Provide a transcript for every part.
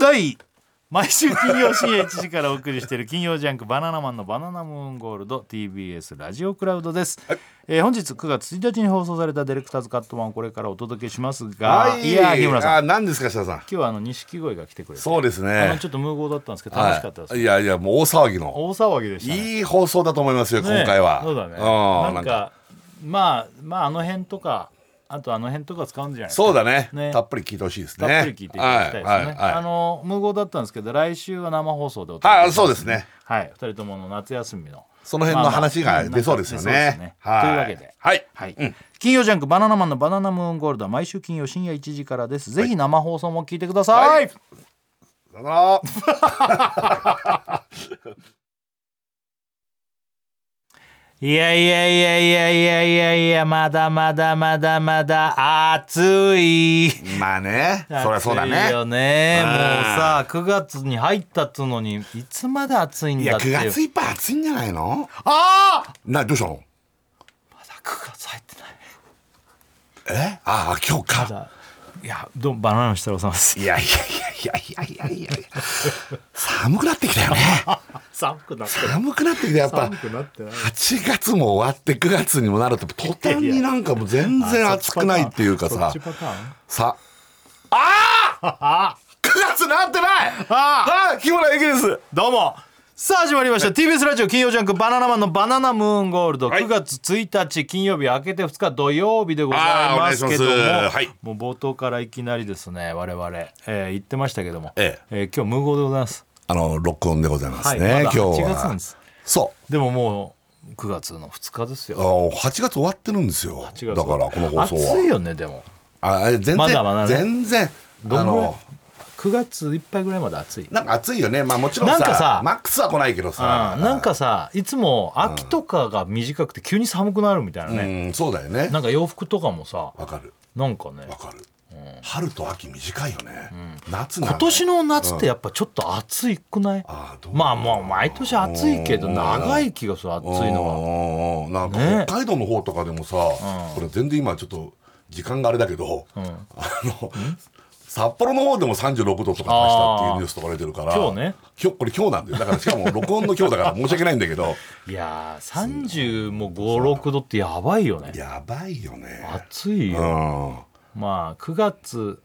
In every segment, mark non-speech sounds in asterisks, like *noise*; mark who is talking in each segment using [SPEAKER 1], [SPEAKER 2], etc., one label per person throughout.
[SPEAKER 1] 位毎週金曜深夜1時からお送りしている金曜ジャンク「バナナマンのバナナムーンゴールド」TBS ラジオクラウドです、えー本日9月1日に放送された「ディレクターズカットマン」をこれからお届けしますが、い、やー日村さん
[SPEAKER 2] ん。あ、何ですか、設楽さん。
[SPEAKER 1] 今日はあの錦鯉が来てくれて
[SPEAKER 2] そうです
[SPEAKER 1] あの
[SPEAKER 2] ね
[SPEAKER 1] ち。ょっと無謀だったんですけど楽しかったです、
[SPEAKER 2] はい。いやいや、もう大騒ぎの。
[SPEAKER 1] 大騒ぎでした、ね、
[SPEAKER 2] いい放送だと思いますよ、
[SPEAKER 1] ね
[SPEAKER 2] 今回は。
[SPEAKER 1] そうだね
[SPEAKER 2] うん、
[SPEAKER 1] なんかまあまああの辺とかあとあの辺とか使うんじゃないですか
[SPEAKER 2] そうだね
[SPEAKER 1] ね
[SPEAKER 2] たっぷり聞いてほしいです
[SPEAKER 1] た
[SPEAKER 2] ね。
[SPEAKER 1] っぷり聞いていただきたいですね、
[SPEAKER 2] はい、はい、
[SPEAKER 1] あ
[SPEAKER 2] は
[SPEAKER 1] の無謀だったんですけど来週は生放送でお
[SPEAKER 2] い。
[SPEAKER 1] 届
[SPEAKER 2] はい、
[SPEAKER 1] けします
[SPEAKER 2] そうですね。
[SPEAKER 1] はい、二人ともの夏休みの。
[SPEAKER 2] その辺の話
[SPEAKER 1] まあ
[SPEAKER 2] が
[SPEAKER 1] まあ
[SPEAKER 2] 出そうですよね。
[SPEAKER 1] なんか出そうですね
[SPEAKER 2] は
[SPEAKER 1] というわけで。
[SPEAKER 2] はい。
[SPEAKER 1] はい、金曜ジャンクバナナマンのバナナムーンゴールドは毎週金曜深夜1時からです。ぜひ生放送も聞いてください。
[SPEAKER 2] はいさよなら。
[SPEAKER 1] い、やいやいやいやいやいやいや、まだまだまだまだ暑い。
[SPEAKER 2] ま
[SPEAKER 1] *laughs*
[SPEAKER 2] あね、そりゃそうだ
[SPEAKER 1] 暑い
[SPEAKER 2] ね。
[SPEAKER 1] よね。
[SPEAKER 2] うん
[SPEAKER 1] もうさ、9月に入ったっつうのに、いつまで暑いん
[SPEAKER 2] い
[SPEAKER 1] だ
[SPEAKER 2] や、
[SPEAKER 1] ってい
[SPEAKER 2] 9
[SPEAKER 1] う。
[SPEAKER 2] 月いっぱい暑いんじゃないの
[SPEAKER 1] ああ
[SPEAKER 2] な、どうしたの
[SPEAKER 1] まだ9月入ってない。
[SPEAKER 2] えああ、今日
[SPEAKER 1] ま
[SPEAKER 2] か。
[SPEAKER 1] だいや、どうもバナナの設楽さんです。
[SPEAKER 2] いやいやいやいやいやいやいや。寒くなってきたよね。
[SPEAKER 1] *laughs* 寒くなってる。
[SPEAKER 2] 寒くなってきた、やっぱ。
[SPEAKER 1] なってない。
[SPEAKER 2] 8月も終わって9月にもなると途端になんかもう全然暑くないっていうかさ
[SPEAKER 1] そっちパターン
[SPEAKER 2] さああ !9 月なってないああ木村ゆきです
[SPEAKER 1] どうもさあ始まりました TBS ラジオ金曜ジャンク「バナナマンのバナナムーンゴールド」
[SPEAKER 2] はい
[SPEAKER 1] 9月1日金曜日明けて2日土曜日でございますけども
[SPEAKER 2] あーお願いしますはい
[SPEAKER 1] もう冒頭からいきなりですね我々、えー言ってましたけども、
[SPEAKER 2] え
[SPEAKER 1] ー今日無言でございます
[SPEAKER 2] あの録音でございますね、
[SPEAKER 1] はいまだ
[SPEAKER 2] 今日は
[SPEAKER 1] 8月なんです
[SPEAKER 2] そ
[SPEAKER 1] でももう9月の2日です
[SPEAKER 2] うあ
[SPEAKER 1] よ
[SPEAKER 2] の8月終わってるんですよ
[SPEAKER 1] 8
[SPEAKER 2] だ
[SPEAKER 1] 月
[SPEAKER 2] からこの放送は
[SPEAKER 1] 暑いよねでも
[SPEAKER 2] ああれ全然、
[SPEAKER 1] まだまだね
[SPEAKER 2] 全然
[SPEAKER 1] ど
[SPEAKER 2] あ
[SPEAKER 1] んぐらい
[SPEAKER 2] の
[SPEAKER 1] 9月いっぱいぐらいまで暑い
[SPEAKER 2] なんか暑いよねまあもちろん
[SPEAKER 1] な
[SPEAKER 2] さ
[SPEAKER 1] んかさ
[SPEAKER 2] マックスは来ないけどさ
[SPEAKER 1] うんなんかさいつも秋とかが短くて急に寒くなるみたいな
[SPEAKER 2] う
[SPEAKER 1] ね、
[SPEAKER 2] んそうだよね
[SPEAKER 1] なんか洋服とかもさ
[SPEAKER 2] わかる
[SPEAKER 1] なんかね
[SPEAKER 2] わかる、春と秋短いよね、夏なんだ
[SPEAKER 1] 今年の夏ってやっぱちょっと暑いくない、
[SPEAKER 2] ああどう
[SPEAKER 1] まあもう毎年暑いけど
[SPEAKER 2] うん
[SPEAKER 1] 長い気がする暑いの
[SPEAKER 2] のがなんか
[SPEAKER 1] ね
[SPEAKER 2] 北海道の方とかでもさ、これ全然今ちょっと時間があれだけど、あの札幌の方でも36度とか出したっていうニュースとか出てるから
[SPEAKER 1] あー今日ね
[SPEAKER 2] 今日これ今日なんだよだからしかも録音の今日だから *laughs* 申し訳ないんだけど
[SPEAKER 1] がいやー3556度ってやばいよね
[SPEAKER 2] やばいよね
[SPEAKER 1] 暑いよ、
[SPEAKER 2] うん
[SPEAKER 1] まあ9月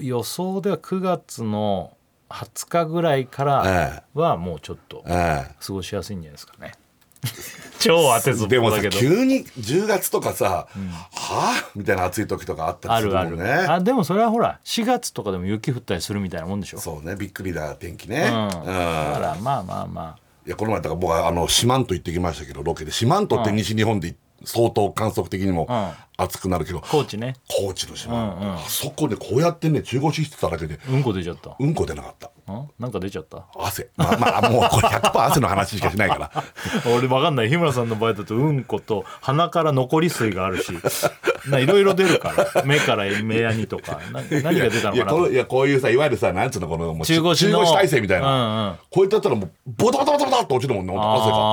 [SPEAKER 1] 予想では9月の20日ぐらいからはもうちょっと
[SPEAKER 2] え
[SPEAKER 1] 過ごしやすいんじゃないですかね *laughs* 超当てず
[SPEAKER 2] え
[SPEAKER 1] っ
[SPEAKER 2] で
[SPEAKER 1] ぽ
[SPEAKER 2] も
[SPEAKER 1] だ
[SPEAKER 2] さ
[SPEAKER 1] けど
[SPEAKER 2] 急に10月とかさ、はあみたいな暑い時とかあった
[SPEAKER 1] あ
[SPEAKER 2] りする
[SPEAKER 1] るあ
[SPEAKER 2] もん
[SPEAKER 1] る、
[SPEAKER 2] ね
[SPEAKER 1] あでもそれはほら4月とかでも雪降ったりするみたいなもんでしょ
[SPEAKER 2] そうねびっくりだ天気ね、
[SPEAKER 1] うん、だ
[SPEAKER 2] うん
[SPEAKER 1] からまあまあま
[SPEAKER 2] いやこの前だから僕はあの四万十行ってきましたけどロケで四万十って西日本で相当観測的にも
[SPEAKER 1] ん
[SPEAKER 2] 暑くなるけど、
[SPEAKER 1] あ高知ね
[SPEAKER 2] 高知の四万十、
[SPEAKER 1] うんうん
[SPEAKER 2] あそこでこうやってね中腰してただけで
[SPEAKER 1] うんこ出ちゃった、
[SPEAKER 2] うんこ出なかった
[SPEAKER 1] ん、なんか出ちゃった
[SPEAKER 2] 汗まあまあもうこれ100%汗の話しかしないから
[SPEAKER 1] 俺わかんない日村さんの場合だとうんこと鼻から残り水があるしないろいろ出るから目から目やにとかな何が出たの
[SPEAKER 2] いや
[SPEAKER 1] かな
[SPEAKER 2] このいやこういうさいわゆるさなんつうのこのもう
[SPEAKER 1] 中腰の
[SPEAKER 2] 中腰体勢みたいな、
[SPEAKER 1] うんうん
[SPEAKER 2] こうやってやったらもうボタボタボタボタって落ちるもんね本当汗が
[SPEAKER 1] あ
[SPEAKER 2] あ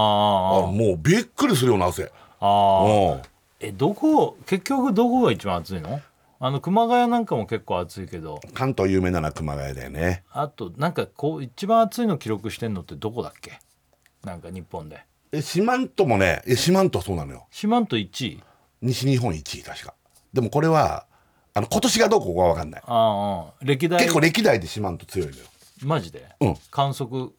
[SPEAKER 2] もうびっくりするような汗
[SPEAKER 1] あー
[SPEAKER 2] うん
[SPEAKER 1] えどこ結局どこが一番暑いのあの熊谷なんかも結構暑いけど
[SPEAKER 2] 関東有名なのは熊谷だよね
[SPEAKER 1] あとなんかこう一番暑いの記録してんのってどこだっけなんか日本で
[SPEAKER 2] え四万十もねえ四万十はそうなのよ
[SPEAKER 1] 四万十1位
[SPEAKER 2] 西日本1位確かでもこれはあの今年がどうこうは分かんない
[SPEAKER 1] ああうん歴代
[SPEAKER 2] 結構歴代で四万と強いのよ
[SPEAKER 1] マジで、
[SPEAKER 2] うん
[SPEAKER 1] 観測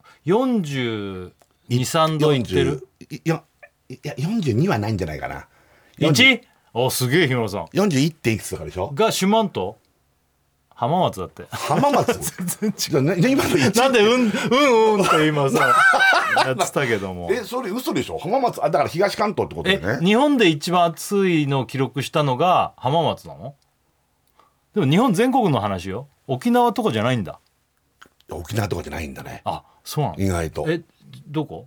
[SPEAKER 1] 423度いってる
[SPEAKER 2] 40いやいや42はないんじゃないかな
[SPEAKER 1] 1? おすげえ日村さん
[SPEAKER 2] 41点いくつとかでしょ
[SPEAKER 1] が四万十浜松だって *laughs*
[SPEAKER 2] 浜松全然違う今の1
[SPEAKER 1] なんでうんうんうんって今 *laughs* さやってたけども
[SPEAKER 2] えそれ嘘でしょ浜松あだから東関東ってことだ
[SPEAKER 1] え
[SPEAKER 2] よね
[SPEAKER 1] 日本で一番暑いのを記録したのが浜松なのでも日本全国の話よ沖縄とかじゃないんだ
[SPEAKER 2] 沖縄とかじゃないんだね
[SPEAKER 1] あそうなの
[SPEAKER 2] 意外と
[SPEAKER 1] えどこ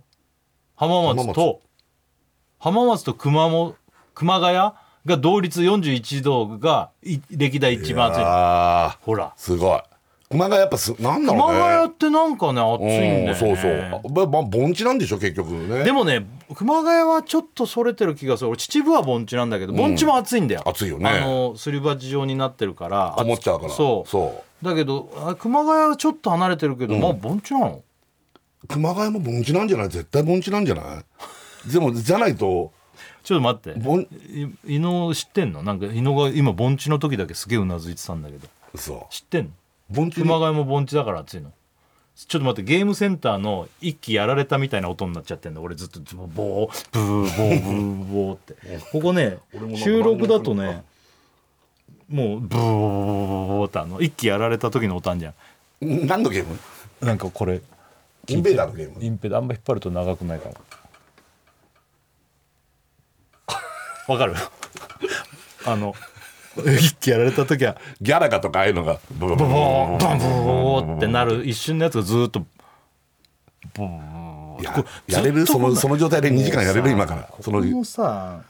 [SPEAKER 1] 浜松と浜松と熊も熊谷が同率41度がい歴代一番暑いの
[SPEAKER 2] あ
[SPEAKER 1] ほら
[SPEAKER 2] すごい熊谷やっぱすなんだろ
[SPEAKER 1] 熊
[SPEAKER 2] うね
[SPEAKER 1] 谷ってなんかね暑いんだよね
[SPEAKER 2] うんそうそうあまま盆地なんでしょ結局ね
[SPEAKER 1] でもね熊谷はちょっとそれてる気がする俺秩父は盆地なんだけど盆地も暑いんだよ、
[SPEAKER 2] 暑いよね
[SPEAKER 1] あのすり鉢状になってるから
[SPEAKER 2] 思っちゃうから
[SPEAKER 1] そう
[SPEAKER 2] そう
[SPEAKER 1] だけどあ熊谷はちょっと離れてるけど、まあ盆地なの
[SPEAKER 2] 熊谷も盆地なんじゃない絶対盆地なんじゃないでもじゃないと
[SPEAKER 1] ちょっと待って
[SPEAKER 2] 盆
[SPEAKER 1] い伊野知ってんのなんか伊野が今盆地の時だけすげえうなずいてたんだけど
[SPEAKER 2] そ
[SPEAKER 1] 知ってんの
[SPEAKER 2] う盆地に
[SPEAKER 1] 熊谷も盆地だから暑いのちょっと待ってゲームセンターの一機やられたみたいな音になっちゃってんだ俺ずっとボーブーボーブーボー
[SPEAKER 2] *laughs*
[SPEAKER 1] ってここね
[SPEAKER 2] 俺もなんか
[SPEAKER 1] 収録だとねもうブーボーってあの一機やられた時の音あんじゃん
[SPEAKER 2] 何のゲーム
[SPEAKER 1] なんかこれ
[SPEAKER 2] インベーダーのゲーム
[SPEAKER 1] インペであんま引っ張ると長くないかもわかる *laughs* あの *laughs* 一気やられた時は
[SPEAKER 2] ギャラガとかああいうのがブブブ
[SPEAKER 1] ボーンボンボーンってなる一瞬のやつがずーっとボーン
[SPEAKER 2] いや
[SPEAKER 1] これ
[SPEAKER 2] やれ
[SPEAKER 1] ず
[SPEAKER 2] る
[SPEAKER 1] っ
[SPEAKER 2] そ
[SPEAKER 1] とこん
[SPEAKER 2] の
[SPEAKER 1] な
[SPEAKER 2] その状態で2時間やれる
[SPEAKER 1] もうさ
[SPEAKER 2] 今からそ
[SPEAKER 1] こ
[SPEAKER 2] の
[SPEAKER 1] のさ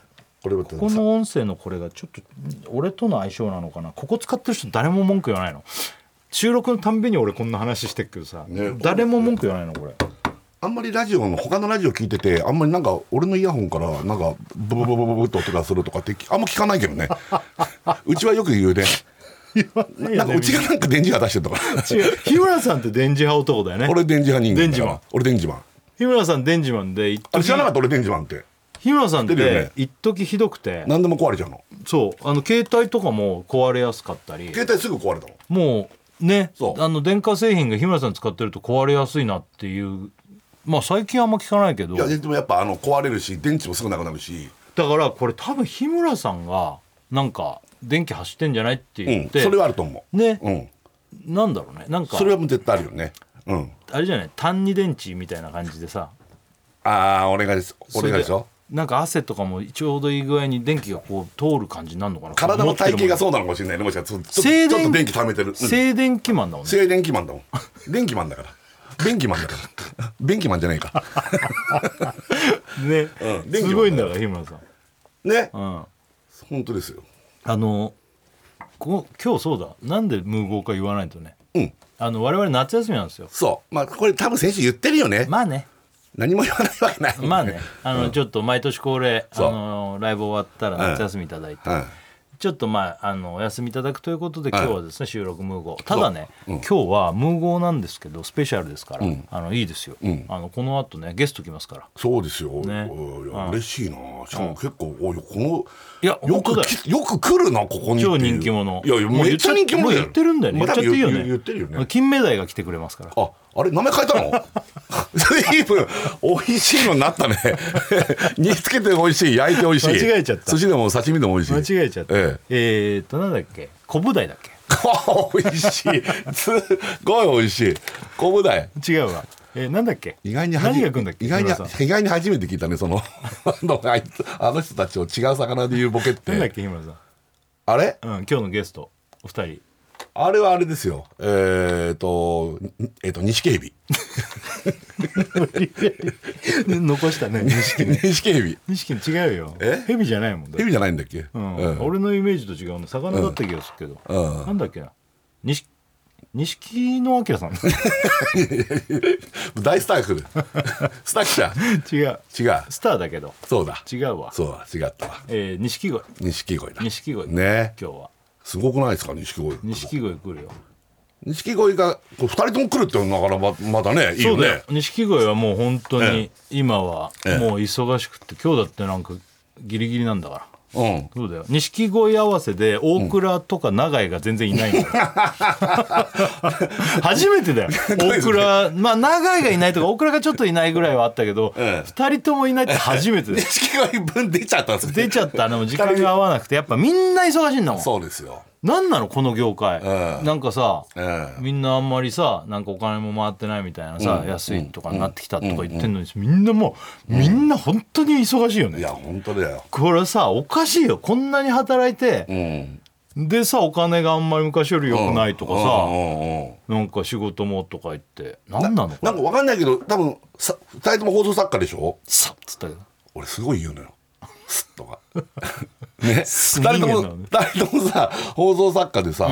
[SPEAKER 2] これこ
[SPEAKER 1] この音声のこれがちょっと俺との相性なのかなここ使ってる人誰も文句言わないの収録のたんびに俺こんな話してっけどさ、
[SPEAKER 2] ね
[SPEAKER 1] 誰も文句言わないのこれ
[SPEAKER 2] あんまりラジオの他のラジオ聞いててあんまりなんか俺のイヤホンからなんかブブブブブブって音がするとかってあんま聞かないけどねうちはよく言うねなんかうちがなんか電磁波出してるとか
[SPEAKER 1] 違う日村さんって電磁波男だよね
[SPEAKER 2] 俺電磁波人間だ
[SPEAKER 1] 電磁
[SPEAKER 2] よ
[SPEAKER 1] マン
[SPEAKER 2] 俺電磁マン
[SPEAKER 1] 日村さん電磁マンで一
[SPEAKER 2] あれ知ら
[SPEAKER 1] 時
[SPEAKER 2] なかった俺電磁マンって
[SPEAKER 1] 日村さんっ
[SPEAKER 2] 知ってるよ
[SPEAKER 1] て
[SPEAKER 2] ね
[SPEAKER 1] 一時ひどくて
[SPEAKER 2] 何でも壊れちゃうの
[SPEAKER 1] そうあの携帯とかも壊れやすかったり
[SPEAKER 2] 携帯すぐ壊れたの
[SPEAKER 1] もうね
[SPEAKER 2] そう
[SPEAKER 1] あの電化製品が日村さん使ってると壊れやすいなっていうまあ最近あんま聞かないけど
[SPEAKER 2] いやでもやっぱあの壊れるし電池もすぐなくなるし
[SPEAKER 1] だからこれ多分日村さんがなんか電気走ってんじゃないって
[SPEAKER 2] う
[SPEAKER 1] 言っ
[SPEAKER 2] ん
[SPEAKER 1] て、
[SPEAKER 2] それはあると思う
[SPEAKER 1] ね
[SPEAKER 2] うん
[SPEAKER 1] なんだろうねなんか
[SPEAKER 2] それはもう絶対あるよねうん
[SPEAKER 1] あれじゃない単二電池みたいな感じでさ
[SPEAKER 2] ああ俺がです俺がでし
[SPEAKER 1] それ
[SPEAKER 2] ょ
[SPEAKER 1] なんか汗とかもちょうどいい具合に電気がこう通る感じになるのかな
[SPEAKER 2] 体の体型が
[SPEAKER 1] そ
[SPEAKER 2] そうなのかもしれないねもしかしたらちょちょ
[SPEAKER 1] 静電
[SPEAKER 2] ちょっと電気溜めてる、うん
[SPEAKER 1] 静電気マンだもんね
[SPEAKER 2] 静電気マンだもん電気マンだから電気マンだから電気マンじゃないか
[SPEAKER 1] ね、
[SPEAKER 2] うん電気
[SPEAKER 1] す
[SPEAKER 2] マンだよ
[SPEAKER 1] ごいんだから日村さん、
[SPEAKER 2] ね
[SPEAKER 1] うん、
[SPEAKER 2] 本当ですよ
[SPEAKER 1] あのこ今日そうだなんで無謀か言わないとね
[SPEAKER 2] うん
[SPEAKER 1] あの我々夏休みなんですよ
[SPEAKER 2] そうまあこれ多分先週言ってるよね、
[SPEAKER 1] まあね
[SPEAKER 2] 何も言わないわけない
[SPEAKER 1] まあねあの、ちょっと毎年恒例あ
[SPEAKER 2] そう
[SPEAKER 1] のライブ終わったら夏休みいただいて、
[SPEAKER 2] はい
[SPEAKER 1] ちょっとまああのお休みいただくということで
[SPEAKER 2] は
[SPEAKER 1] 今
[SPEAKER 2] い
[SPEAKER 1] 日はですね、収録ムーゴーただね、今日はムーゴーなんですけどスペシャルですから、あのいいですよ、
[SPEAKER 2] ん
[SPEAKER 1] あのこの後ねゲスト来ますから
[SPEAKER 2] そうですよ、
[SPEAKER 1] ね
[SPEAKER 2] おいや嬉しいなしかも結構、おいこ
[SPEAKER 1] いや
[SPEAKER 2] のよ
[SPEAKER 1] 本当
[SPEAKER 2] く
[SPEAKER 1] だよ
[SPEAKER 2] きよく来るなここにっていう
[SPEAKER 1] 超人気者
[SPEAKER 2] いやいや
[SPEAKER 1] もう
[SPEAKER 2] めっちゃ人気者だよ
[SPEAKER 1] 言っちゃもう言ってるんだよね
[SPEAKER 2] ま
[SPEAKER 1] 言っ
[SPEAKER 2] あ
[SPEAKER 1] ちゃっていいよね
[SPEAKER 2] 多分言ってるよね
[SPEAKER 1] 金目鯛が来てくれますから
[SPEAKER 2] あ、あれ名前変えたの *laughs* 随分美味しいのになったね *laughs* 煮つけて美味しい焼いて美味しい
[SPEAKER 1] 間違えちゃった
[SPEAKER 2] 寿司でも刺身でも美味しい
[SPEAKER 1] 間違えちゃった
[SPEAKER 2] ええ
[SPEAKER 1] えーっとなんだっけ昆布鯛だっけ
[SPEAKER 2] *laughs* 美味しいすごい美味しい昆布鯛
[SPEAKER 1] 違うわ、えーなんだっけ
[SPEAKER 2] 意外に
[SPEAKER 1] 何
[SPEAKER 2] 初
[SPEAKER 1] が来んだっけ
[SPEAKER 2] 意外に
[SPEAKER 1] 日村さん
[SPEAKER 2] 意外に初めて聞いたねその *laughs* あのあいつあの人たちを違う魚で言うボケっ
[SPEAKER 1] なんだってけ日村さん
[SPEAKER 2] あれ
[SPEAKER 1] うん、今日のゲストお二人
[SPEAKER 2] *laughs* あれはあれですよえっ、とえっ、と錦エビ
[SPEAKER 1] 残したね錦
[SPEAKER 2] 錦エビ
[SPEAKER 1] 錦違うよ
[SPEAKER 2] え
[SPEAKER 1] 蛇じゃないもんだって
[SPEAKER 2] エビじゃないんだっけ、
[SPEAKER 1] うん
[SPEAKER 2] うん
[SPEAKER 1] 俺のイメージと違うの魚だった気がするけど、
[SPEAKER 2] うん
[SPEAKER 1] なんだっけな錦錦野明さん *laughs*
[SPEAKER 2] 大スタッフでスタッフじゃん
[SPEAKER 1] 違う
[SPEAKER 2] 違う
[SPEAKER 1] スターだけど
[SPEAKER 2] そうだ
[SPEAKER 1] 違うわ
[SPEAKER 2] そうだ違ったわ
[SPEAKER 1] えー錦鯉
[SPEAKER 2] 錦鯉だ
[SPEAKER 1] 錦鯉
[SPEAKER 2] ね
[SPEAKER 1] 今日は
[SPEAKER 2] すごくないですか錦鯉
[SPEAKER 1] 錦鯉来るよ
[SPEAKER 2] 錦鯉がこう二人とも来るっていうのがなかなかままだねいい
[SPEAKER 1] そ
[SPEAKER 2] よ
[SPEAKER 1] うだよ
[SPEAKER 2] ね
[SPEAKER 1] 錦鯉はもう本当
[SPEAKER 2] え
[SPEAKER 1] に今は
[SPEAKER 2] ええ
[SPEAKER 1] もう忙しくて今日だってなんかギリギリなんだから
[SPEAKER 2] うん
[SPEAKER 1] そうだよ錦鯉合わせで大倉とか永井が全然いないん
[SPEAKER 2] *laughs*
[SPEAKER 1] だよ初めてだよ大倉まあ永井がいないとか大倉がちょっといないぐらいはあったけど二、
[SPEAKER 2] ええ
[SPEAKER 1] 人ともいないって初めてだよ
[SPEAKER 2] 錦鯉分出ちゃったんですね
[SPEAKER 1] 出ちゃったでも時間が合わなくてやっぱみんな忙しいんだもん
[SPEAKER 2] そうですよ
[SPEAKER 1] なんなのこの業界、
[SPEAKER 2] ええ
[SPEAKER 1] なんかさ、
[SPEAKER 2] ええ
[SPEAKER 1] みんなあんまりさなんかお金も回ってないみたいなさ、安いとかになってきたとか言ってんのに、みんなもうみんな本当に忙しいよね、
[SPEAKER 2] いや本当だよ
[SPEAKER 1] これさおかしいよこんなに働いて、
[SPEAKER 2] うん
[SPEAKER 1] でさお金があんまり昔より良くないとかさ、
[SPEAKER 2] うんうんうん
[SPEAKER 1] なんか仕事もとか言って何なのこ
[SPEAKER 2] な
[SPEAKER 1] れ
[SPEAKER 2] んかわかんないけど多分さ二人とも放送作家でしょ
[SPEAKER 1] さっつったけど
[SPEAKER 2] 俺すごい言うのよ「すっ」
[SPEAKER 1] *laughs*
[SPEAKER 2] とかね
[SPEAKER 1] す
[SPEAKER 2] 二
[SPEAKER 1] 人
[SPEAKER 2] 人と
[SPEAKER 1] 間なの
[SPEAKER 2] も
[SPEAKER 1] ね
[SPEAKER 2] 二人ともさ放送作家でさ、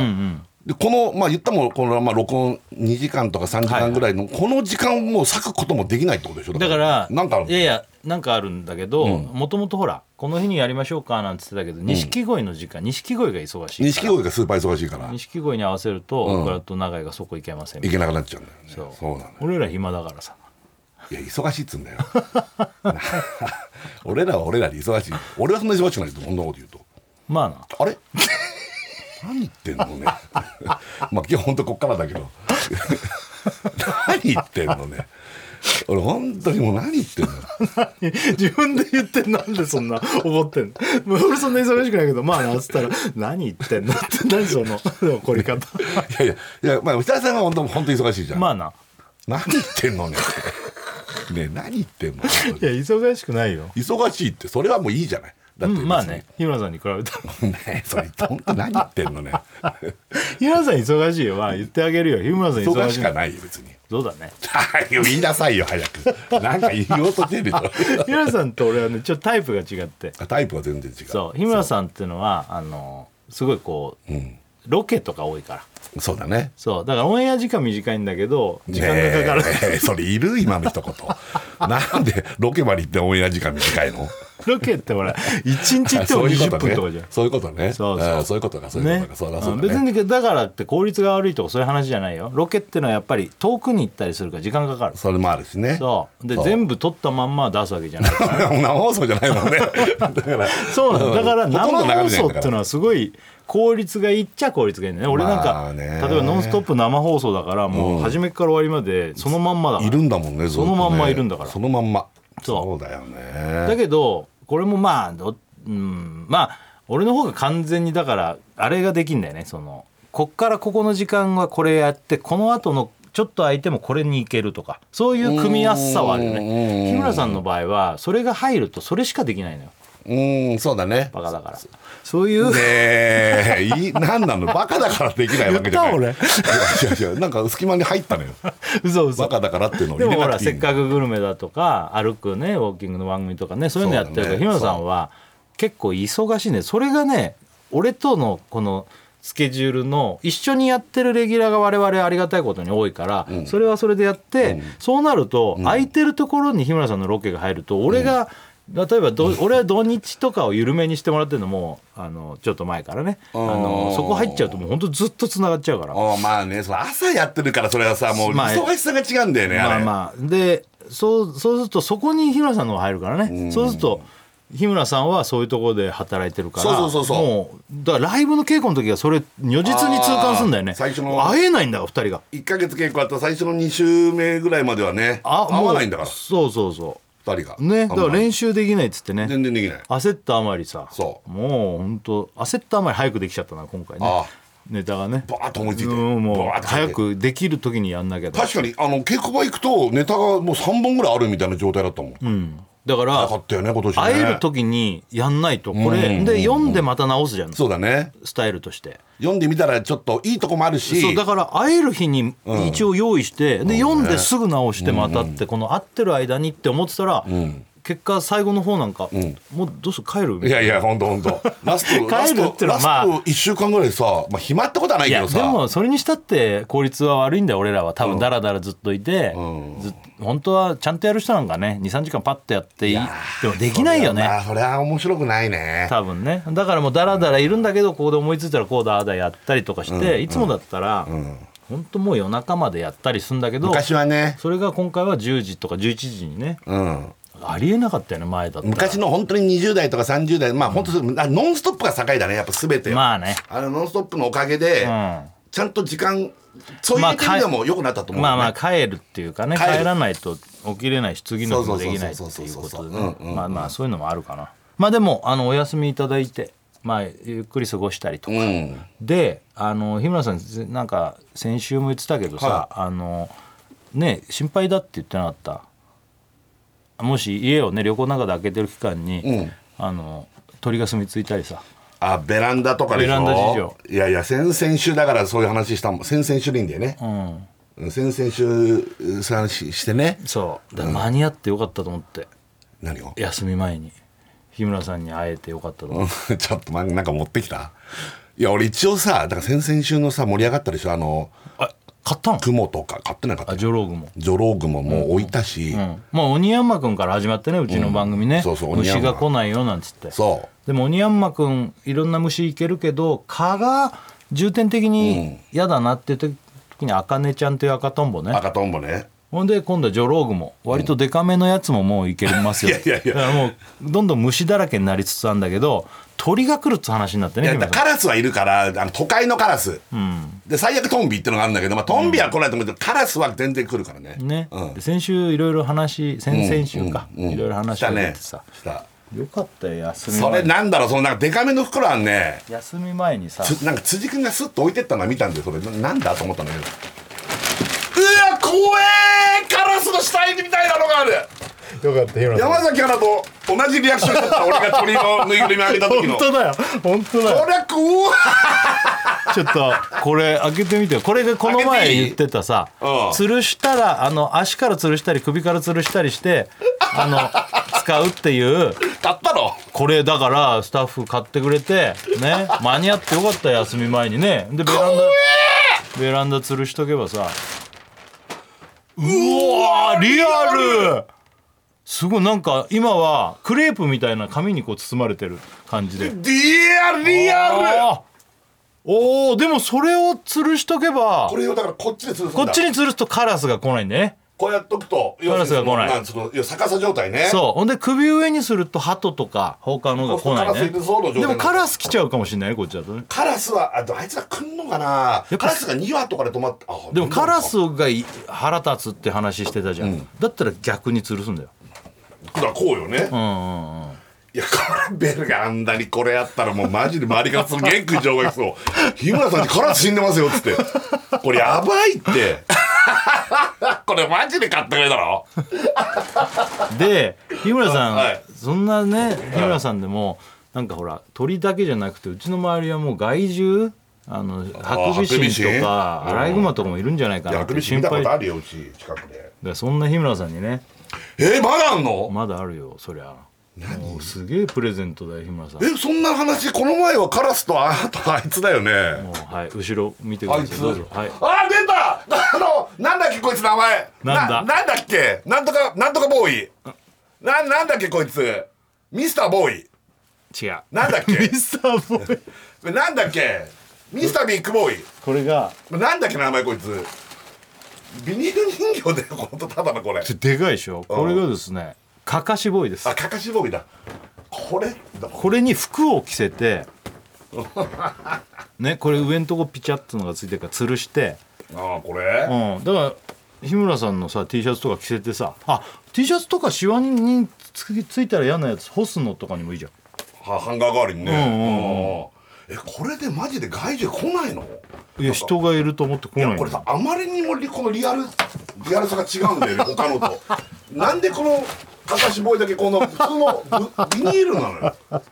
[SPEAKER 2] でこのまあ言ったもんこのまあ録音2時間とか3時間ぐらいの、この時間を割くこともできないってことでしょ
[SPEAKER 1] だから
[SPEAKER 2] なんかある
[SPEAKER 1] いやいやなんかあるんだけど
[SPEAKER 2] うん
[SPEAKER 1] もともとほらこの日にやりましょうかなんて言ってたけど錦鯉の時間錦鯉が忙しい
[SPEAKER 2] 錦鯉がスーパー忙しいから
[SPEAKER 1] 錦鯉に合わせると
[SPEAKER 2] うん
[SPEAKER 1] 僕らと永井がそこ行けませんみ
[SPEAKER 2] 行
[SPEAKER 1] たい
[SPEAKER 2] けなくなっちゃうんだよね
[SPEAKER 1] なそう
[SPEAKER 2] そうなのよ
[SPEAKER 1] 俺ら暇だからさ
[SPEAKER 2] いや忙しいっつ
[SPEAKER 1] *laughs*
[SPEAKER 2] うんだよ *laughs* 俺らは俺らで忙しい俺はそんな忙しくないとそんなこと言うと
[SPEAKER 1] まあな
[SPEAKER 2] あれ *laughs* 何言ってんのね *laughs* まあ今日ほんとこっからだけど *laughs* 何言ってんのね俺本当にもう何言ってんの *laughs*
[SPEAKER 1] *laughs* 自分で言ってなんでそんな怒ってんのもう俺そんな忙しくないけどまあなっつったら何言ってんのって何その怒り方
[SPEAKER 2] いやいやいやまあ吉田さんは本当本当忙しいじゃん、
[SPEAKER 1] まあな
[SPEAKER 2] 何言ってんのね *laughs* ねえ何言ってんの本
[SPEAKER 1] い
[SPEAKER 2] 当
[SPEAKER 1] や
[SPEAKER 2] に
[SPEAKER 1] 忙しくないよ
[SPEAKER 2] 忙しいってそれはもういいじゃないだ
[SPEAKER 1] う
[SPEAKER 2] って別に、
[SPEAKER 1] んまあね日村さんに比べたら
[SPEAKER 2] *laughs* ねそれ本当何言ってんの
[SPEAKER 1] *laughs*
[SPEAKER 2] ね
[SPEAKER 1] 日村さん忙しいよまあ言ってあげるよ日村さん忙
[SPEAKER 2] 忙
[SPEAKER 1] し
[SPEAKER 2] し
[SPEAKER 1] い
[SPEAKER 2] かないよ別に *laughs*
[SPEAKER 1] そうだね
[SPEAKER 2] はい言いなさいよ早くなんか言おうとしてるでしょ *laughs*
[SPEAKER 1] 日村さんと俺はねちょっとタイプが違って
[SPEAKER 2] あタイプは全然違う
[SPEAKER 1] そう日村さんっていうのはあのすごいこう、
[SPEAKER 2] ん
[SPEAKER 1] ロケとか多いから
[SPEAKER 2] そうだね
[SPEAKER 1] そうだからオンエア時間短いんだけど時間がかかる、
[SPEAKER 2] ねえそれいる今の一
[SPEAKER 1] *laughs*
[SPEAKER 2] 言なんでロケまで行ってオンエア時間短いの
[SPEAKER 1] ロケってほら一日行っても
[SPEAKER 2] そういう
[SPEAKER 1] 20
[SPEAKER 2] ことね
[SPEAKER 1] 分とかじゃん
[SPEAKER 2] そういうことね
[SPEAKER 1] そうそう
[SPEAKER 2] うんそういうことかそういう
[SPEAKER 1] ね
[SPEAKER 2] ことか、そうだそうだ、
[SPEAKER 1] うん
[SPEAKER 2] ね、
[SPEAKER 1] 別にだからって効率が悪いとかそういう話じゃないよロケってのはやっぱり遠くに行ったりするから時間かかる
[SPEAKER 2] それもあるしね
[SPEAKER 1] そうで
[SPEAKER 2] そう
[SPEAKER 1] 全部撮ったまんま出すわけじゃないから
[SPEAKER 2] *laughs* 生放送じゃない
[SPEAKER 1] *laughs*
[SPEAKER 2] もんねだから
[SPEAKER 1] そうなのだから
[SPEAKER 2] *laughs* ほと
[SPEAKER 1] 生
[SPEAKER 2] んど
[SPEAKER 1] 放
[SPEAKER 2] 流れてない
[SPEAKER 1] 送
[SPEAKER 2] ん
[SPEAKER 1] っ
[SPEAKER 2] だ
[SPEAKER 1] ていうのはすごい効率がいいっちゃ効率がいいんだね俺なん
[SPEAKER 2] ま
[SPEAKER 1] か
[SPEAKER 2] あ
[SPEAKER 1] 例
[SPEAKER 2] ね
[SPEAKER 1] えば「ノンストップ!」生放送だからもう初めから終わりまでそのまんまだか
[SPEAKER 2] い
[SPEAKER 1] ら
[SPEAKER 2] るんだもんねずっと
[SPEAKER 1] そ
[SPEAKER 2] ね
[SPEAKER 1] のまんまいるんだから
[SPEAKER 2] そのまんま
[SPEAKER 1] そう
[SPEAKER 2] そうだよね
[SPEAKER 1] だけどこれもまあど、うん、まあ俺の方が完全にだからあれができんだよねそのこっからここの時間はこれやってこの後のちょっと空いてもこれに行けるとかそういう組み合わせさはあるよ
[SPEAKER 2] うん
[SPEAKER 1] ね日村さんの場合はそれが入るとそれしかできないのよ
[SPEAKER 2] うーんそうだね
[SPEAKER 1] バカだからそういう、
[SPEAKER 2] ねえいい何なのバカだからできないわけじゃない
[SPEAKER 1] 言っ
[SPEAKER 2] いやいやいやなんか隙間に入った
[SPEAKER 1] *laughs*
[SPEAKER 2] のよ
[SPEAKER 1] 嘘嘘
[SPEAKER 2] バカだからっていうのを
[SPEAKER 1] でも
[SPEAKER 2] 入れ
[SPEAKER 1] ほ
[SPEAKER 2] な
[SPEAKER 1] ら
[SPEAKER 2] くて
[SPEAKER 1] せ
[SPEAKER 2] いい
[SPEAKER 1] っ
[SPEAKER 2] の
[SPEAKER 1] かくグルメだとか歩くねウォーキングの番組とかねそういうのやってるから、
[SPEAKER 2] そうだね
[SPEAKER 1] 日村さんは結構忙しいねそれがね俺とのこのスケジュールの一緒にやってるレギュラーが我々ありがたいことに多いから、それはそれでやって、そうなると空いてるところに日村さんのロケが入ると俺が、例えばど俺は土日とかを緩めにしてもらってるのもあのちょっと前からねあの
[SPEAKER 2] あー
[SPEAKER 1] そこ入っちゃうともう本当ずっとつながっちゃうから
[SPEAKER 2] おまあねその朝やってるからそれはさもう
[SPEAKER 1] まあ
[SPEAKER 2] 忙しさが違うんだよね
[SPEAKER 1] ま
[SPEAKER 2] あ
[SPEAKER 1] あ
[SPEAKER 2] れ
[SPEAKER 1] まあでそうそうするとそこに日村さんの方が入るからね、そうすると日村さんはそういうところで働いてるから
[SPEAKER 2] そうそうそうそう
[SPEAKER 1] もうだからライブの稽古の時はそれ如実に痛感するんだよね
[SPEAKER 2] あー最初の
[SPEAKER 1] 会えないんだから2人が
[SPEAKER 2] 1か月稽古あった最初の2週目ぐらいまではね合
[SPEAKER 1] もう
[SPEAKER 2] わないんだから
[SPEAKER 1] そうそうそ
[SPEAKER 2] 2人が
[SPEAKER 1] うねだから
[SPEAKER 2] あんまり
[SPEAKER 1] 練習できないっつってね
[SPEAKER 2] 全然できない
[SPEAKER 1] 焦ったあまりさ
[SPEAKER 2] そう
[SPEAKER 1] もう本当焦ったあまり早くできちゃったな今回ね
[SPEAKER 2] ああ
[SPEAKER 1] ネタがね
[SPEAKER 2] バーッと思いついて
[SPEAKER 1] うんもう
[SPEAKER 2] バーッと書いて
[SPEAKER 1] 早くできる時にやんなきゃだ
[SPEAKER 2] 確かにあの稽古場行くとネタがもう3本ぐらいあるみたいな状態だったもん、
[SPEAKER 1] だか
[SPEAKER 2] な
[SPEAKER 1] ら
[SPEAKER 2] かったよね今年ね
[SPEAKER 1] 会える時にやんないとこれ
[SPEAKER 2] うん
[SPEAKER 1] で読んでまた直すじゃん
[SPEAKER 2] そうだね
[SPEAKER 1] スタイルとして。
[SPEAKER 2] 読んでみたらちょっといいとこもあるし
[SPEAKER 1] そうだから会える日に一応用意して、で読んですぐ直してまたって、この会ってる間にって思ってたら、結果最後の方なんか、もうどうする帰るみた
[SPEAKER 2] い
[SPEAKER 1] いな。
[SPEAKER 2] やいやほんとほ
[SPEAKER 1] *laughs*
[SPEAKER 2] んとラストラ
[SPEAKER 1] 帰
[SPEAKER 2] ス
[SPEAKER 1] るって
[SPEAKER 2] ト
[SPEAKER 1] のは
[SPEAKER 2] ラス
[SPEAKER 1] まあ
[SPEAKER 2] ト1週間ぐらいさ、まあ、暇ってことはない
[SPEAKER 1] い
[SPEAKER 2] け
[SPEAKER 1] や
[SPEAKER 2] どさ
[SPEAKER 1] でもそれにしたって効率は悪いんだよ俺らは多分ダラダラずっといて、ずっ本当はちゃんとやる人なんかね23時間パッとやっていいでもできないよね
[SPEAKER 2] まあそれは面白くないね
[SPEAKER 1] *laughs* 多分ねだからもうダラダラいるんだけどここで思いついたらこうだああだやったりとかして、いつもだったら、本当もう夜中までやったりするんだけど
[SPEAKER 2] 昔はね
[SPEAKER 1] それが今回は10時とか11時にね
[SPEAKER 2] うん
[SPEAKER 1] ありえなかったよね前だったら
[SPEAKER 2] 昔の本当に20代とか30代まあ本当それあノンストップが境だねやっぱ全て、
[SPEAKER 1] まあね
[SPEAKER 2] あのノンストップのおかげで、
[SPEAKER 1] うん
[SPEAKER 2] ちゃんと時間そういう意味でも良くなったと思う、ね
[SPEAKER 1] まあまあ帰るっていうかね
[SPEAKER 2] 帰る
[SPEAKER 1] 帰らないと起きれないし次の日もできないって
[SPEAKER 2] そうそう
[SPEAKER 1] いう
[SPEAKER 2] そう
[SPEAKER 1] こ
[SPEAKER 2] そうそう
[SPEAKER 1] とで
[SPEAKER 2] うん
[SPEAKER 1] ね
[SPEAKER 2] うんうん
[SPEAKER 1] まあまあそういうのもあるかなまあでもあのお休みいただいてまあゆっくり過ごしたりとか
[SPEAKER 2] うん
[SPEAKER 1] であの日村さんぜなんか先週も言ってたけどさ
[SPEAKER 2] は
[SPEAKER 1] あのね心配だって言ってなかったもし家をね旅行の中で開けてる期間
[SPEAKER 2] う
[SPEAKER 1] に
[SPEAKER 2] ん
[SPEAKER 1] あの鳥が住み着いたりさ
[SPEAKER 2] あベランダとかでしょ
[SPEAKER 1] ベランダ事情
[SPEAKER 2] いやいや先々週だからそういう話したもん先々週でいいんだよね、
[SPEAKER 1] うん
[SPEAKER 2] うん先々週さししてね
[SPEAKER 1] そうだから間に合ってよかったと思って、
[SPEAKER 2] 何を
[SPEAKER 1] 休み前に日村さんに会えてよかったと思って、
[SPEAKER 2] *laughs* ちょっとまなんか持ってきたいや俺一応さだから先々週のさ盛り上がったでしょあの
[SPEAKER 1] あ買ったの
[SPEAKER 2] 雲とか買ってなかった
[SPEAKER 1] あジョローグも
[SPEAKER 2] ジョローグももう置いたし、
[SPEAKER 1] うん、まあ鬼山くんから始まってねうちの番組ね、
[SPEAKER 2] うんそうそう鬼山
[SPEAKER 1] 虫が来ないよなんつって
[SPEAKER 2] そ
[SPEAKER 1] でも鬼山くんいろんな虫いけるけど蚊が重点的に嫌だなって時に茜ちゃんという赤とんぼ
[SPEAKER 2] う
[SPEAKER 1] ね
[SPEAKER 2] 赤トンボね
[SPEAKER 1] ほんで今度はジョローグも割とデカめのやつももういけますよ、
[SPEAKER 2] いやいやいや
[SPEAKER 1] だからもうどんどん虫だらけになりつつあるんだけど鳥が来るって話になって
[SPEAKER 2] い
[SPEAKER 1] ね
[SPEAKER 2] や
[SPEAKER 1] 日村さん
[SPEAKER 2] カラスはいるからあの都会のカラス、で最悪トンビってのがあるんだけど、まあ、トンビは来ないと思うけど、カラスは全然来るからね
[SPEAKER 1] ね、
[SPEAKER 2] うん
[SPEAKER 1] で先週いろいろ話先々週か、
[SPEAKER 2] うんうん
[SPEAKER 1] いろいろ話が出てさ、
[SPEAKER 2] した
[SPEAKER 1] よかったよ休み
[SPEAKER 2] それ
[SPEAKER 1] 前に
[SPEAKER 2] なんだろうそのなんかデカめの袋あんね
[SPEAKER 1] 休み前にさ
[SPEAKER 2] つなんか辻君がスッと置いてったのは見たんでそれななんだと思ったんだけどうわ怖えカラスの死体みたいなのがある
[SPEAKER 1] よかった日村
[SPEAKER 2] 山崎アナと同じリアクションだった俺が鳥のぬいぐるみあげた時の
[SPEAKER 1] *laughs* 本当だよ本当だよ
[SPEAKER 2] これは怖い
[SPEAKER 1] ちょっとこれ開けてみてよこれがこの
[SPEAKER 2] 開け
[SPEAKER 1] 前
[SPEAKER 2] ていい
[SPEAKER 1] 言ってたさ
[SPEAKER 2] うん
[SPEAKER 1] 吊るしたらあの足から吊るしたり首から吊るしたりしてあの使うっていう
[SPEAKER 2] 買ったの
[SPEAKER 1] これだからスタッフ買ってくれてね間に合ってよかったよ休み前にねでベランダベランダ吊るしとけばさうわーリアルすごいなんか今はクレープみたいな紙にこう包まれてる感じで
[SPEAKER 2] リアルリアル
[SPEAKER 1] あーおーでもそれを吊るしとけば
[SPEAKER 2] これをだからこっちで吊るすんだ
[SPEAKER 1] こっちに吊るすとカラスが来ないんだよね
[SPEAKER 2] こうやっとくとカ
[SPEAKER 1] ラスが来ない
[SPEAKER 2] んその要は逆さ状態ね
[SPEAKER 1] そうほんで首上にすると鳩とか他のが来ない
[SPEAKER 2] そうそうカラスい
[SPEAKER 1] ね
[SPEAKER 2] るそうの状態に
[SPEAKER 1] で
[SPEAKER 2] なる
[SPEAKER 1] もカラス来ちゃうかもしれないねこっちだとね
[SPEAKER 2] カラスはあでもあいつら来んのかな
[SPEAKER 1] ぱ
[SPEAKER 2] カラスが2羽とかで止まってあ
[SPEAKER 1] でもカラスがい腹立つって話してたじゃん、だったら逆に吊るすんだよ
[SPEAKER 2] だからこうよね、いやこれベルがあんなにこれやったらもうマジで周りがすげえ苦情が来そう *laughs* 日村さんにカラス死んでますよっつってこれやばいって
[SPEAKER 1] *laughs*
[SPEAKER 2] これマジで買ってくれだろ
[SPEAKER 1] で日村さん、
[SPEAKER 2] はい
[SPEAKER 1] そんなね日村さんでもなんかほら鳥だけじゃなくてうちの周りはもう害獣あのハクビシンとか
[SPEAKER 2] ハクビシン
[SPEAKER 1] アライグマとかもいるんじゃないかな
[SPEAKER 2] あ
[SPEAKER 1] っ
[SPEAKER 2] く
[SPEAKER 1] て
[SPEAKER 2] びし
[SPEAKER 1] 心
[SPEAKER 2] 見
[SPEAKER 1] 配
[SPEAKER 2] たことあ
[SPEAKER 1] だか
[SPEAKER 2] るようち近くで
[SPEAKER 1] らそんな日村さんにね
[SPEAKER 2] えー、まだあんの
[SPEAKER 1] まだあるよそりゃもうすげえプレゼントだよ日村さんも
[SPEAKER 2] えそんな話この前はカラスとあとあいつだよね
[SPEAKER 1] うはい後ろ見てくだ
[SPEAKER 2] あ
[SPEAKER 1] さ
[SPEAKER 2] い
[SPEAKER 1] い
[SPEAKER 2] つ
[SPEAKER 1] どうぞはい
[SPEAKER 2] あ出たあのなんだっけこいつ名前
[SPEAKER 1] なんだ
[SPEAKER 2] なんだっけなんとかなんとかボーイななんだっけこいつミスターボーイ
[SPEAKER 1] 違う
[SPEAKER 2] なんだっけ
[SPEAKER 1] *laughs* ミスターボーイ
[SPEAKER 2] なんだっけミスタービッグボーイ
[SPEAKER 1] これが
[SPEAKER 2] なんだっけ名前こいつビニール人形でほんとただのこれ
[SPEAKER 1] ちょでかいでしょこれがですねかかしボーイです
[SPEAKER 2] あかかしボーイだこれだ
[SPEAKER 1] これに服を着せてねこれ上んとこピチャッとのがついてるから吊るして、
[SPEAKER 2] ああこれ、
[SPEAKER 1] うん、だから日村さんのさ T シャツとか着せてさあ T シャツとかシワにつついたら嫌なやつ干すのとかにもいいじゃん
[SPEAKER 2] はハンガー代わりにね、
[SPEAKER 1] う
[SPEAKER 2] ああえこれでマジで外獣来ないの
[SPEAKER 1] いや人がいると思って来ない
[SPEAKER 2] これさあまりにもこのリアルリアルさが違うんだ
[SPEAKER 1] *laughs*
[SPEAKER 2] よね他のとなんでこのかかしボーイだけこの普通のビビニールなのよ確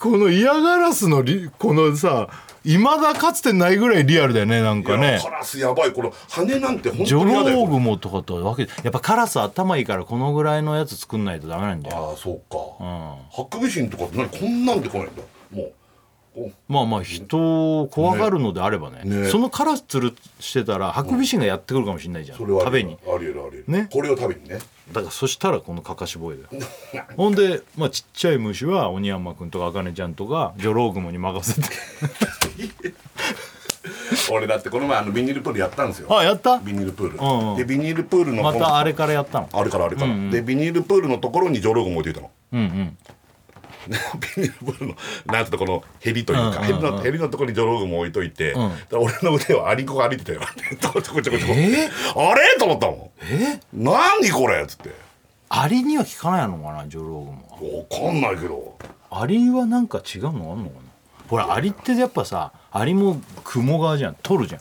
[SPEAKER 1] この嫌がらすのりこのさいまだかつてないぐらいリアルだよねなん
[SPEAKER 2] いやカラスやばいこの羽なんて本
[SPEAKER 1] ジョ
[SPEAKER 2] 当に嫌だよ
[SPEAKER 1] ロー
[SPEAKER 2] こ
[SPEAKER 1] グモとかとはわけやっぱカラス頭いいからこのぐらいのやつ作んないとダメなんだ
[SPEAKER 2] れ
[SPEAKER 1] よ
[SPEAKER 2] ああそうか、ハクビシンとかって何こんなんで来ないんだもうこ
[SPEAKER 1] まあまあ人を怖がるのであればね
[SPEAKER 2] ね
[SPEAKER 1] そのカラスつるしてたらハクビシンがやってくるかもしれないじゃん、
[SPEAKER 2] それはあ
[SPEAKER 1] 食
[SPEAKER 2] り
[SPEAKER 1] べ
[SPEAKER 2] 得
[SPEAKER 1] に
[SPEAKER 2] るありえるありえる、
[SPEAKER 1] ね
[SPEAKER 2] これを食べにね
[SPEAKER 1] だからそしたらこのかかしボーイ
[SPEAKER 2] *laughs*
[SPEAKER 1] だよほんで、まあ、ちっちゃい虫は鬼山君とかあかねちゃんとかジョローグモに任せて
[SPEAKER 2] 俺だってこの前あのビニールプールやったんですよ
[SPEAKER 1] あやった
[SPEAKER 2] ビニールプール、
[SPEAKER 1] うんうん
[SPEAKER 2] でビニールプールの
[SPEAKER 1] ま
[SPEAKER 2] この
[SPEAKER 1] たあれからやったの
[SPEAKER 2] あれからあれから、でビニールプールのところにジョローゴン置いていたの。 *laughs* ビニールプールのなんつうのこのヘリというか、ヘリのヘリのところにジョローゴン置いといて、で俺の腕をアリコが歩いてたよ *laughs* ちょこちょこちょこちょこ、
[SPEAKER 1] え
[SPEAKER 2] あれと思ったもん
[SPEAKER 1] え
[SPEAKER 2] 何これっつって
[SPEAKER 1] アリには効かないのかなジョローグモは
[SPEAKER 2] 分かんないけど
[SPEAKER 1] アリはなんか違うのあんのかなほらアリってやっぱさアリも雲側じゃん取るじゃん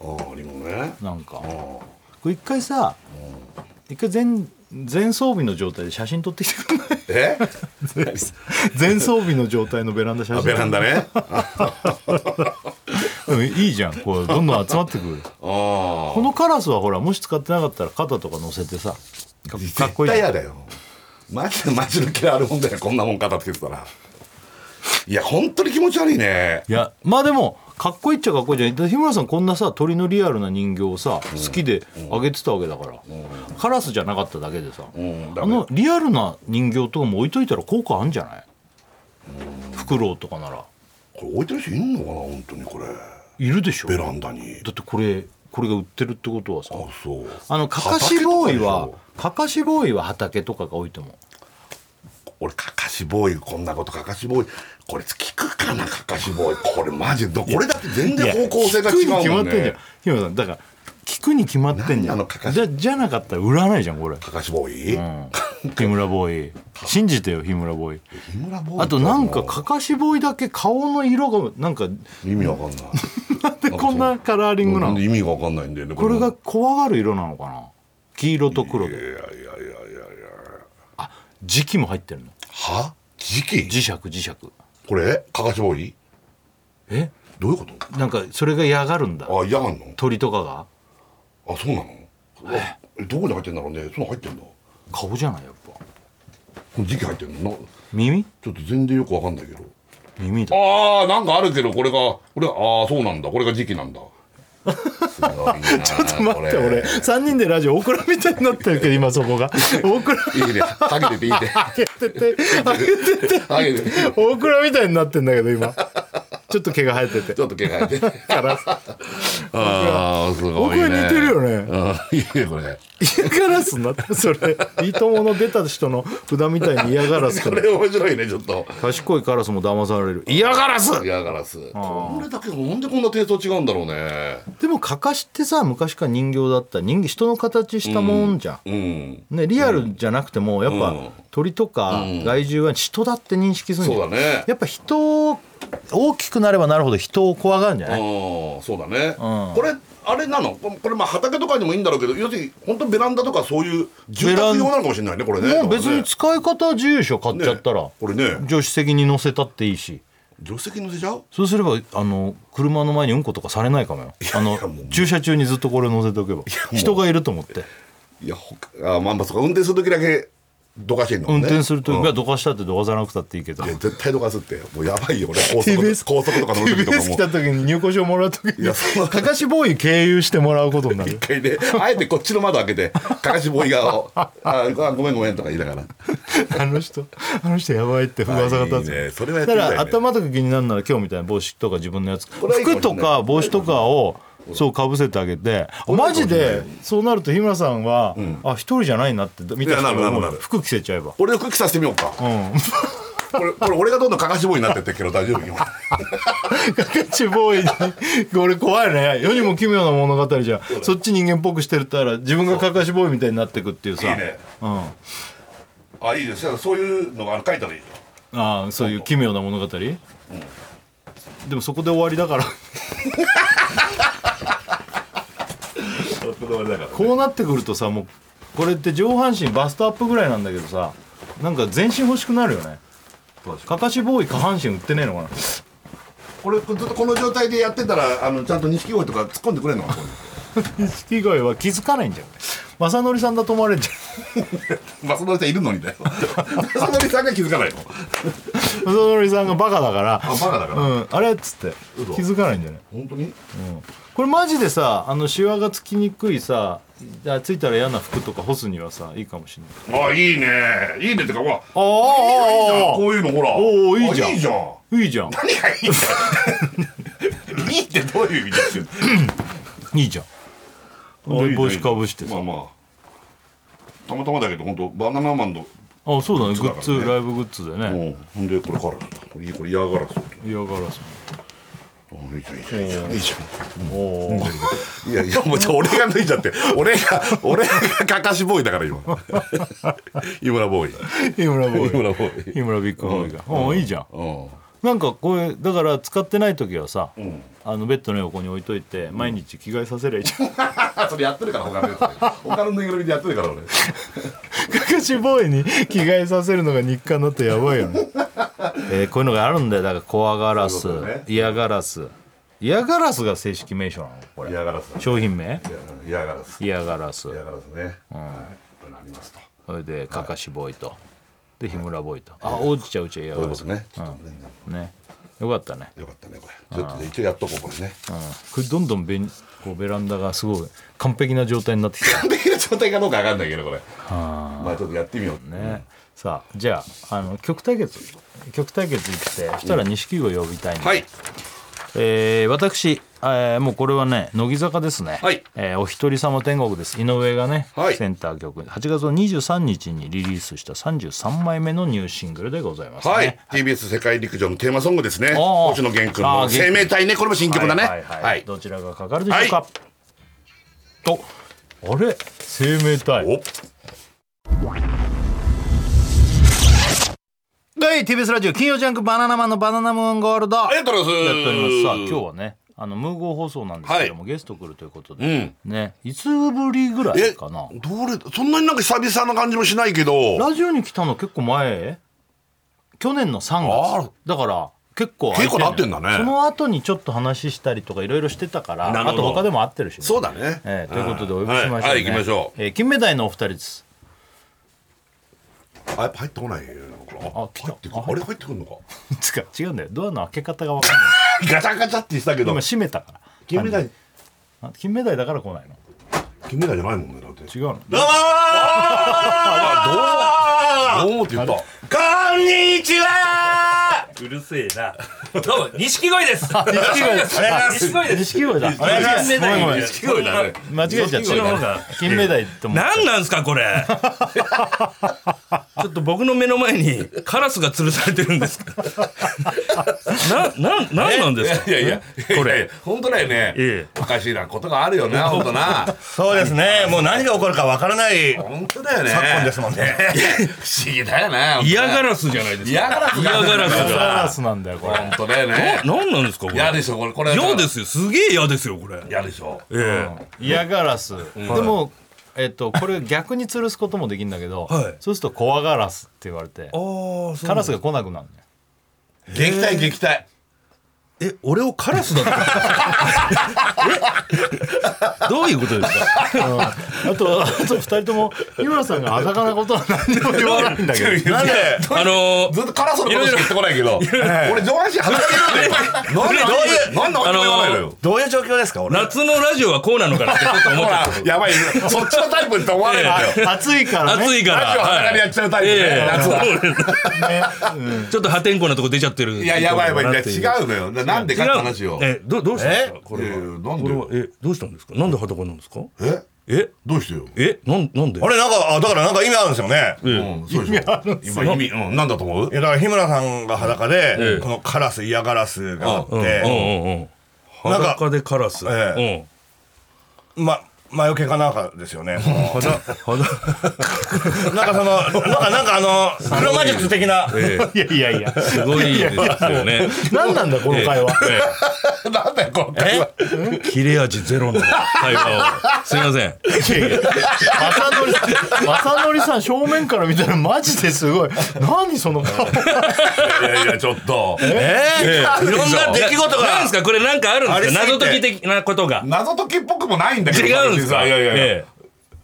[SPEAKER 2] あーアリもね
[SPEAKER 1] なんか
[SPEAKER 2] あ
[SPEAKER 1] これ一回さ一回全全装備の状態で写真撮ってきてくんない *laughs*
[SPEAKER 2] ーえ
[SPEAKER 1] 全装備の状態のベランダ写
[SPEAKER 2] あ
[SPEAKER 1] 真
[SPEAKER 2] ベランダねあ
[SPEAKER 1] うんいいじゃんこうどんどん集まってくる
[SPEAKER 2] あ
[SPEAKER 1] このカラスはほらもし使ってなかったら肩とか乗せてさかかっこいい
[SPEAKER 2] 絶対
[SPEAKER 1] じゃん
[SPEAKER 2] 嫌だよマジでマジの嫌あるもんだよこんなもん片付けてたらいや本当に気持ち悪いね
[SPEAKER 1] いやまあでもかっこいいっちゃかっこいいじゃないだって日村さんこんなさ鳥のリアルな人形をさ好きであげてたわけだから、カラスじゃなかっただけでさ、
[SPEAKER 2] ん
[SPEAKER 1] あのリアルな人形とかも置いといたら効果あんじゃない、フクロウとかなら
[SPEAKER 2] これ置いてる人いんのかな本当にこれ
[SPEAKER 1] いるでしょ
[SPEAKER 2] ベランダに
[SPEAKER 1] だってこれこれが売ってるってことはさ
[SPEAKER 2] あそう
[SPEAKER 1] あのかかしボーイは
[SPEAKER 2] 畑とかでしょ
[SPEAKER 1] かかしボーイは畑とかが置いても
[SPEAKER 2] 俺かかしボーイこんなことかかしボーイこれ聞くかなかかしボーイこれマジどこれだって全然方向性が違う
[SPEAKER 1] いや聞くに決ま
[SPEAKER 2] も
[SPEAKER 1] っ
[SPEAKER 2] ん
[SPEAKER 1] てんじゃん日
[SPEAKER 2] ね
[SPEAKER 1] 村さんだから聞くに決まってんじゃ
[SPEAKER 2] 何なんのかかし
[SPEAKER 1] じゃじゃなかったら売らないじゃんこれ、
[SPEAKER 2] かかしボーイ、
[SPEAKER 1] うん、日村ボーイ信じてよ日村ボーイ
[SPEAKER 2] 日村ボーイ
[SPEAKER 1] あとなんかかかしボーイだけ顔の色がなんか
[SPEAKER 2] 意味わかん
[SPEAKER 1] *laughs*
[SPEAKER 2] ない
[SPEAKER 1] なんでこんなカラーリングな
[SPEAKER 2] なん
[SPEAKER 1] の
[SPEAKER 2] で意味がわかんないんだよね
[SPEAKER 1] これが
[SPEAKER 2] い
[SPEAKER 1] 怖がる色なのかな黄色と黒
[SPEAKER 2] やい
[SPEAKER 1] で
[SPEAKER 2] やいやいやいや
[SPEAKER 1] あ磁気も入ってるの
[SPEAKER 2] は時期
[SPEAKER 1] 磁石磁石
[SPEAKER 2] これかかしボーイ
[SPEAKER 1] え
[SPEAKER 2] どういうこ
[SPEAKER 1] なんかそれが嫌がるんだ
[SPEAKER 2] とあ嫌がんの
[SPEAKER 1] 鳥とかが
[SPEAKER 2] あそうなのあどこに入ってんだろうねその入ってんだ
[SPEAKER 1] 顔じゃないやっぱ
[SPEAKER 2] この時期入ってんのな
[SPEAKER 1] 耳
[SPEAKER 2] ちょっと全然よくわかんないけど
[SPEAKER 1] 耳だ
[SPEAKER 2] ああなんかあるけどこれがこれああそうなんだこれが時期
[SPEAKER 1] *laughs*
[SPEAKER 2] なんだちょっと
[SPEAKER 1] 待って俺3人でラジオ大倉みたいになってるけど今そこが大倉
[SPEAKER 2] いいね下げて
[SPEAKER 1] *laughs*
[SPEAKER 2] ていいね
[SPEAKER 1] 開けてて開けてて
[SPEAKER 2] 下げてて
[SPEAKER 1] 大倉みたいになってんだけど今ちょっと毛が生えてて
[SPEAKER 2] ちょっと毛が生えて
[SPEAKER 1] カラス
[SPEAKER 2] *laughs* ああすごい
[SPEAKER 1] 僕
[SPEAKER 2] ね
[SPEAKER 1] は似てるよね
[SPEAKER 2] うんいいねこれ
[SPEAKER 1] 嫌がらすになったそれいいともの出た人の札みたいに嫌がらすか
[SPEAKER 2] こ
[SPEAKER 1] ら
[SPEAKER 2] れ面白いねちょっと
[SPEAKER 1] 賢いカラスも騙される嫌がらす
[SPEAKER 2] 嫌がらすこれだけどなんでこんな低層違うんだろうね
[SPEAKER 1] でもかかしってさ昔から人形だった人形人の形したもんじゃん、
[SPEAKER 2] うん
[SPEAKER 1] ね、リアルじゃなくてもやっぱ、
[SPEAKER 2] うん
[SPEAKER 1] 鳥とか害獣は人だって認識するんじゃん
[SPEAKER 2] そうだね
[SPEAKER 1] やっぱ人を大きくなればなるほど人を怖がるんじゃ
[SPEAKER 2] あ
[SPEAKER 1] ない
[SPEAKER 2] ーそうだね、
[SPEAKER 1] うん
[SPEAKER 2] これあれなのここれまあ畑とかにもいいんだろうけど要するに本当ベランダとかそういう住宅用なのかもしれないねこれね
[SPEAKER 1] もう別に使い方は自由でしょ買っちゃったら、
[SPEAKER 2] ねこれね
[SPEAKER 1] 助手席に乗せたっていいし
[SPEAKER 2] 助手席に乗せちゃう
[SPEAKER 1] そうすればあの車の前にうんことかされないかもよあ
[SPEAKER 2] い
[SPEAKER 1] の
[SPEAKER 2] やもう
[SPEAKER 1] 駐車中にずっとこれ乗せておけば人がいると思って
[SPEAKER 2] いやほかあーまあまあそうか運転する時だけどかしてんの
[SPEAKER 1] 運転する時
[SPEAKER 2] うん
[SPEAKER 1] はどかしたってどかさなくたっていいけど
[SPEAKER 2] いや絶対どかすってもうやばい
[SPEAKER 1] *laughs*
[SPEAKER 2] よ俺高速
[SPEAKER 1] TBS
[SPEAKER 2] と高速とか乗る時とか
[SPEAKER 1] TBS
[SPEAKER 2] も
[SPEAKER 1] 来た時に入庫証もらう時
[SPEAKER 2] い
[SPEAKER 1] に
[SPEAKER 2] やそんな
[SPEAKER 1] かかしボーイ経由してもらうことになる
[SPEAKER 2] 一回ねあえてこっちの窓開けてかかしボーイ側を「あーごめんごめん」とか言いながら
[SPEAKER 1] あの人あの人やばいって噂が立つ
[SPEAKER 2] あいいねそれはや
[SPEAKER 1] だか
[SPEAKER 2] ってみたいね
[SPEAKER 1] ら頭とか気になるなら今日みたいな帽子とか自分のやつ
[SPEAKER 2] れはいい
[SPEAKER 1] 服
[SPEAKER 2] かもしれ
[SPEAKER 1] と
[SPEAKER 2] ない
[SPEAKER 1] か帽子とかをそうかぶせてあげてマジでそうなると日村さんはあ一人じゃないなって見た人が
[SPEAKER 2] いやなる
[SPEAKER 1] 思
[SPEAKER 2] な
[SPEAKER 1] う
[SPEAKER 2] るなる
[SPEAKER 1] 服着せちゃえば
[SPEAKER 2] 俺の服着させてみようか、
[SPEAKER 1] *laughs*
[SPEAKER 2] これ *laughs* これ俺がどんどんかかしボーイになってってるけど大丈夫今
[SPEAKER 1] ガチボーイにこれ怖いね世にも奇妙な物語じゃんそっち人間っぽくしてるったら自分がかかしボーイみたいになってくっていうさ
[SPEAKER 2] いいね
[SPEAKER 1] うん
[SPEAKER 2] あいいですそういうのが書いたらいいよ
[SPEAKER 1] ああそういう奇妙な物語、でもそこで終わりだからこうなってくるとさもうこれって上半身バストアップぐらいなんだけどさなんか全身欲しくなるよねかかしボーイ下半身売ってねえのかな
[SPEAKER 2] これずっとこの状態でやってたらあのちゃんと錦鯉とか突っ込んでくれんのかこ *laughs* れ
[SPEAKER 1] 以外は気づかないんじゃん正則さんだと思われんじゃん
[SPEAKER 2] 松則さんいるのに *laughs* だよ松則さんが気づかないの
[SPEAKER 1] 正則さんがバカだから
[SPEAKER 2] あバカだから
[SPEAKER 1] うん、あれっつって
[SPEAKER 2] 嘘
[SPEAKER 1] 気づかないんじゃない
[SPEAKER 2] 本当に
[SPEAKER 1] これマジでさあのシワがつきにくいさあついたら嫌な服とか干すにはさいいかもしれない
[SPEAKER 2] あいいねいいねってかほら
[SPEAKER 1] ああああああ
[SPEAKER 2] こういうのほら
[SPEAKER 1] おーいいじゃん
[SPEAKER 2] あいいじゃん
[SPEAKER 1] いいじゃん
[SPEAKER 2] 何がいいんだよいいってどういう意味ですよ
[SPEAKER 1] いいじゃん
[SPEAKER 2] あいい
[SPEAKER 1] で
[SPEAKER 2] ね
[SPEAKER 1] 帽子かぶしてさ
[SPEAKER 2] まあまあたまたまだけど本当バナナマンの
[SPEAKER 1] あそうだね
[SPEAKER 2] グ
[SPEAKER 1] グ
[SPEAKER 2] ッ
[SPEAKER 1] ッ
[SPEAKER 2] ズだからね
[SPEAKER 1] ズライブグッズでね
[SPEAKER 2] うんほんでこれからこれいいこれ嫌がらせ
[SPEAKER 1] 嫌がらせ
[SPEAKER 2] あいいじゃんいいじゃんいいじゃんいいじゃん
[SPEAKER 1] おー
[SPEAKER 2] いやいやもうじゃあ俺が脱いじゃって俺が俺がかかしボーイだから今 *laughs* 井村ボーイ
[SPEAKER 1] 井村ボ
[SPEAKER 2] 井
[SPEAKER 1] ーイ
[SPEAKER 2] 村ボーイ
[SPEAKER 1] 井村ビッグボーイがおいいじゃん
[SPEAKER 2] うん
[SPEAKER 1] なんかこれだから使ってない時はさ
[SPEAKER 2] ん
[SPEAKER 1] あのベッドの横に置いといて毎日着替えさせりゃいいじゃんか
[SPEAKER 2] *laughs* それやってるから他のやつ他のぬいぐるみでやってるから俺
[SPEAKER 1] かしボーイに着替えさせるのが日課になってやばいよ
[SPEAKER 2] *laughs*
[SPEAKER 1] ねえーこういうのがあるんだよだから怖がらす
[SPEAKER 2] そういうことね
[SPEAKER 1] 嫌がらす嫌がらすが正式名称なのこれ
[SPEAKER 2] 嫌がらせ
[SPEAKER 1] 商品名
[SPEAKER 2] 嫌がらせ
[SPEAKER 1] 嫌がらす
[SPEAKER 2] 嫌がらせねはいこれなりますと
[SPEAKER 1] それでかかしボーイと、で日村ボーイと、あ落ちちゃうちゃ嫌が
[SPEAKER 2] そういう
[SPEAKER 1] ら
[SPEAKER 2] こ
[SPEAKER 1] せ
[SPEAKER 2] とね
[SPEAKER 1] ねよかったね、
[SPEAKER 2] よかったねこれちょっとね一応やっとこうこれね
[SPEAKER 1] うん、これどんどんベンこうベランダがすごい完璧な状態になってきた
[SPEAKER 2] *laughs* 完璧な状態かどうかわかんないけどこれ
[SPEAKER 1] あ
[SPEAKER 2] まあちょっとやってみよう
[SPEAKER 1] ー
[SPEAKER 2] *laughs*
[SPEAKER 1] ね、さあじゃああの曲対決曲対決行ってそしたら錦鯉を呼びたいんで、
[SPEAKER 2] はい
[SPEAKER 1] えー私、えーもうこれはね乃木坂ですね、
[SPEAKER 2] はい
[SPEAKER 1] えーお一人様天国です井上がね、
[SPEAKER 2] はい
[SPEAKER 1] センター曲8月の23日にリリースした33枚目のニューシングルでございますね、
[SPEAKER 2] はい、TBS 世界陸上のテーマソングですね
[SPEAKER 1] おー
[SPEAKER 2] 星野源君
[SPEAKER 1] あ
[SPEAKER 2] の
[SPEAKER 1] ー
[SPEAKER 2] 生命体ねこれも新曲だね
[SPEAKER 1] はいはいはい
[SPEAKER 2] はい
[SPEAKER 1] どちらがかかるでしょうか、とあれ生命体
[SPEAKER 2] お
[SPEAKER 1] 第 TBS ラジオ金曜ジャンク「バナナマンのバナナムーンゴールド」やっ
[SPEAKER 2] ありがとうございます
[SPEAKER 1] ておりますさあ今日はねあのムーゴー放送なんですけども、ゲスト来るということで、ねいつぶりぐらいかな
[SPEAKER 2] えどれそんなになんか久々な感じもしないけど
[SPEAKER 1] ラジオに来たの結構前去年の3
[SPEAKER 2] あ
[SPEAKER 1] 月
[SPEAKER 2] ら
[SPEAKER 1] だから結構空い
[SPEAKER 2] 結構なってんだね
[SPEAKER 1] その後にちょっと話したりとかいろいろしてたから
[SPEAKER 2] なる
[SPEAKER 1] あ
[SPEAKER 2] ほ
[SPEAKER 1] と
[SPEAKER 2] ど
[SPEAKER 1] 他でも会ってるしね、
[SPEAKER 2] そうだね
[SPEAKER 1] えーということでお呼びしましょう、ね
[SPEAKER 2] はいはい行きましょう
[SPEAKER 1] えー金目鯛のお二人です *laughs*
[SPEAKER 2] あやっぱ入ってこないよなんかあ
[SPEAKER 1] あ来た
[SPEAKER 2] 入ってくるあれ入ってくるのか *laughs*
[SPEAKER 1] つか違うんだよドアの開け方が分かんない
[SPEAKER 2] ガチャガチャってしたけど
[SPEAKER 1] 今閉めたから
[SPEAKER 2] 金メダル
[SPEAKER 1] あ金目鯛だから来ないの
[SPEAKER 2] 金メダルじゃないもんねだって
[SPEAKER 1] 違うの
[SPEAKER 2] どうもーどうもどうもって言ったこんにちは
[SPEAKER 3] うるせえな。どうも、錦鯉です。錦
[SPEAKER 1] 鯉です
[SPEAKER 3] 錦鯉です。
[SPEAKER 1] 錦鯉だ
[SPEAKER 3] お願いします
[SPEAKER 1] ごめんごめん
[SPEAKER 2] 錦鯉だね
[SPEAKER 1] 間違えちゃっ
[SPEAKER 3] 錦鯉の方が
[SPEAKER 1] た金目鯛って思う
[SPEAKER 3] 何なんすか、
[SPEAKER 2] *laughs*
[SPEAKER 3] これ。ちょっと僕の目の前にカラスが吊るされてるんですけど。な、な、なんなんですか
[SPEAKER 2] いやいやこれ本当だよね
[SPEAKER 3] ええ
[SPEAKER 2] おかしいなことがあるよね本当な
[SPEAKER 4] そうで
[SPEAKER 2] *laughs*
[SPEAKER 4] すね。もう何が起こるかわからない昨
[SPEAKER 2] 本当だよね
[SPEAKER 4] 今ですもんね。
[SPEAKER 2] 不思議だよね
[SPEAKER 3] 嫌が
[SPEAKER 2] ら
[SPEAKER 3] らすじゃないですか。
[SPEAKER 2] 嫌がらす
[SPEAKER 3] 嫌がらす
[SPEAKER 1] ガ
[SPEAKER 3] が。
[SPEAKER 1] ラスなんだよこれ
[SPEAKER 2] 本当だよね
[SPEAKER 3] 何なんですか、これ。
[SPEAKER 2] 嫌でしょこれこれ
[SPEAKER 3] 嫌ですよ。すげえ嫌ですよ、これ。
[SPEAKER 2] 嫌でしょ
[SPEAKER 3] ええ。
[SPEAKER 1] 嫌がらす、でも、えっと、これ逆に吊るすこともできるんだけど、
[SPEAKER 3] はい
[SPEAKER 1] そうすると怖がらすって言われて
[SPEAKER 3] ああ、そ
[SPEAKER 1] カラスが来なくなるね
[SPEAKER 2] 撃退撃退
[SPEAKER 3] え、俺をカラスだった。え *laughs* どういうことですか
[SPEAKER 1] あとあと2人とも日村さんが裸なことは何にも言わないんだけど *laughs*
[SPEAKER 2] なんで
[SPEAKER 3] あのー
[SPEAKER 2] ずっとカラスのことしか言ってこないけど俺上半身裸でいるのになんでなんで何も言わないのよ
[SPEAKER 4] どういう状況ですか、俺。
[SPEAKER 3] 夏のラジオはこうなのかなってちょっと思っ
[SPEAKER 2] ほ
[SPEAKER 3] ちゃ
[SPEAKER 2] ら
[SPEAKER 3] った
[SPEAKER 2] やばいそっちのタイプって思われるんだよ
[SPEAKER 1] 暑いからね
[SPEAKER 3] 暑いから。
[SPEAKER 2] ラジオ裸でやっちゃうタイプね
[SPEAKER 3] ええ
[SPEAKER 2] 夏は
[SPEAKER 3] そうですちょっと破天荒なとこ出ちゃってる。
[SPEAKER 2] いややばいやばいいや
[SPEAKER 3] 違う。
[SPEAKER 2] 違うのよななんでかって話を
[SPEAKER 3] え、どどうしたんですかこ
[SPEAKER 2] いやい
[SPEAKER 3] れ
[SPEAKER 2] や
[SPEAKER 3] は。
[SPEAKER 2] なん
[SPEAKER 3] こ
[SPEAKER 2] で
[SPEAKER 3] れはえ、どうしたんですかなんで裸なんですか
[SPEAKER 2] え
[SPEAKER 3] え、
[SPEAKER 2] どうしてよ
[SPEAKER 3] え、なんなんで
[SPEAKER 4] あれ、なんか、あだからなんか意味あるんですよね。
[SPEAKER 2] う
[SPEAKER 4] い
[SPEAKER 2] んそうでしょ今意味うんなんだと思う
[SPEAKER 4] や、だから日村さんが裸
[SPEAKER 3] え
[SPEAKER 4] で
[SPEAKER 3] え、
[SPEAKER 4] このカラス、嫌ガラスがあっ
[SPEAKER 3] うん
[SPEAKER 4] て、
[SPEAKER 3] うんうんうん。
[SPEAKER 4] なんか
[SPEAKER 3] 裸でカラス。
[SPEAKER 4] えま、魔除けかなんかですよね。
[SPEAKER 3] うん。肌、肌。
[SPEAKER 4] なんかその、なんか、なん
[SPEAKER 2] *laughs*
[SPEAKER 4] かあの、黒魔術的な。
[SPEAKER 3] ええ
[SPEAKER 1] いやいやいや
[SPEAKER 3] すごいですよね。
[SPEAKER 1] 何なんだこの会話
[SPEAKER 3] え
[SPEAKER 2] なんだよこの会話
[SPEAKER 3] え切れ味ゼロの会話を。すいません。
[SPEAKER 1] 正則 *laughs* 正則さん正面から見たらマジですごい何その顔
[SPEAKER 2] いやいやちょっと
[SPEAKER 4] え
[SPEAKER 3] い
[SPEAKER 4] いろんな出来事
[SPEAKER 3] なん
[SPEAKER 4] が
[SPEAKER 3] です。かこれなんかあるん
[SPEAKER 4] あ
[SPEAKER 3] で
[SPEAKER 4] り
[SPEAKER 3] す
[SPEAKER 4] す
[SPEAKER 3] か
[SPEAKER 4] ぎ
[SPEAKER 3] 謎
[SPEAKER 4] て
[SPEAKER 3] 解き的なことが。
[SPEAKER 2] 謎解きっぽくもないんだけど
[SPEAKER 3] 違うんです
[SPEAKER 2] 別
[SPEAKER 3] か
[SPEAKER 2] にさいやいやいや
[SPEAKER 3] え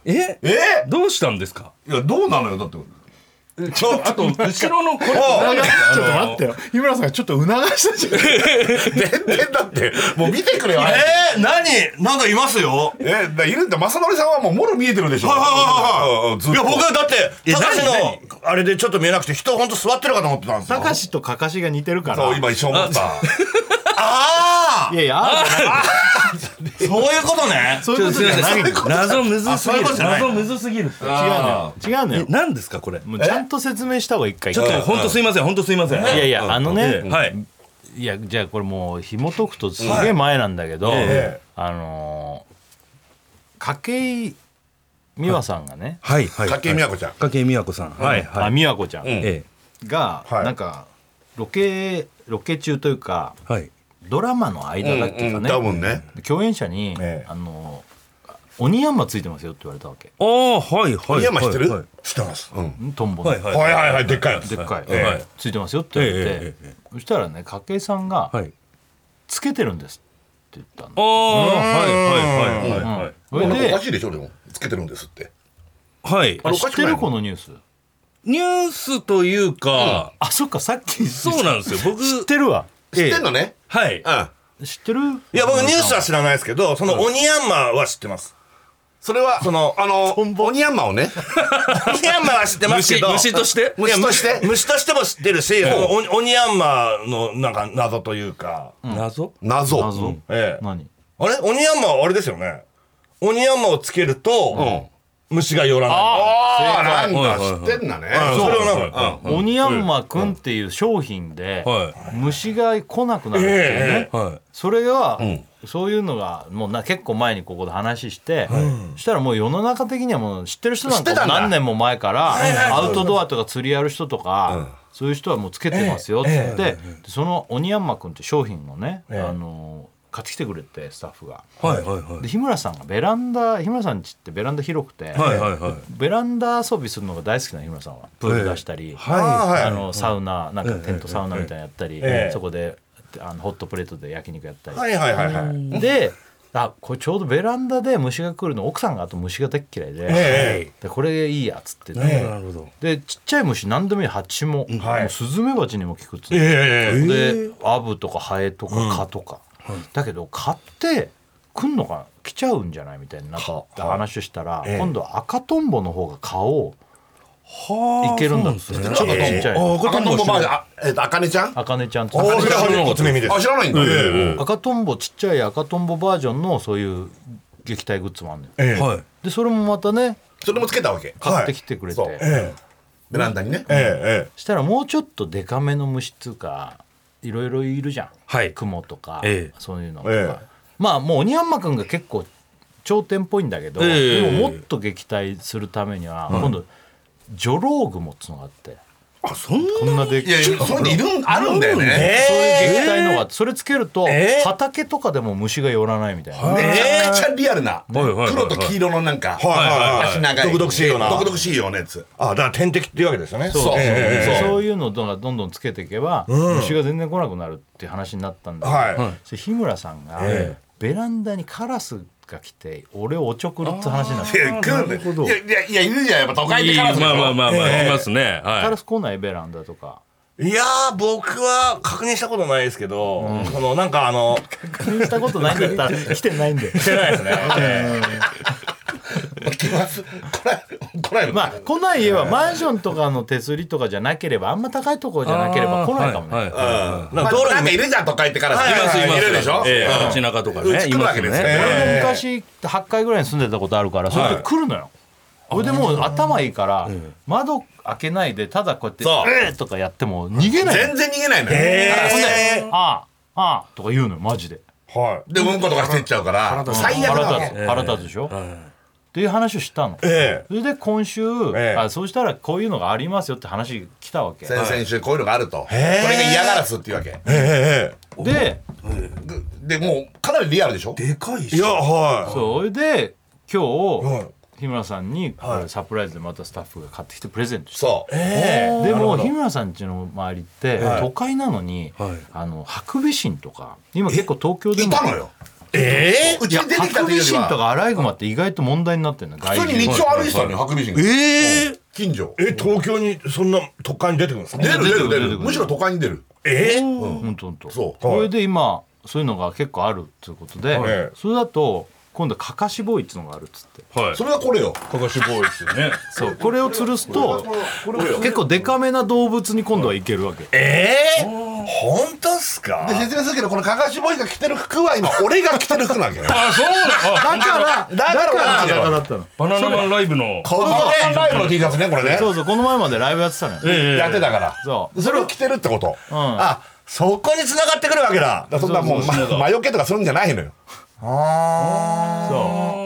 [SPEAKER 3] ええ
[SPEAKER 2] え
[SPEAKER 3] どうしたんですか
[SPEAKER 2] いやどうなのよだって
[SPEAKER 4] ちょ、あと、
[SPEAKER 3] 後ろのこれ
[SPEAKER 1] ちょっと待ってよ日村さんがちょっと促したじゃん
[SPEAKER 2] 全然だってもう見てくれよ早く
[SPEAKER 4] えー、何なんかいますよ。
[SPEAKER 2] えだからいるんだ正則さんはもうもろ見えてるでしょはいはいはいはいずっ
[SPEAKER 4] い
[SPEAKER 2] と
[SPEAKER 4] や、僕はだって、
[SPEAKER 3] や
[SPEAKER 4] 高志
[SPEAKER 3] 何
[SPEAKER 4] の、あれでちょっと見えなくて、人ほんと座ってるかと思ってたんですよ。
[SPEAKER 1] 高志とかかしが似てるから
[SPEAKER 2] そう今一生思った
[SPEAKER 4] あ
[SPEAKER 1] いやいやあるじゃない
[SPEAKER 4] あそういうこと
[SPEAKER 1] *laughs*
[SPEAKER 4] ね。
[SPEAKER 1] そういうことじゃない違う
[SPEAKER 3] 謎むずすぎる
[SPEAKER 4] あそういうことじゃない
[SPEAKER 3] 謎むずすぎるって
[SPEAKER 1] のよ違うのよ
[SPEAKER 3] 何ですかこれ
[SPEAKER 1] もうちゃんと説明した方がいい一回
[SPEAKER 3] ちょっと本当すいません本当すいません
[SPEAKER 1] いやいやあのね
[SPEAKER 3] ええはい
[SPEAKER 1] いやじゃあこれもう紐解くとすげえ前なんだけど、
[SPEAKER 4] え
[SPEAKER 1] あのー、筧美和さんがね、
[SPEAKER 3] はいはい
[SPEAKER 2] 筧美和子ちゃん
[SPEAKER 3] 筧美和子さんはい
[SPEAKER 1] あ
[SPEAKER 3] はい
[SPEAKER 1] 美和子ちゃん
[SPEAKER 3] ええ
[SPEAKER 1] が、
[SPEAKER 2] はい
[SPEAKER 1] なんかロケロケ中というか
[SPEAKER 3] はい
[SPEAKER 1] ドラマの間だっけかね、
[SPEAKER 2] 多分ね
[SPEAKER 1] 共演者に、
[SPEAKER 4] ええ
[SPEAKER 1] あのー鬼山ついてますよって言われたわけ
[SPEAKER 3] ああはいはい
[SPEAKER 2] 山知ってる
[SPEAKER 3] はい
[SPEAKER 2] 知ってますうん
[SPEAKER 1] んトンボの、
[SPEAKER 3] はいはい
[SPEAKER 2] はいはいはいでっかいやつ
[SPEAKER 1] でっかい、
[SPEAKER 2] ええ
[SPEAKER 3] はい
[SPEAKER 1] ついてますよって言われて、
[SPEAKER 3] えええええ
[SPEAKER 1] そしたらね筧さんが、
[SPEAKER 3] はい
[SPEAKER 1] つけてるんです」って言ったの
[SPEAKER 3] ああはいはいはいはい
[SPEAKER 1] それ
[SPEAKER 2] なんかお
[SPEAKER 1] で
[SPEAKER 2] かしいでしょでもつけてるんですって
[SPEAKER 3] はい
[SPEAKER 2] あれお
[SPEAKER 1] 知
[SPEAKER 2] か
[SPEAKER 1] っ
[SPEAKER 2] しく
[SPEAKER 1] て
[SPEAKER 2] ない
[SPEAKER 1] る
[SPEAKER 2] の
[SPEAKER 1] このニュース
[SPEAKER 3] ニュースというか
[SPEAKER 1] あそっかさっき
[SPEAKER 3] そうなんですよ僕
[SPEAKER 1] 知ってるわ
[SPEAKER 4] 知
[SPEAKER 3] ええ
[SPEAKER 4] ってんのね。
[SPEAKER 3] はい
[SPEAKER 4] うん。
[SPEAKER 1] 知ってる
[SPEAKER 4] いや、僕ニュースは知らないですけど、そのオニヤンマは知ってます。
[SPEAKER 2] それは
[SPEAKER 4] その、
[SPEAKER 2] あの鬼ヤンマをね
[SPEAKER 4] オニヤンマは知ってますけ
[SPEAKER 3] 虫
[SPEAKER 4] ど。
[SPEAKER 3] 虫として
[SPEAKER 4] いや
[SPEAKER 2] 虫として
[SPEAKER 4] 虫としても知ってるし、そのオニヤンマのなんか謎というか。
[SPEAKER 3] 謎
[SPEAKER 2] 謎
[SPEAKER 1] 謎、
[SPEAKER 4] ええ。
[SPEAKER 1] 何
[SPEAKER 4] あれオニヤンマはあれですよね。オニヤンマをつけると、虫が寄らない。
[SPEAKER 2] ああ
[SPEAKER 3] 正
[SPEAKER 2] な
[SPEAKER 3] 解
[SPEAKER 2] んだ知ってんだね
[SPEAKER 4] うんそれはなんか、
[SPEAKER 3] は
[SPEAKER 1] オニヤンマくんっていう商品で、
[SPEAKER 3] は
[SPEAKER 1] 虫が来なくなるっていうね、
[SPEAKER 3] いはい
[SPEAKER 1] それが、そういうのがもうな結構前にここで話して、そしたらもう世の中的にはもう知ってる人なん
[SPEAKER 2] 知ってた
[SPEAKER 1] か
[SPEAKER 2] んだ
[SPEAKER 1] 何年も前からアウトドアとか釣りやる人とか、そういう人はもうつけてますよっつって、でそのオニヤンマくんって商品をね、あの買ってきてくれてスタッフが。
[SPEAKER 3] はいはいはい
[SPEAKER 1] で日村さんがベランダ日村さんちってベランダ広くて、
[SPEAKER 3] はいはいはい
[SPEAKER 1] ベランダ遊びするのが大好きなの日村さんはプール出したり、
[SPEAKER 4] あーはい
[SPEAKER 1] あのサウナなんかテントサウナみたいなのやったり、
[SPEAKER 4] ええ
[SPEAKER 1] そこであのホットプレートで焼肉やったり、
[SPEAKER 4] はいはいはいはい。
[SPEAKER 1] であこれちょうどベランダで虫が来るの奥さんがあと虫が大っ嫌いで,、
[SPEAKER 4] え
[SPEAKER 1] でこれいいやっつってて、
[SPEAKER 3] なるほど
[SPEAKER 1] でちっちゃい虫何でもいい蜂も,、
[SPEAKER 4] はい
[SPEAKER 1] もうスズメバチにも効くっつって、
[SPEAKER 4] ええ
[SPEAKER 1] でアブとかハエとか蚊とか、だけど蚊って来んのかな来ちゃうんじゃないみたいになって話をしたら、今度は赤トンボの方が蚊を
[SPEAKER 3] はあ
[SPEAKER 1] いけるんだって
[SPEAKER 3] そうな
[SPEAKER 1] ちょ
[SPEAKER 3] で
[SPEAKER 1] っ
[SPEAKER 3] す
[SPEAKER 1] と
[SPEAKER 3] ね
[SPEAKER 1] ちっちゃい
[SPEAKER 3] あ
[SPEAKER 2] 赤とんぼま
[SPEAKER 3] 赤
[SPEAKER 2] あえっとあかねちゃん
[SPEAKER 1] あかねちゃんって
[SPEAKER 2] おー
[SPEAKER 4] 知らない
[SPEAKER 2] 初めてあ知らないんだええ
[SPEAKER 1] 赤とんぼちっちゃい赤とんぼバージョンのそういう撃退グッズもあんのよ
[SPEAKER 4] ええ
[SPEAKER 3] はい
[SPEAKER 1] でそれもまたね
[SPEAKER 2] それもつけたわけ
[SPEAKER 1] 買ってきてくれて、
[SPEAKER 2] はいそう
[SPEAKER 4] え
[SPEAKER 2] ベランダにね
[SPEAKER 4] えええ
[SPEAKER 1] したらもうちょっとデカめの虫っつうかいろいろいるじゃん、
[SPEAKER 3] はい
[SPEAKER 1] 雲とか、
[SPEAKER 3] ええ
[SPEAKER 1] そういうのとか、
[SPEAKER 4] ええ
[SPEAKER 1] まあもう鬼ヤンマくんが結構頂点っぽいんだけど、
[SPEAKER 3] ええ
[SPEAKER 1] でももっと撃退するためには、今度ジョロウグモっつうのがあって
[SPEAKER 3] あそんな
[SPEAKER 1] こんなでっ
[SPEAKER 2] いやい
[SPEAKER 1] そういう撃
[SPEAKER 2] やそれいるんあるんだよね
[SPEAKER 1] 退のがあってそれつけると、
[SPEAKER 4] ええ
[SPEAKER 1] 畑とかでも虫が寄らないみたいな。
[SPEAKER 2] めちゃくちゃリアルな
[SPEAKER 3] はいはいはいはい
[SPEAKER 2] 黒と黄色のなんか
[SPEAKER 4] はいはいはい
[SPEAKER 2] 足長い
[SPEAKER 4] 毒々しいような
[SPEAKER 2] 毒々しいようなやつ
[SPEAKER 4] あだから天敵っていうわけですよね。
[SPEAKER 1] そうそう
[SPEAKER 4] ええ
[SPEAKER 1] そういうのをどんどんどんつけていけば、虫が全然来なくなるっていう話になったんだけど、
[SPEAKER 4] は
[SPEAKER 1] それ日村さんが、
[SPEAKER 4] え
[SPEAKER 1] ベランダにカラスが来て俺をおちょくるって話になっ
[SPEAKER 2] い
[SPEAKER 1] て
[SPEAKER 2] や来るんだよいやいやいやいるじゃんやっぱ都会でカラスでしょ
[SPEAKER 3] まあまあまあまあいますね
[SPEAKER 1] カ
[SPEAKER 3] は
[SPEAKER 1] ラス来ないベランダとか
[SPEAKER 4] いやー僕は確認したことないですけど、そのなんかあの
[SPEAKER 1] 確認したことないんだったら来てないんで
[SPEAKER 4] してないですね。え
[SPEAKER 2] 来ます来ない来ないの
[SPEAKER 1] まあ来ない家はマンションとかの手すりとかじゃなければあんま高いところ
[SPEAKER 3] い
[SPEAKER 1] じゃなければ来ないかもね、
[SPEAKER 3] はいはい
[SPEAKER 4] え
[SPEAKER 2] ま
[SPEAKER 4] なん
[SPEAKER 2] あ
[SPEAKER 4] か道路
[SPEAKER 2] なんかい
[SPEAKER 4] に
[SPEAKER 2] るじゃん都会ってカラス
[SPEAKER 4] はいはいはい
[SPEAKER 2] いるでしょ
[SPEAKER 3] ええ
[SPEAKER 2] うん
[SPEAKER 3] 街中とか
[SPEAKER 2] う
[SPEAKER 3] ね
[SPEAKER 2] ち来るわけですね
[SPEAKER 3] います
[SPEAKER 1] 俺も
[SPEAKER 2] ええ
[SPEAKER 1] 昔8階ぐらいに住んでたことあるからそれで来るのよ、それでもう頭いいから窓開けないでただこうやって
[SPEAKER 2] そ
[SPEAKER 1] 「
[SPEAKER 2] う
[SPEAKER 1] えーとかやっても逃げないの
[SPEAKER 2] 全然逃げないのよ
[SPEAKER 1] ほんで
[SPEAKER 4] え
[SPEAKER 1] 「ああああ」とか言うのよマジで
[SPEAKER 4] ーはい。
[SPEAKER 2] でうんことかしてっちゃうから最悪だ
[SPEAKER 1] 腹
[SPEAKER 2] わ
[SPEAKER 1] 立
[SPEAKER 2] け
[SPEAKER 1] つ腹立つでしょ、っていう話をしたの、
[SPEAKER 4] ええ
[SPEAKER 1] それで今週、
[SPEAKER 4] ええ
[SPEAKER 1] あそうしたらこういうのがありますよって話来たわけ
[SPEAKER 2] 先々週こういうのがあるとこれ
[SPEAKER 4] へえ
[SPEAKER 2] が嫌がらすっていうわけ
[SPEAKER 4] え
[SPEAKER 1] で
[SPEAKER 2] ぐでもうかなりリアルでしょ
[SPEAKER 3] でかい
[SPEAKER 4] えいやは
[SPEAKER 1] それで今日、
[SPEAKER 4] はい
[SPEAKER 1] 日村さんにこれサプライズでまたスタッフが買ってきてプレゼントした
[SPEAKER 2] そう
[SPEAKER 1] でも日村さんちの周りって都会なのに、
[SPEAKER 3] はい
[SPEAKER 1] あのハクビシンとか今結構東京で
[SPEAKER 2] い
[SPEAKER 1] も
[SPEAKER 2] たのよ
[SPEAKER 4] え
[SPEAKER 2] う
[SPEAKER 1] い
[SPEAKER 2] ち
[SPEAKER 1] や
[SPEAKER 2] に出てき
[SPEAKER 1] ハ
[SPEAKER 2] たと
[SPEAKER 1] ク
[SPEAKER 2] い
[SPEAKER 1] ビ
[SPEAKER 2] うより
[SPEAKER 1] シンと
[SPEAKER 2] は
[SPEAKER 1] かアライグマって意外と問題になってるんだ
[SPEAKER 2] 普通
[SPEAKER 1] 外
[SPEAKER 2] に
[SPEAKER 1] 人
[SPEAKER 2] 道を歩いてたのよハクビシンが
[SPEAKER 4] えええ
[SPEAKER 2] 近所
[SPEAKER 4] え東京にそんな都会に出てくるんですか
[SPEAKER 2] 出。る出
[SPEAKER 1] 出
[SPEAKER 2] る出
[SPEAKER 1] る
[SPEAKER 2] るむしろ都会に出る
[SPEAKER 4] ええ
[SPEAKER 1] 本当本当
[SPEAKER 2] そう
[SPEAKER 1] これで今そういうのが結構あるっていうことで、
[SPEAKER 4] はい
[SPEAKER 1] それだと今度カカシボーイっつうのがあるっつって
[SPEAKER 3] はい
[SPEAKER 2] それがこれよ
[SPEAKER 3] かかしボーイですよね
[SPEAKER 1] そうこれを吊るすと結構デカめな動物に今度はいけるわけ、
[SPEAKER 4] ええ本当っすか
[SPEAKER 2] で。説明するけどこのかかしボーイが着てる服は今俺が着てる服なわけよ
[SPEAKER 3] あそう
[SPEAKER 2] だ
[SPEAKER 3] だ
[SPEAKER 2] からだか
[SPEAKER 1] あ
[SPEAKER 2] ら俺が着て
[SPEAKER 1] だ
[SPEAKER 2] る
[SPEAKER 1] だったの
[SPEAKER 3] バナナマンライブの
[SPEAKER 2] このねライブの T シャツねこれね
[SPEAKER 1] そうそうこの前までライブやってたのよ、
[SPEAKER 2] やってたから
[SPEAKER 1] そ
[SPEAKER 2] それを着てるってことあ
[SPEAKER 4] そこに繋がってくるわけだ。
[SPEAKER 2] だからそんなもうま魔除けとかするんじゃないのよ
[SPEAKER 1] そう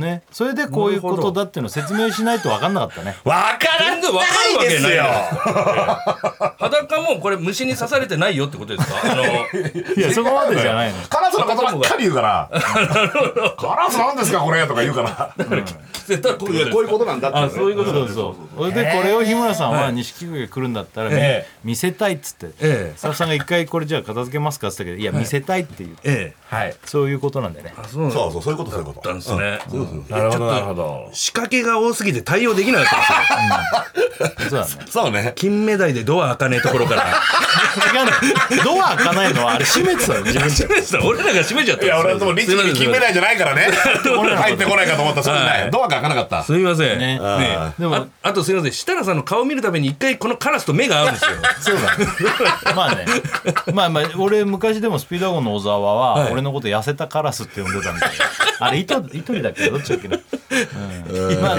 [SPEAKER 1] ねそれでこういうことだっていうのを説明しないと分かんなかったね
[SPEAKER 4] わから
[SPEAKER 3] 全
[SPEAKER 4] ん
[SPEAKER 3] 然わかるわ
[SPEAKER 4] ないで
[SPEAKER 3] けな
[SPEAKER 4] す
[SPEAKER 3] い
[SPEAKER 4] よ。
[SPEAKER 3] 裸もこれ虫に刺されて *laughs* ないよってことですかあの
[SPEAKER 1] *laughs* いやそこまでじゃないの
[SPEAKER 2] カラスのことばっかり言うから「カラスなんですかこれ」とか言うから
[SPEAKER 3] 着せたってこと
[SPEAKER 2] い
[SPEAKER 3] で
[SPEAKER 2] や
[SPEAKER 3] す
[SPEAKER 2] こういうことなんだって
[SPEAKER 3] あそういうこと
[SPEAKER 1] そ
[SPEAKER 3] なん
[SPEAKER 1] う
[SPEAKER 3] です
[SPEAKER 1] そうそれでこれを日村さんは錦鯉が来るんだったらみ
[SPEAKER 4] ええ
[SPEAKER 1] 見せたいっつって
[SPEAKER 3] ええ
[SPEAKER 1] スタッフさんが一回これじゃあ片付けますかっつったけどいや見せたいっていう
[SPEAKER 3] ええ
[SPEAKER 1] そういうことなんだよね
[SPEAKER 3] あそうなんだ
[SPEAKER 2] そうそうそういうことそういうこ
[SPEAKER 3] った
[SPEAKER 2] と
[SPEAKER 3] んですね、
[SPEAKER 2] そういうことそう
[SPEAKER 4] なるほどなるほど
[SPEAKER 3] 仕掛けが多すぎて対応できなかったん
[SPEAKER 1] そ
[SPEAKER 3] ですよ。
[SPEAKER 1] うだね
[SPEAKER 2] そう
[SPEAKER 3] *laughs*
[SPEAKER 2] ね
[SPEAKER 3] 金目鯛でドア開かねえところから。 *laughs*
[SPEAKER 1] 違うのドア開かないのはあれ閉めてたの自分で
[SPEAKER 3] 閉めてた俺らが閉めちゃったんですよ。
[SPEAKER 2] いや俺はでもリッチに金目鯛じゃないからね入ってこないかと思ったそうじゃない *laughs* ドアが開かなかった
[SPEAKER 3] すみません。
[SPEAKER 1] ね
[SPEAKER 3] ね
[SPEAKER 1] あーでも
[SPEAKER 3] ああとすみません。設楽さんの顔見るために一回このカラスと目が合うんですよ。
[SPEAKER 1] そうだねまあねまあまあ俺昔でもスピードワゴンの小沢は俺のこと痩せたカラスって呼んでたんだけどあれ糸糸だっけどっちだっけな、うんまあ、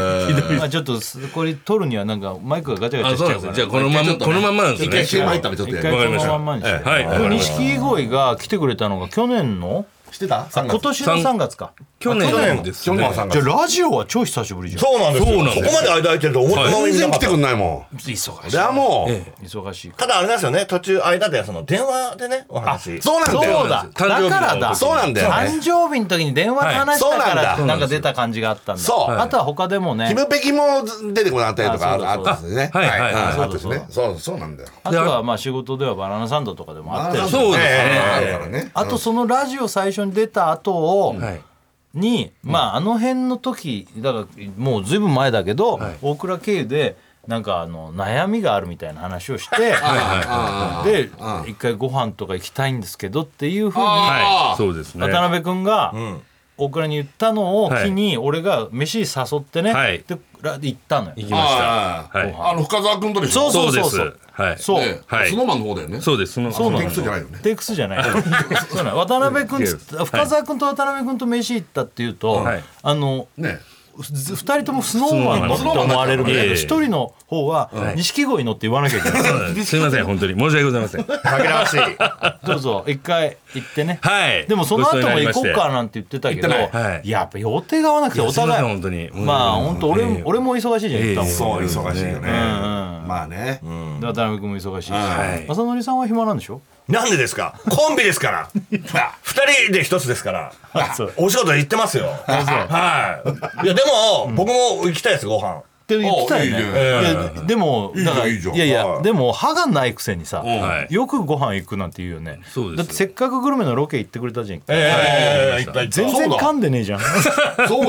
[SPEAKER 1] まあちょっとすこれ撮るにはなんかマイクがガチャガチ
[SPEAKER 3] あ、
[SPEAKER 1] ャ
[SPEAKER 3] そ
[SPEAKER 1] し
[SPEAKER 3] う
[SPEAKER 1] ちゃ
[SPEAKER 3] な
[SPEAKER 1] うから
[SPEAKER 3] んですよ。じゃあこのまま、このまんまなん
[SPEAKER 2] 一
[SPEAKER 3] です
[SPEAKER 2] 回
[SPEAKER 3] ね。
[SPEAKER 2] CM 入ったらちょっと
[SPEAKER 1] 一
[SPEAKER 2] や
[SPEAKER 1] 回
[SPEAKER 2] る
[SPEAKER 1] こ
[SPEAKER 3] わかりまし
[SPEAKER 1] の
[SPEAKER 3] た
[SPEAKER 1] まんまにして
[SPEAKER 3] はい。わかりました
[SPEAKER 1] 錦鯉が来てくれたのが去年の
[SPEAKER 2] してた3
[SPEAKER 1] 今
[SPEAKER 2] 月
[SPEAKER 1] 年の3月か
[SPEAKER 3] 去年です
[SPEAKER 2] 去年
[SPEAKER 3] ね
[SPEAKER 2] は。3
[SPEAKER 1] じゃ
[SPEAKER 2] 月
[SPEAKER 1] あラジオは超久しぶりじゃん
[SPEAKER 4] そうなんですよ
[SPEAKER 3] そうなんです
[SPEAKER 4] そこまで間空いてると思ったまま
[SPEAKER 2] 全
[SPEAKER 4] 見な
[SPEAKER 2] 然来
[SPEAKER 4] かってた
[SPEAKER 2] くんないもん
[SPEAKER 3] 忙しい
[SPEAKER 2] それはもう
[SPEAKER 1] 忙しいか
[SPEAKER 4] ただあれなんですよね途中間でその電話でねお話
[SPEAKER 2] そうなん
[SPEAKER 1] そう
[SPEAKER 2] だよ
[SPEAKER 1] だだ
[SPEAKER 3] 誕生日の
[SPEAKER 1] からだ
[SPEAKER 2] そうなんだよね
[SPEAKER 1] 誕生日の時に電話で話したか
[SPEAKER 2] は
[SPEAKER 1] ら
[SPEAKER 2] いそうなんだ
[SPEAKER 1] なんか出た感じがあったんだ
[SPEAKER 2] そう
[SPEAKER 1] あとは他でもね
[SPEAKER 2] キムペキも出てこなかったりとか
[SPEAKER 1] あ
[SPEAKER 2] あ
[SPEAKER 1] そ
[SPEAKER 2] っ
[SPEAKER 1] うだ
[SPEAKER 2] たんですね
[SPEAKER 3] そうだはいはい
[SPEAKER 2] あ
[SPEAKER 1] そうだ
[SPEAKER 2] ったんですねそうそうなんだよ
[SPEAKER 1] あとはまあ仕事ではバナナサンドとかでもあったよ
[SPEAKER 2] あ
[SPEAKER 3] そうですね
[SPEAKER 2] あるからね
[SPEAKER 1] あとそのラジオ最初に出た後を、
[SPEAKER 3] はい。
[SPEAKER 1] に、まああの辺の時だからもうずいぶん前だけど、大倉経由でなんかあの悩みがあるみたいな話をしてで一回ご飯とか行きたいんですけどっていうふうに
[SPEAKER 3] はい。そうですね。
[SPEAKER 1] 渡辺君が大倉に言ったのを機に俺が飯誘ってね、
[SPEAKER 3] はい
[SPEAKER 1] でら行ったのよ
[SPEAKER 3] 行。きました。
[SPEAKER 2] あ
[SPEAKER 3] はい。
[SPEAKER 2] ああの深澤君とでしょ
[SPEAKER 1] そうそう
[SPEAKER 3] そうですはい
[SPEAKER 1] そう
[SPEAKER 2] ね
[SPEAKER 3] はい
[SPEAKER 2] スノーマンの方だよね
[SPEAKER 3] そうです。その
[SPEAKER 1] そうなの
[SPEAKER 2] テイクツーじゃないよね
[SPEAKER 1] テイクスじゃない。 *laughs* そうなの渡辺君つ、深澤君と渡辺君と飯行ったっていうと、
[SPEAKER 3] はい
[SPEAKER 1] あの。
[SPEAKER 2] ね
[SPEAKER 1] ず二人ともスノーマンのって思われるみたい
[SPEAKER 3] え
[SPEAKER 1] な
[SPEAKER 3] え
[SPEAKER 1] 一人の方は錦鯉のって言わなきゃい
[SPEAKER 3] *laughs*
[SPEAKER 1] けない
[SPEAKER 3] すみません。本当に申し訳ございません。
[SPEAKER 4] 紛らわしい
[SPEAKER 1] どうぞ一回行ってね
[SPEAKER 3] はい。
[SPEAKER 1] でもその後も行こう
[SPEAKER 3] な
[SPEAKER 1] かなんて言ってたけど
[SPEAKER 2] 行って
[SPEAKER 3] ないはい
[SPEAKER 1] やっぱ予定が合わなくてお
[SPEAKER 3] すいません
[SPEAKER 1] 互い
[SPEAKER 3] 本当に
[SPEAKER 1] まあ本当俺も
[SPEAKER 3] ええ
[SPEAKER 1] 俺も忙しいじゃん言ったもん
[SPEAKER 3] ええ
[SPEAKER 2] そう忙しいよね
[SPEAKER 1] んうん
[SPEAKER 2] まあね
[SPEAKER 1] で渡辺君も忙しいし
[SPEAKER 2] はい
[SPEAKER 1] 雅紀さんは暇なんでしょ
[SPEAKER 4] なんでですかコンビですから *laughs* 二人で一つですから
[SPEAKER 1] そう
[SPEAKER 4] お仕事行ってますよはいいやでも僕も行きたいですご飯
[SPEAKER 1] って言ってたよ
[SPEAKER 2] あ
[SPEAKER 1] ね
[SPEAKER 2] いいね
[SPEAKER 1] いやでも
[SPEAKER 2] いいじゃ
[SPEAKER 1] だ
[SPEAKER 2] ん
[SPEAKER 1] から
[SPEAKER 2] いいじゃん
[SPEAKER 1] やい
[SPEAKER 2] は
[SPEAKER 1] や
[SPEAKER 2] い
[SPEAKER 1] でも歯がないくせにさ
[SPEAKER 3] はい
[SPEAKER 1] よくご飯行くなんて言うよね
[SPEAKER 3] そうですよ
[SPEAKER 1] だってせっかくグルメのロケ行ってくれたじゃん
[SPEAKER 4] ええいっぱい
[SPEAKER 1] 全然噛んでねえじゃん
[SPEAKER 2] そ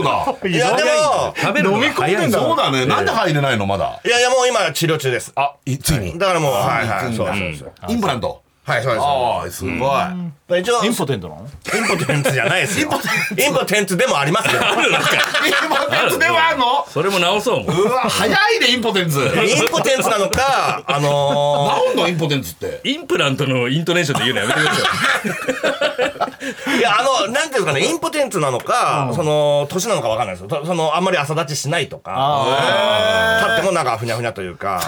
[SPEAKER 2] うだ
[SPEAKER 1] *laughs*
[SPEAKER 4] いやでも
[SPEAKER 3] 食べるのが早いんだ
[SPEAKER 2] そうだねなんで入れないのまだ
[SPEAKER 4] いやいやもう今治療中ですあ
[SPEAKER 2] いついに
[SPEAKER 4] だからもうはいはいそううそう
[SPEAKER 2] で
[SPEAKER 4] そう
[SPEAKER 2] インプラント
[SPEAKER 4] はいそうです
[SPEAKER 2] ああすごい
[SPEAKER 4] だから一応
[SPEAKER 1] インポテントなの
[SPEAKER 4] インポテンツじゃないですよ。インポテンツでもあります *laughs* よ。
[SPEAKER 2] インポテンツではあんの
[SPEAKER 3] それも直そう。
[SPEAKER 2] うわ早いねインポテンツ
[SPEAKER 4] インポテンツなのか、あの
[SPEAKER 2] 治んのインポテンツって
[SPEAKER 3] インプラントのイントネーションで言うのやめてくださ
[SPEAKER 4] ーいや、あの、なんていうんですかね、インポテンツなのか、その、年なのかわかんないですよと。その、あんまり朝立ちしないとか、立ってもなんかふにゃふにゃというか。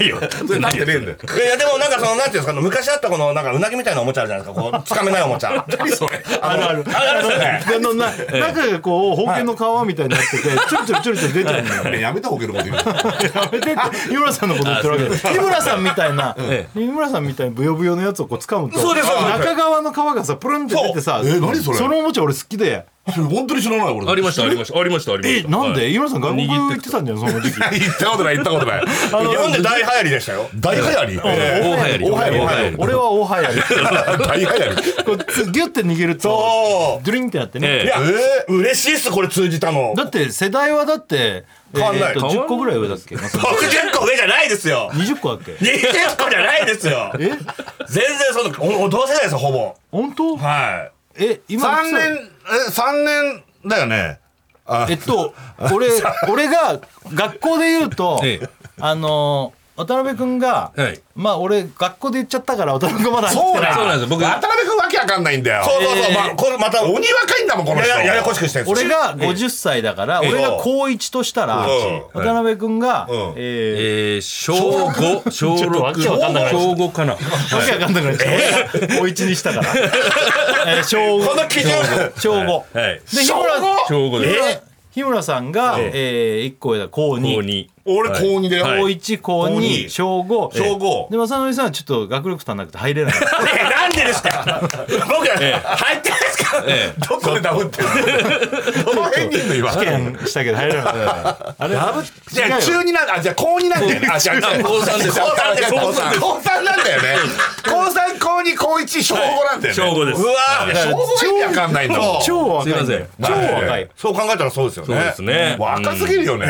[SPEAKER 3] い。よ。
[SPEAKER 2] それなってねえんだよ
[SPEAKER 4] いや、でもなんかその、なんていうんですか、昔あったこの、なんかうなぎみたいなおもちゃあるじゃないですか、こう、つかめないおもちゃ。
[SPEAKER 2] それ
[SPEAKER 4] あるあ
[SPEAKER 1] *laughs*
[SPEAKER 4] る。あるあるですよね。
[SPEAKER 1] あのな中がこう宝剣の皮みたいになってて、ちょりちょりちょりちょり出てるのよ。
[SPEAKER 2] ねやめた方がいいのこと言う
[SPEAKER 1] やめてって井村さんのこと言ってるわけで井村さんみたいな
[SPEAKER 3] え
[SPEAKER 1] 井村さんみたいにブヨブヨのやつをこう掴むと
[SPEAKER 4] そうですそうです
[SPEAKER 1] 中側の皮がさプルンって出てさ
[SPEAKER 2] そうえ何それ
[SPEAKER 1] のおもちゃ俺好きで
[SPEAKER 2] それ本当に知らない俺
[SPEAKER 3] ありましたありましたありましたありま
[SPEAKER 1] え
[SPEAKER 3] した。
[SPEAKER 1] なん
[SPEAKER 3] はい
[SPEAKER 1] で井村さん外国
[SPEAKER 3] 握
[SPEAKER 1] 行
[SPEAKER 3] っ
[SPEAKER 1] っててたんじゃんその時期
[SPEAKER 2] 言ったこと *laughs* ない言ったことない
[SPEAKER 4] 日本で大流行りでしたよ。
[SPEAKER 2] 大流行り
[SPEAKER 3] 大流行
[SPEAKER 2] 大流
[SPEAKER 3] り
[SPEAKER 2] 行り
[SPEAKER 3] 大流行り
[SPEAKER 1] 俺は大はやり
[SPEAKER 2] 大流行
[SPEAKER 1] *laughs*
[SPEAKER 2] り
[SPEAKER 1] こうつギュッて握ると
[SPEAKER 4] そ
[SPEAKER 1] ドゥリンってなって
[SPEAKER 4] う。
[SPEAKER 1] ね
[SPEAKER 3] え
[SPEAKER 4] いや、嬉しいっす、これ通じた *laughs* の。
[SPEAKER 1] だって世代はだってえ
[SPEAKER 4] 変わんない
[SPEAKER 1] ーと10個ぐらい上だっけ
[SPEAKER 4] 60個上じゃないです *laughs* よ。
[SPEAKER 1] 20個だっけ
[SPEAKER 4] 20個じゃないですよ。
[SPEAKER 1] え
[SPEAKER 4] 全然その、お同世代ですよ、ほぼ。
[SPEAKER 1] 本当
[SPEAKER 4] は
[SPEAKER 1] え今
[SPEAKER 2] 3年え三年だよねあ
[SPEAKER 1] えっと、俺、俺が学校で言うと
[SPEAKER 3] ええ、
[SPEAKER 1] あのー、渡辺君が
[SPEAKER 3] はい、
[SPEAKER 1] まあ俺、学校で言っちゃったから、渡辺君まだ。
[SPEAKER 2] そうだ
[SPEAKER 3] そうなんですよ僕
[SPEAKER 2] 渡辺君わけわかんないんだよ
[SPEAKER 4] い。そうそうそう、まあ、これまた、
[SPEAKER 2] 鬼若いんだもんこの
[SPEAKER 4] や
[SPEAKER 2] 人
[SPEAKER 4] やややこしくしてるんです
[SPEAKER 1] 俺が50歳だから、
[SPEAKER 4] ええ
[SPEAKER 1] 俺が高1としたら、
[SPEAKER 4] う
[SPEAKER 1] 渡辺君が、え
[SPEAKER 3] えー小五小
[SPEAKER 1] ちょっとわ
[SPEAKER 3] 六
[SPEAKER 1] けわかんなくなっちゃった
[SPEAKER 3] 小五かな。
[SPEAKER 1] ー、わけわかんなくなっちゃう。俺が高1にしたから。えー小
[SPEAKER 4] この
[SPEAKER 1] 5。
[SPEAKER 4] 基準。
[SPEAKER 1] 小5。
[SPEAKER 3] はい。
[SPEAKER 1] で、日
[SPEAKER 3] 小五で
[SPEAKER 1] 村
[SPEAKER 3] す。
[SPEAKER 1] さん、日村さんが、え1個上だ、高
[SPEAKER 3] 高
[SPEAKER 1] 2。
[SPEAKER 3] 二。
[SPEAKER 2] 俺高2だよ、
[SPEAKER 1] 高1、高
[SPEAKER 2] 高
[SPEAKER 1] 2、
[SPEAKER 2] 二
[SPEAKER 1] 小5。
[SPEAKER 2] 小五
[SPEAKER 1] で、正則さんはちょっと学力足んなくて入れなかった。
[SPEAKER 4] え、なんでですか僕、入ってないですか
[SPEAKER 3] え
[SPEAKER 2] どこでダブってるのどの辺にいんの今
[SPEAKER 1] 試験したけど入 *laughs* らなかった。あれ
[SPEAKER 2] じゃあ中2なんだあじゃあ高2なんだよあじゃあ
[SPEAKER 3] 高三です
[SPEAKER 2] 高3高三高三なんだよね高三高中二高一小五なんだよね
[SPEAKER 3] 小五です
[SPEAKER 4] うわー
[SPEAKER 2] 小五が意味わかんないんだもん
[SPEAKER 1] 超若い
[SPEAKER 3] すいません
[SPEAKER 1] 超若い
[SPEAKER 4] そう考えたらそうですよね
[SPEAKER 3] そうですね
[SPEAKER 2] 若すぎるよね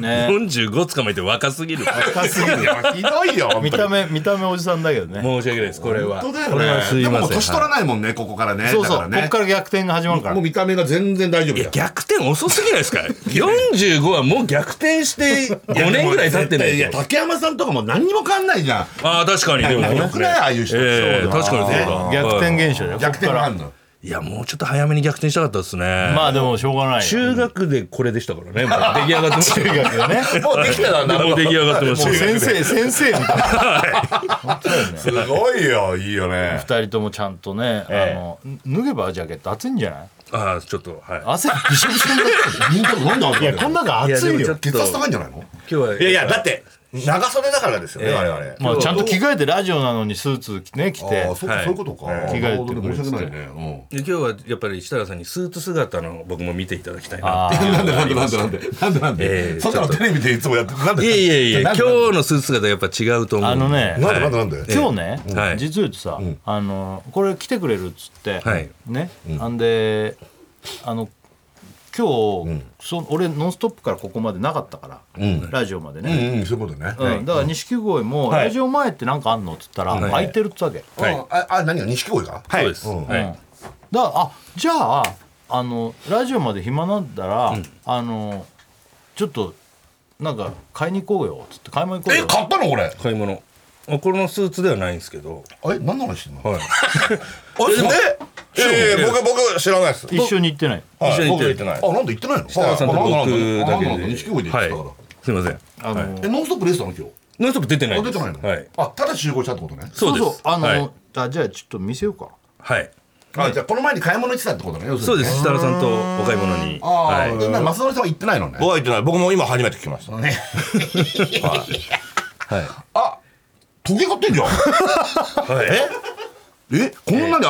[SPEAKER 1] ね
[SPEAKER 3] 45捕まえて若すぎる申
[SPEAKER 1] 若すぎる
[SPEAKER 2] いやひどいよ
[SPEAKER 1] 見
[SPEAKER 2] 本当
[SPEAKER 1] た
[SPEAKER 2] に
[SPEAKER 1] 目見た目おじさんだけどね
[SPEAKER 3] し訳ないですこれは
[SPEAKER 2] 本当だよ
[SPEAKER 3] これは
[SPEAKER 2] ね
[SPEAKER 3] すい
[SPEAKER 2] で
[SPEAKER 3] ませ
[SPEAKER 2] も
[SPEAKER 3] ん
[SPEAKER 2] もう年取らないもんねここからね
[SPEAKER 1] そう
[SPEAKER 2] だ
[SPEAKER 1] そう
[SPEAKER 2] か
[SPEAKER 1] こ
[SPEAKER 2] ら
[SPEAKER 1] っ
[SPEAKER 2] ね
[SPEAKER 1] から逆転が始まるから
[SPEAKER 2] もう見た目が全然大丈夫
[SPEAKER 3] い
[SPEAKER 2] だ
[SPEAKER 3] や
[SPEAKER 2] よ
[SPEAKER 3] 逆転遅すぎないですか45はもう逆転して5年ぐらい経ってない
[SPEAKER 2] いや
[SPEAKER 3] と
[SPEAKER 2] 竹山さんとかも何にも変わんないじゃん
[SPEAKER 3] ああ確かにでも
[SPEAKER 2] よくないああいう人
[SPEAKER 3] ええ
[SPEAKER 2] そうだ
[SPEAKER 3] 確かにそうだはい
[SPEAKER 1] 逆転現象だよ
[SPEAKER 2] 逆転
[SPEAKER 1] こっ
[SPEAKER 2] が
[SPEAKER 1] か
[SPEAKER 2] あ
[SPEAKER 1] ら
[SPEAKER 2] んの
[SPEAKER 3] いやもうちょっと早めに逆転したかったですね
[SPEAKER 1] まあでもしょうがないよ
[SPEAKER 3] 中学でこれでしたからねもう出来上がってまし
[SPEAKER 1] 中
[SPEAKER 3] た
[SPEAKER 1] 学でね
[SPEAKER 2] もうできたら
[SPEAKER 3] もう出来上がってま
[SPEAKER 1] もう
[SPEAKER 3] した
[SPEAKER 1] 先生先生みたいな
[SPEAKER 2] すごいよいいよね
[SPEAKER 1] 二人ともちゃんとね、あの脱げばジャケット暑いんじゃない
[SPEAKER 3] ああちょっとはい
[SPEAKER 1] 汗びしょびしょになってる
[SPEAKER 2] みんな飲んだわ
[SPEAKER 1] い
[SPEAKER 2] けだ
[SPEAKER 1] や *laughs*
[SPEAKER 2] よ
[SPEAKER 1] こんなの暑
[SPEAKER 3] いや
[SPEAKER 1] い
[SPEAKER 3] でもちょ
[SPEAKER 1] よ
[SPEAKER 3] っと
[SPEAKER 2] 血圧高いんじゃないの
[SPEAKER 3] 今日はい
[SPEAKER 4] やいやだって長袖だからですよね我
[SPEAKER 1] ま
[SPEAKER 4] 々
[SPEAKER 1] あちゃんと着替えてラジオなのにスーツ着ね着て
[SPEAKER 2] ああそうか
[SPEAKER 3] はい
[SPEAKER 2] そういうこと
[SPEAKER 1] 着
[SPEAKER 2] か
[SPEAKER 1] 替えて
[SPEAKER 2] なるほどね申し訳ないね
[SPEAKER 3] 今日はやっぱり設楽さんにスーツ姿の僕も見ていただきたいな
[SPEAKER 1] あ
[SPEAKER 3] って
[SPEAKER 2] うんなんでなんでなんでなんでなんでなん
[SPEAKER 3] ええ
[SPEAKER 2] でそんなのテレビでいつもやってなんで
[SPEAKER 3] いやいやいや
[SPEAKER 2] なん
[SPEAKER 3] 今
[SPEAKER 2] で
[SPEAKER 3] 日のスーツ姿やっぱ違うと思う
[SPEAKER 1] あのね
[SPEAKER 2] なんでなんでなんでなんで
[SPEAKER 1] 今日ね、
[SPEAKER 3] はい
[SPEAKER 1] 実を言うとさ、あのこれ来てくれるっつって、
[SPEAKER 3] はい
[SPEAKER 1] ね、あんであの今日、そ俺「ノンストップ!」からここまでなかったから、ラジオまで
[SPEAKER 2] う
[SPEAKER 1] ね、
[SPEAKER 2] んうんそういうことね
[SPEAKER 1] うんだから錦鯉も、
[SPEAKER 3] はい
[SPEAKER 1] ラジオ前ってなんかあんの?」っつったら、
[SPEAKER 3] い
[SPEAKER 1] 空いてるっつわけ、
[SPEAKER 3] はい
[SPEAKER 2] うんああ何が錦鯉が
[SPEAKER 3] そうです、
[SPEAKER 2] うん
[SPEAKER 3] はい
[SPEAKER 1] うんだからあじゃああのラジオまで暇なんだら、あのちょっとなんか買いに行こうよっつって買い物行こう
[SPEAKER 2] え
[SPEAKER 1] よ
[SPEAKER 2] 買ったのこれ
[SPEAKER 3] 買い物あこれのスーツではないんですけど
[SPEAKER 2] え何の話してんの
[SPEAKER 3] はい
[SPEAKER 4] あれえええ僕僕知らないです
[SPEAKER 1] 一緒に行ってない
[SPEAKER 4] はい
[SPEAKER 3] 一緒に行って
[SPEAKER 4] 僕行ってない
[SPEAKER 2] あなんで言ってないの
[SPEAKER 3] 設楽さんと
[SPEAKER 2] はいあな
[SPEAKER 3] 僕だ
[SPEAKER 2] んで
[SPEAKER 3] けで
[SPEAKER 2] なんで錦鯉で言ってたから
[SPEAKER 3] い、すいません
[SPEAKER 1] あの、
[SPEAKER 2] えノンストップレースなの今日
[SPEAKER 3] ノンストップ出てない
[SPEAKER 2] あ
[SPEAKER 3] で
[SPEAKER 2] 出
[SPEAKER 3] す
[SPEAKER 2] てないの、
[SPEAKER 3] はい、
[SPEAKER 2] あただ集合したってことね
[SPEAKER 3] そうです
[SPEAKER 1] あの、
[SPEAKER 3] はい
[SPEAKER 1] あじゃあちょっと見せようか
[SPEAKER 3] はい、
[SPEAKER 2] あじゃあこの前に買い物行ってたってことね要
[SPEAKER 3] そうですす設楽さんとお買い物に
[SPEAKER 2] ああ、
[SPEAKER 3] はい
[SPEAKER 2] みんな松則さんは行ってないのね
[SPEAKER 4] 僕は行ってない僕も今初めて聞きました
[SPEAKER 2] ねはいあ時計買ってんじゃんえこんなんで、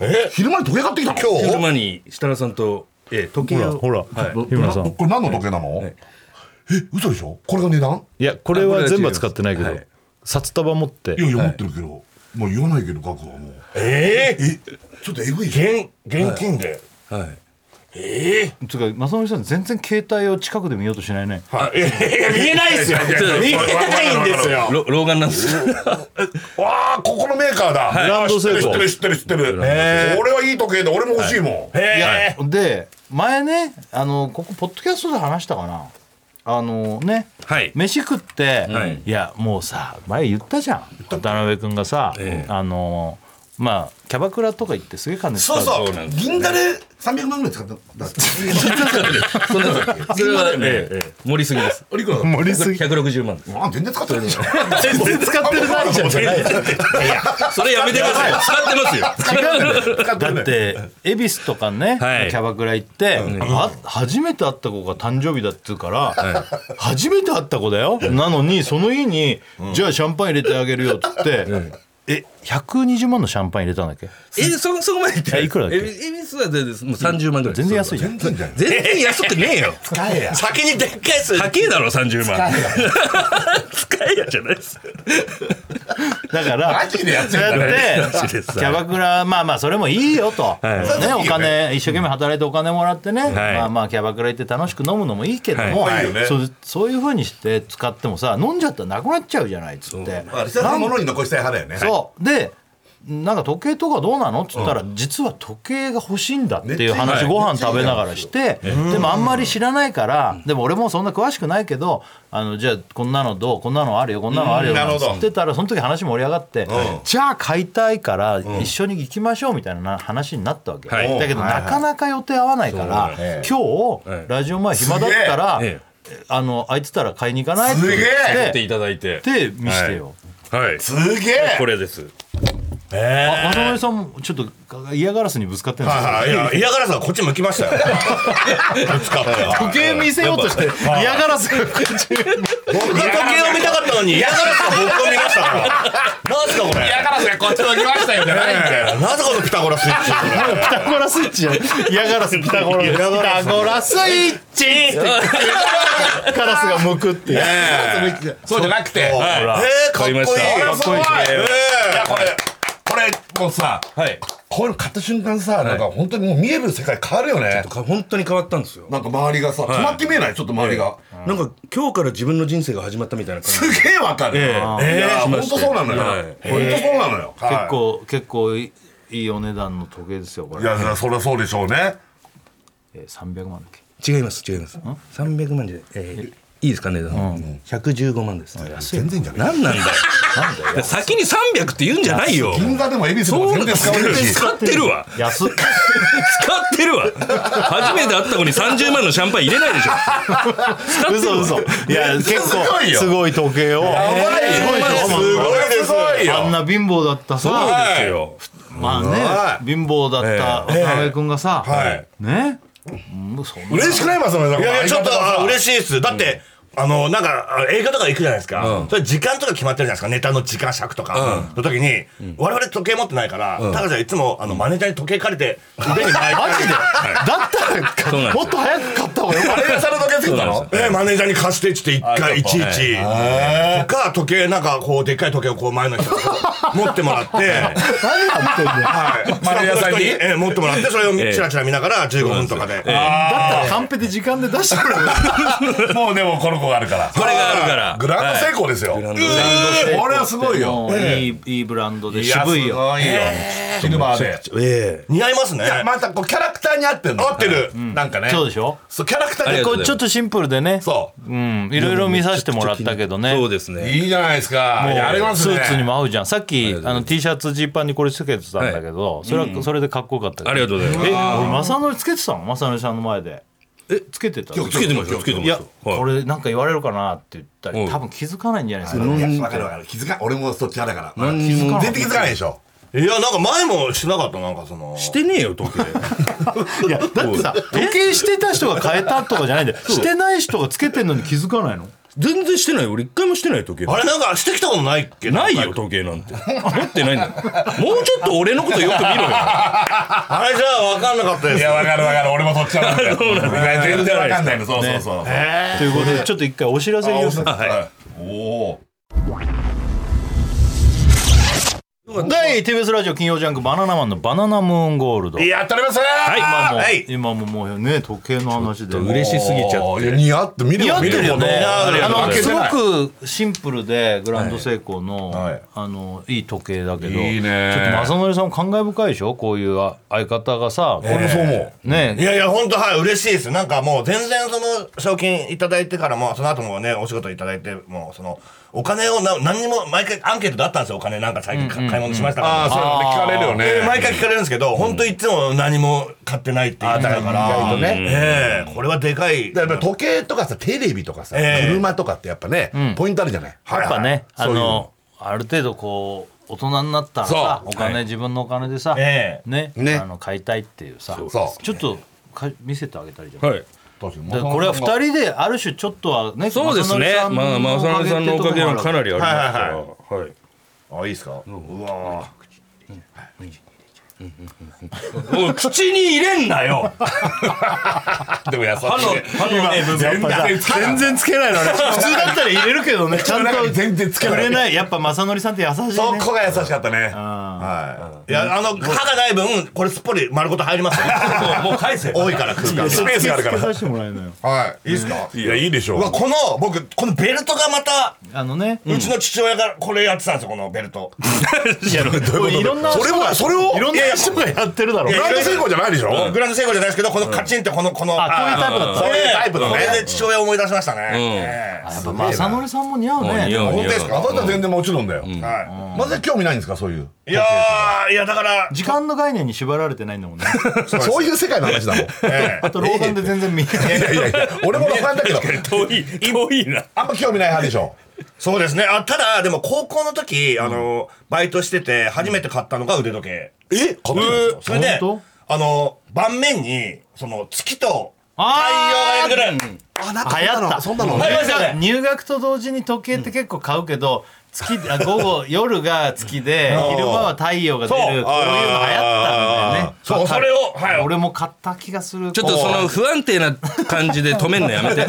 [SPEAKER 4] え
[SPEAKER 2] 昼間に時計買ってきたの
[SPEAKER 4] 今日
[SPEAKER 3] 昼間に設楽さんと、えー、時計を
[SPEAKER 1] ほら
[SPEAKER 3] はい、
[SPEAKER 2] 日村さんこれ何の時計なの、え嘘でしょこれが値段
[SPEAKER 1] いやこ
[SPEAKER 3] れは全部は使ってないけどはい
[SPEAKER 1] 札束持って
[SPEAKER 2] いやいや持ってるけど、もう言わないけど額はもう
[SPEAKER 4] ええ
[SPEAKER 2] えちょっとえぐいじゃん
[SPEAKER 4] 現現金で
[SPEAKER 3] はい、
[SPEAKER 1] つうか正則さん全然携帯を近くで見ようとしないね
[SPEAKER 4] はいいや見えないで
[SPEAKER 3] *laughs*
[SPEAKER 4] すよ見えないんですよ
[SPEAKER 3] ろ老眼なんです
[SPEAKER 2] わあここのメーカーだ、
[SPEAKER 1] いランドセル
[SPEAKER 2] 知ってる知ってる知ってる知ってる、え俺はいい時計で俺も欲しいもん、
[SPEAKER 4] ええ
[SPEAKER 1] で前ねあのここポッドキャストで話したかなあのね、
[SPEAKER 3] はい
[SPEAKER 1] 飯食って、
[SPEAKER 3] はい
[SPEAKER 1] い、やもうさ前言ったじゃん渡辺君がさ、
[SPEAKER 3] ええ
[SPEAKER 1] あのまあキャバクラとか行ってすげえ金使
[SPEAKER 2] そうそう
[SPEAKER 3] そうなんです
[SPEAKER 2] 銀座で300万ぐらい使ったんだっけ
[SPEAKER 3] そんなことそれは、ええええ盛りすぎです。
[SPEAKER 2] おいくらだ
[SPEAKER 1] 盛りすぎ
[SPEAKER 3] 160万です。
[SPEAKER 2] あ全然使ってないじゃん
[SPEAKER 1] 全然使って
[SPEAKER 2] *laughs*
[SPEAKER 1] るないじゃんじゃない
[SPEAKER 3] それやめてください。 *laughs* 使ってますよ。
[SPEAKER 2] 使って
[SPEAKER 1] だ
[SPEAKER 2] ない *laughs*
[SPEAKER 1] って恵比寿とかね、
[SPEAKER 3] はい
[SPEAKER 1] キャバクラ行って、あ初めて会った子が誕生日だっつうから、初めて会った子だよなのにその日に、じゃあシャンパン入れてあげるよっつって、え120万のシャンパン入れたんだっけ
[SPEAKER 3] え、そ、そこまで言って
[SPEAKER 1] えいくらだっけ
[SPEAKER 3] ええびすは全然、もう30万ぐらい。
[SPEAKER 1] 全然安い
[SPEAKER 3] い。
[SPEAKER 1] じゃん
[SPEAKER 2] 全然じゃん
[SPEAKER 3] 全然安くねえよ。
[SPEAKER 2] 使えや
[SPEAKER 4] 先にでっかい数
[SPEAKER 3] 高えだろ、30万。使えやじゃないです。
[SPEAKER 1] だから
[SPEAKER 2] マジでやってん
[SPEAKER 1] そう
[SPEAKER 2] だね
[SPEAKER 1] やって
[SPEAKER 3] マジ
[SPEAKER 1] キ
[SPEAKER 3] です
[SPEAKER 1] ャバクラまあまあそれもいいよと、
[SPEAKER 3] はい
[SPEAKER 1] ね、お金一生懸命働いてお金もらってね、まあまあキャバクラ行って楽しく飲むのもいいけども、
[SPEAKER 2] はいはいいいよね
[SPEAKER 1] そうそういうふうにして使ってもさ飲んじゃったらなくなっちゃうじゃないっつって。
[SPEAKER 2] まあリサさんのものに残したい派だよね
[SPEAKER 1] そうでなんか時計とかどうなのっつったら、実は時計が欲しいんだっていう
[SPEAKER 2] めっち
[SPEAKER 1] 話
[SPEAKER 2] ゃ
[SPEAKER 1] ご飯食べながらしてでもあんまり知らないからでも俺もそんな詳しくないけどあのじゃあこんなのどうこんなのあるよこんなのあるよ
[SPEAKER 2] うんなる
[SPEAKER 1] なん
[SPEAKER 2] ほ
[SPEAKER 1] て
[SPEAKER 2] ど
[SPEAKER 1] 言ってたらその時話盛り上がってじゃあ買いたいから一緒に行きましょうみたいな話になったわけ
[SPEAKER 3] はい
[SPEAKER 1] だけどなかなか予定合わないから
[SPEAKER 2] そうね
[SPEAKER 1] 今
[SPEAKER 3] ええ
[SPEAKER 1] 日ラジオ前暇だったら
[SPEAKER 3] すげえ
[SPEAKER 1] あの空いてたら買いに行かないって言っ
[SPEAKER 2] すげえ
[SPEAKER 3] やって
[SPEAKER 1] て
[SPEAKER 3] いただいて。
[SPEAKER 1] で見してよ。
[SPEAKER 3] はい。
[SPEAKER 2] すげえ
[SPEAKER 3] これです。
[SPEAKER 1] あ渡辺さんもちょっと嫌ガラスにぶつかってるんですよ
[SPEAKER 4] はいはい嫌がらせがこっち向きま *laughs* したよぶつかって
[SPEAKER 1] 時計見せようとして嫌がらせがこっち
[SPEAKER 4] 僕が時計を見たかったのに嫌がらせが僕を見ましたからなんすかこれ嫌がらせがこっち向きましたよじゃないんだよなぜこのピタゴラスイッチ
[SPEAKER 1] ピタゴラスイッチじゃない嫌がらせピタゴラピタゴラスイッチカラスが向くっていう
[SPEAKER 2] そうじゃなくて
[SPEAKER 4] えーかっこい
[SPEAKER 3] 買
[SPEAKER 4] い
[SPEAKER 3] いました
[SPEAKER 2] これすごい
[SPEAKER 1] かっこいい
[SPEAKER 2] えーいやこれこれ代もさ、
[SPEAKER 3] はい
[SPEAKER 2] こういうの買った瞬間さ、なんか本当にもう見える世界変わるよね。
[SPEAKER 3] か本当に変わったんですよ
[SPEAKER 2] なんか周りがさ、止まって見えない、ちょっと周りが。
[SPEAKER 3] なんか今日から自分の人生が始まったみたいな感じ
[SPEAKER 2] すげえわかる。
[SPEAKER 3] ええ
[SPEAKER 2] いや、
[SPEAKER 3] し
[SPEAKER 2] 本
[SPEAKER 3] ま
[SPEAKER 2] 当
[SPEAKER 3] して
[SPEAKER 2] そうなのよ。
[SPEAKER 3] はい
[SPEAKER 2] 本当そうなのよ。はい
[SPEAKER 1] 結構結構いいお値段の時計ですよこ
[SPEAKER 2] い
[SPEAKER 1] れ、
[SPEAKER 2] や、そりゃそうでしょうね。
[SPEAKER 1] えー、300万だっけ
[SPEAKER 3] 違います違います300万で、えーいいですかね、115万です、
[SPEAKER 2] 全然じゃない。
[SPEAKER 3] 何なんだよ *laughs* 先に300って言うんじゃないよ
[SPEAKER 2] 銀座でも恵比寿でも
[SPEAKER 3] そう
[SPEAKER 2] 全
[SPEAKER 3] だ
[SPEAKER 2] 然使
[SPEAKER 3] 使
[SPEAKER 2] われるし。
[SPEAKER 3] ってるわ
[SPEAKER 1] 安っ
[SPEAKER 3] 使ってるわ初めて会った子に30万のシャンパン入れないでしょ
[SPEAKER 1] *laughs* 嘘嘘いや結構
[SPEAKER 2] すごいよ
[SPEAKER 1] すごい時計を
[SPEAKER 2] すごいです。
[SPEAKER 1] あんな貧乏だったさ
[SPEAKER 2] はい
[SPEAKER 3] よ
[SPEAKER 1] まあね貧乏だった渡辺君がさ、
[SPEAKER 2] はい
[SPEAKER 1] ねうんそんな
[SPEAKER 2] 嬉しくないますね。
[SPEAKER 4] いやいや、ちょっと、あ
[SPEAKER 2] しい。
[SPEAKER 4] 嬉しいです。だって、あの、なんか、あ映画とか行くじゃないですか。それ時間とか決まってるじゃないですか。ネタの時間尺とか。の時に、我々時計持ってないから、高橋はいつも、あの、マネージャーに時計借りて、腕に巻いて。マジで
[SPEAKER 1] だった
[SPEAKER 3] そうな
[SPEAKER 1] ら
[SPEAKER 3] んですよ
[SPEAKER 1] もっと早く買った方がよかっ
[SPEAKER 2] あれがされたけつけたの
[SPEAKER 4] えーマネージャーに貸してっつって一
[SPEAKER 3] あ
[SPEAKER 4] 回いちいち
[SPEAKER 2] へ
[SPEAKER 4] とか時計なんかこうでっかい時計をこう前の人にこう持ってもらってはい
[SPEAKER 2] マネージャーさんに
[SPEAKER 4] えー持ってもらってそれをチラチラ見ながら15分とかで
[SPEAKER 1] ただったらカンペで時間で出してくれよ
[SPEAKER 2] もうでもこの子があるから。
[SPEAKER 3] これがあるから
[SPEAKER 2] グランド成功ですよ。う
[SPEAKER 3] ランド
[SPEAKER 2] ーこれはすごいよ。
[SPEAKER 1] もういいいいブランドで渋い
[SPEAKER 2] す
[SPEAKER 1] よ
[SPEAKER 2] ごいよ。シルバーで。
[SPEAKER 3] え
[SPEAKER 4] 似合いますね
[SPEAKER 2] いやまたこうキャラクターに合ってるの
[SPEAKER 4] 合ってる
[SPEAKER 2] なんかね
[SPEAKER 1] そうでしょ
[SPEAKER 2] そうキャラクター
[SPEAKER 3] あり
[SPEAKER 2] で
[SPEAKER 3] が
[SPEAKER 2] こと
[SPEAKER 1] こ
[SPEAKER 3] う
[SPEAKER 1] れちょっとシンプルでね
[SPEAKER 2] うそ
[SPEAKER 1] うんいろいろ見させてもらったけど
[SPEAKER 3] え
[SPEAKER 1] ね
[SPEAKER 3] そうです
[SPEAKER 2] う
[SPEAKER 3] ね
[SPEAKER 2] いいじゃないですか
[SPEAKER 1] もう
[SPEAKER 2] やりますね
[SPEAKER 1] スーツにも合うじゃんさっきあの T シャツジーパンにこれつけてたんだけど、それはそれでかっこよかったけど
[SPEAKER 3] ありがとうございます
[SPEAKER 1] え俺正則つけてたの正則さんの前でえつけてた
[SPEAKER 3] つけてますよつけてま
[SPEAKER 1] い
[SPEAKER 3] す
[SPEAKER 1] や
[SPEAKER 3] よ、
[SPEAKER 1] こ
[SPEAKER 3] はい
[SPEAKER 1] れなんか言われるかなって言ったり
[SPEAKER 3] うん
[SPEAKER 1] 多分気づかないんじゃないですか、
[SPEAKER 2] いやわかるわかる気づか俺もそっち派だから
[SPEAKER 3] 何にも
[SPEAKER 2] 全然気づかないでしょ
[SPEAKER 4] いやなんか前もしなかったなんかその
[SPEAKER 3] してねえよ時計
[SPEAKER 1] いやだってさ時計してた人が変えたとかじゃないんだよしてない人がつけてんのに気づかないの
[SPEAKER 3] 全然してないよ俺一回もしてない時計
[SPEAKER 4] あれなんかしてきたことないっけ
[SPEAKER 3] ない
[SPEAKER 4] ん
[SPEAKER 3] よ
[SPEAKER 4] か
[SPEAKER 3] 時計なんて持ってないんだよもうちょっと俺のことよく見ろよ
[SPEAKER 4] あれじゃあ分かんなかったです
[SPEAKER 2] いやわかるわかる俺もそっち派だからいや全然わかんないのそうそうそう
[SPEAKER 1] という
[SPEAKER 2] *laughs*
[SPEAKER 1] ことでちょっと一回お知らせ
[SPEAKER 2] あ
[SPEAKER 1] 言います
[SPEAKER 2] はいおお
[SPEAKER 1] 第 TBS ラジオ金曜ジャンク「バナナマンのバナナムーンゴールド」
[SPEAKER 2] やっておりますはい
[SPEAKER 1] 今もう、
[SPEAKER 2] はい
[SPEAKER 1] 今ももうね時計の話で
[SPEAKER 3] 嬉しすぎちゃって
[SPEAKER 2] て似合って見る
[SPEAKER 1] 似合ってるよね
[SPEAKER 2] あ
[SPEAKER 1] あの
[SPEAKER 2] の
[SPEAKER 1] す
[SPEAKER 2] すごく
[SPEAKER 1] ごくシンプルでグランドセイコーの,、
[SPEAKER 2] はいはい
[SPEAKER 1] あのいい時計だけど
[SPEAKER 2] いいね
[SPEAKER 1] ちょっと正則さんも感慨深いでしょこういう相方がさ、
[SPEAKER 2] 俺もそう思う
[SPEAKER 4] い
[SPEAKER 1] ね
[SPEAKER 4] やいや、本当はい、嬉しいです。なんかもう全然その賞金いただいてからも、その後もね、お仕事いただいて、もうその、お金をな何にも、毎回アンケートであったんですよ、お金なんか最近か買い物しましたから。
[SPEAKER 2] ああそういうのね聞かれるよ
[SPEAKER 4] で
[SPEAKER 2] ね
[SPEAKER 4] 毎回聞かれるんですけど、本当いつも何も買ってないって言ってたから、
[SPEAKER 2] ね
[SPEAKER 4] ええこれはでかい。
[SPEAKER 2] だからやっぱ時計とかさテレビとかさ、
[SPEAKER 4] ええ
[SPEAKER 2] 車とかってやっぱね、ポイントあるじゃない
[SPEAKER 1] やっぱねあ
[SPEAKER 2] そういう
[SPEAKER 1] のある程度こう大人になったらさ
[SPEAKER 2] そう
[SPEAKER 1] お金、自分のお金でさ、
[SPEAKER 4] ええ
[SPEAKER 1] ね
[SPEAKER 2] ね
[SPEAKER 1] あの買いたいっていうさ
[SPEAKER 2] そう
[SPEAKER 1] ちょっとか見せてあげたりじゃん、
[SPEAKER 3] はい
[SPEAKER 1] だからこれは二人である種ちょっとはね
[SPEAKER 3] そうですね
[SPEAKER 1] 正則
[SPEAKER 3] まあまあ
[SPEAKER 1] お
[SPEAKER 3] 正
[SPEAKER 1] か
[SPEAKER 3] 成
[SPEAKER 1] げ
[SPEAKER 3] さんのおかげはかな
[SPEAKER 1] り
[SPEAKER 3] りありますからはい、
[SPEAKER 4] あ、いいですかうわ
[SPEAKER 3] おい口に入れんな *laughs* よ
[SPEAKER 2] でも優しい
[SPEAKER 3] 歯の歯のね部分
[SPEAKER 1] 全然つけないのね普通だったら入れるけどねちゃん
[SPEAKER 2] 中
[SPEAKER 1] と
[SPEAKER 2] に全然つけない
[SPEAKER 1] 触れないやっぱ正則さんって優しいね
[SPEAKER 2] そこが優しかったね
[SPEAKER 4] はい。いや、あの、歯がない分、これすっぽり丸ごと入り
[SPEAKER 2] *laughs*
[SPEAKER 4] ますよ。
[SPEAKER 3] もう返せ
[SPEAKER 4] 多いから空間が。
[SPEAKER 2] スペースがあるから
[SPEAKER 1] させてもらえないのよ
[SPEAKER 2] はいいいですかいやいいでしょ
[SPEAKER 4] うわ、この、僕、このベルトがまた、
[SPEAKER 1] あのね
[SPEAKER 4] うちの父親がこれやってたんですよ、このベル *laughs* ト。
[SPEAKER 1] もういろんな
[SPEAKER 2] それはそれを
[SPEAKER 1] いろんな人がやってるだろう
[SPEAKER 2] ブランド成功じゃないでしょ、
[SPEAKER 4] グランド成功じゃないですけど、このカチンってこの、この、
[SPEAKER 1] あこういうタイプだった
[SPEAKER 2] そういうタイプのね
[SPEAKER 4] これで父親を思い出しましたね。ええ
[SPEAKER 1] やっぱ正則さんも似合うね
[SPEAKER 3] 似合う
[SPEAKER 2] 本当ですかあなたは全然もちろんだよ、ま
[SPEAKER 4] は
[SPEAKER 2] ず興味ないんですかそういう
[SPEAKER 4] い。いやー、いやだから、
[SPEAKER 1] 時間の概念に縛られてないんだもんね
[SPEAKER 2] そういう世界の話 *laughs* だもんい
[SPEAKER 4] え
[SPEAKER 1] あと老眼で全然見えない
[SPEAKER 2] やいやいや俺も分かんだけど
[SPEAKER 3] 遠い遠いな
[SPEAKER 2] あんま興味ない派でしょ
[SPEAKER 4] えそうですね。あ、ただ、でも高校の時、あの、バイトしてて、初めて買ったのが腕時計。
[SPEAKER 2] え買ってる
[SPEAKER 4] それで
[SPEAKER 1] 本、
[SPEAKER 4] あの、盤面に、その、月と
[SPEAKER 1] あー
[SPEAKER 4] 太陽がいるぐらい。
[SPEAKER 2] あなん
[SPEAKER 1] 流行った
[SPEAKER 2] そんなのそんなの
[SPEAKER 4] 流行りました
[SPEAKER 1] 入
[SPEAKER 4] ね
[SPEAKER 1] 学入学と同時に時計って結構買うけど、月あ午後夜が月で
[SPEAKER 2] ん
[SPEAKER 1] 昼間は太陽が出るこういうの流行ったんだよね
[SPEAKER 4] そうそれをはい
[SPEAKER 1] 俺も買った気がする
[SPEAKER 3] ちょっとその不安定な感じで止めんのやめ *laughs* て。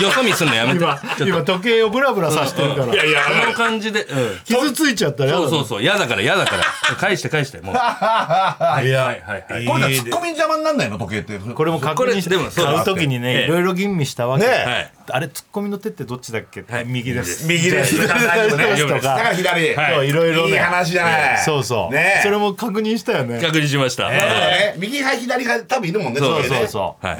[SPEAKER 3] 横見すんのやめて。
[SPEAKER 1] 今
[SPEAKER 3] *laughs*
[SPEAKER 1] 今時計をブラブラさしてるから
[SPEAKER 4] いやいや
[SPEAKER 3] あの感じで、うん。
[SPEAKER 1] 傷ついちゃった
[SPEAKER 3] そ
[SPEAKER 1] よ
[SPEAKER 3] うそうそう、嫌だから嫌だから。返して返して、 *laughs* もう。
[SPEAKER 4] いやはいはい
[SPEAKER 2] これじゃ
[SPEAKER 4] い
[SPEAKER 2] ツッコミ邪魔になんないの時計って
[SPEAKER 1] これも確認して
[SPEAKER 3] これでもそう
[SPEAKER 1] 買う時にねいろいろ吟味したわけ、
[SPEAKER 2] ねえ
[SPEAKER 3] はい。
[SPEAKER 1] あれツッコミの手ってどっちだっけ、
[SPEAKER 3] はい
[SPEAKER 1] 右です
[SPEAKER 4] 右です
[SPEAKER 1] *laughs* 大丈夫ですと
[SPEAKER 2] だ
[SPEAKER 1] か
[SPEAKER 2] か
[SPEAKER 1] ら
[SPEAKER 2] 左
[SPEAKER 1] そういろいろね
[SPEAKER 2] いい話じゃない
[SPEAKER 1] そうそう、
[SPEAKER 2] ねえ
[SPEAKER 1] それも確認したよね
[SPEAKER 3] 確認しました。
[SPEAKER 2] そうだ
[SPEAKER 3] は
[SPEAKER 2] ね右派左派多分いるもんね
[SPEAKER 1] そう
[SPEAKER 2] 時計ね
[SPEAKER 1] そうそう、
[SPEAKER 3] い。
[SPEAKER 2] うん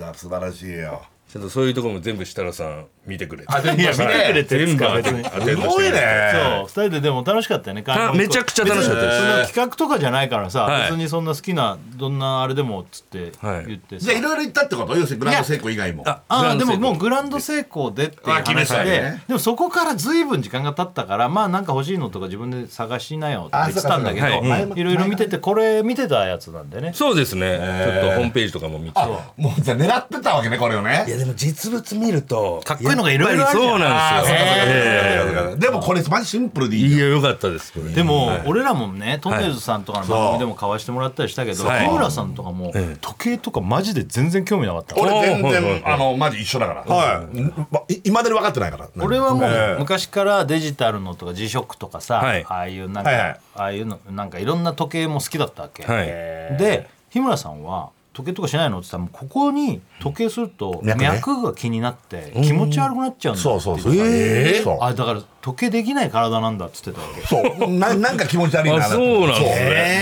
[SPEAKER 2] いや素晴らしいよ
[SPEAKER 3] ちょっとそういうところも全部設楽さん見てくれて。
[SPEAKER 2] あでも
[SPEAKER 1] いや見てくれてるんです
[SPEAKER 3] 全部
[SPEAKER 1] か
[SPEAKER 3] 当
[SPEAKER 1] 別
[SPEAKER 3] て
[SPEAKER 1] に
[SPEAKER 3] 当て
[SPEAKER 2] す
[SPEAKER 3] まし
[SPEAKER 2] ごい
[SPEAKER 1] そう
[SPEAKER 2] ね
[SPEAKER 1] 二人ででも楽しかったよね
[SPEAKER 3] た。あめちゃくちゃ楽しかったで
[SPEAKER 1] そ
[SPEAKER 3] す。
[SPEAKER 1] んな企画とかじゃないからさ、
[SPEAKER 3] はい
[SPEAKER 1] 別にそんな好きなどんなあれでもっつって
[SPEAKER 3] はい
[SPEAKER 1] 言って
[SPEAKER 2] じ
[SPEAKER 1] さ、
[SPEAKER 2] ゃあいろいろ言ったってこと要するにグランド成功以外も
[SPEAKER 3] あ
[SPEAKER 1] ああ
[SPEAKER 3] グ
[SPEAKER 1] で
[SPEAKER 3] ランド
[SPEAKER 1] も
[SPEAKER 3] セブン
[SPEAKER 1] もうグランド成功でっていう
[SPEAKER 2] あ決め
[SPEAKER 1] 話
[SPEAKER 2] た
[SPEAKER 1] で、
[SPEAKER 2] ね
[SPEAKER 1] でもそこから随分時間が経ったからまあなんか欲しいのとか自分で探しなよって言ってたんだけど、
[SPEAKER 3] あそうかそうか
[SPEAKER 1] はいいろいろ見ててこれ見てたやつなんでね
[SPEAKER 3] そうですね。ちょっとホームページとかも見て。
[SPEAKER 2] もうじゃあ狙ってたわけねこれをね
[SPEAKER 3] いやでも実物見ると
[SPEAKER 1] かっこいいのがいろいろあるじゃん
[SPEAKER 3] そうなんですよ。え
[SPEAKER 2] でもこれマジシンプルでい
[SPEAKER 3] え
[SPEAKER 2] い
[SPEAKER 3] い
[SPEAKER 2] よ
[SPEAKER 3] やよかったです。これ
[SPEAKER 1] でも、俺らもねトンネルズさんとかの番組でも買わしてもらったりしたけど
[SPEAKER 3] そう
[SPEAKER 1] 日村さんとかも
[SPEAKER 3] ええ
[SPEAKER 1] 時計とかマジで全然興味なかった
[SPEAKER 2] 俺全
[SPEAKER 3] はいはい
[SPEAKER 2] 然
[SPEAKER 3] はい
[SPEAKER 2] あのマジ一緒だからはいまいまだに分かってないから
[SPEAKER 1] 俺はも
[SPEAKER 2] え
[SPEAKER 1] う
[SPEAKER 2] え
[SPEAKER 1] 昔からデジタルのとか G-SHOCK とかさ、
[SPEAKER 3] はい
[SPEAKER 1] ああいうなんか、
[SPEAKER 2] はいはい
[SPEAKER 1] ああいうのなんかいろんな時計も好きだったわけ、
[SPEAKER 3] はい
[SPEAKER 1] で日村さんは時計とかしないのって言ったらもうここに時計すると
[SPEAKER 2] 脈ね
[SPEAKER 1] 脈が気になって気持ち悪くなっちゃうんだって
[SPEAKER 2] そうそうそう
[SPEAKER 1] 言って
[SPEAKER 2] ええ
[SPEAKER 1] たあだから時計できない体なんだっつってたわけ
[SPEAKER 2] そう *laughs* ななんか気持ち悪いな
[SPEAKER 3] あそうなんですね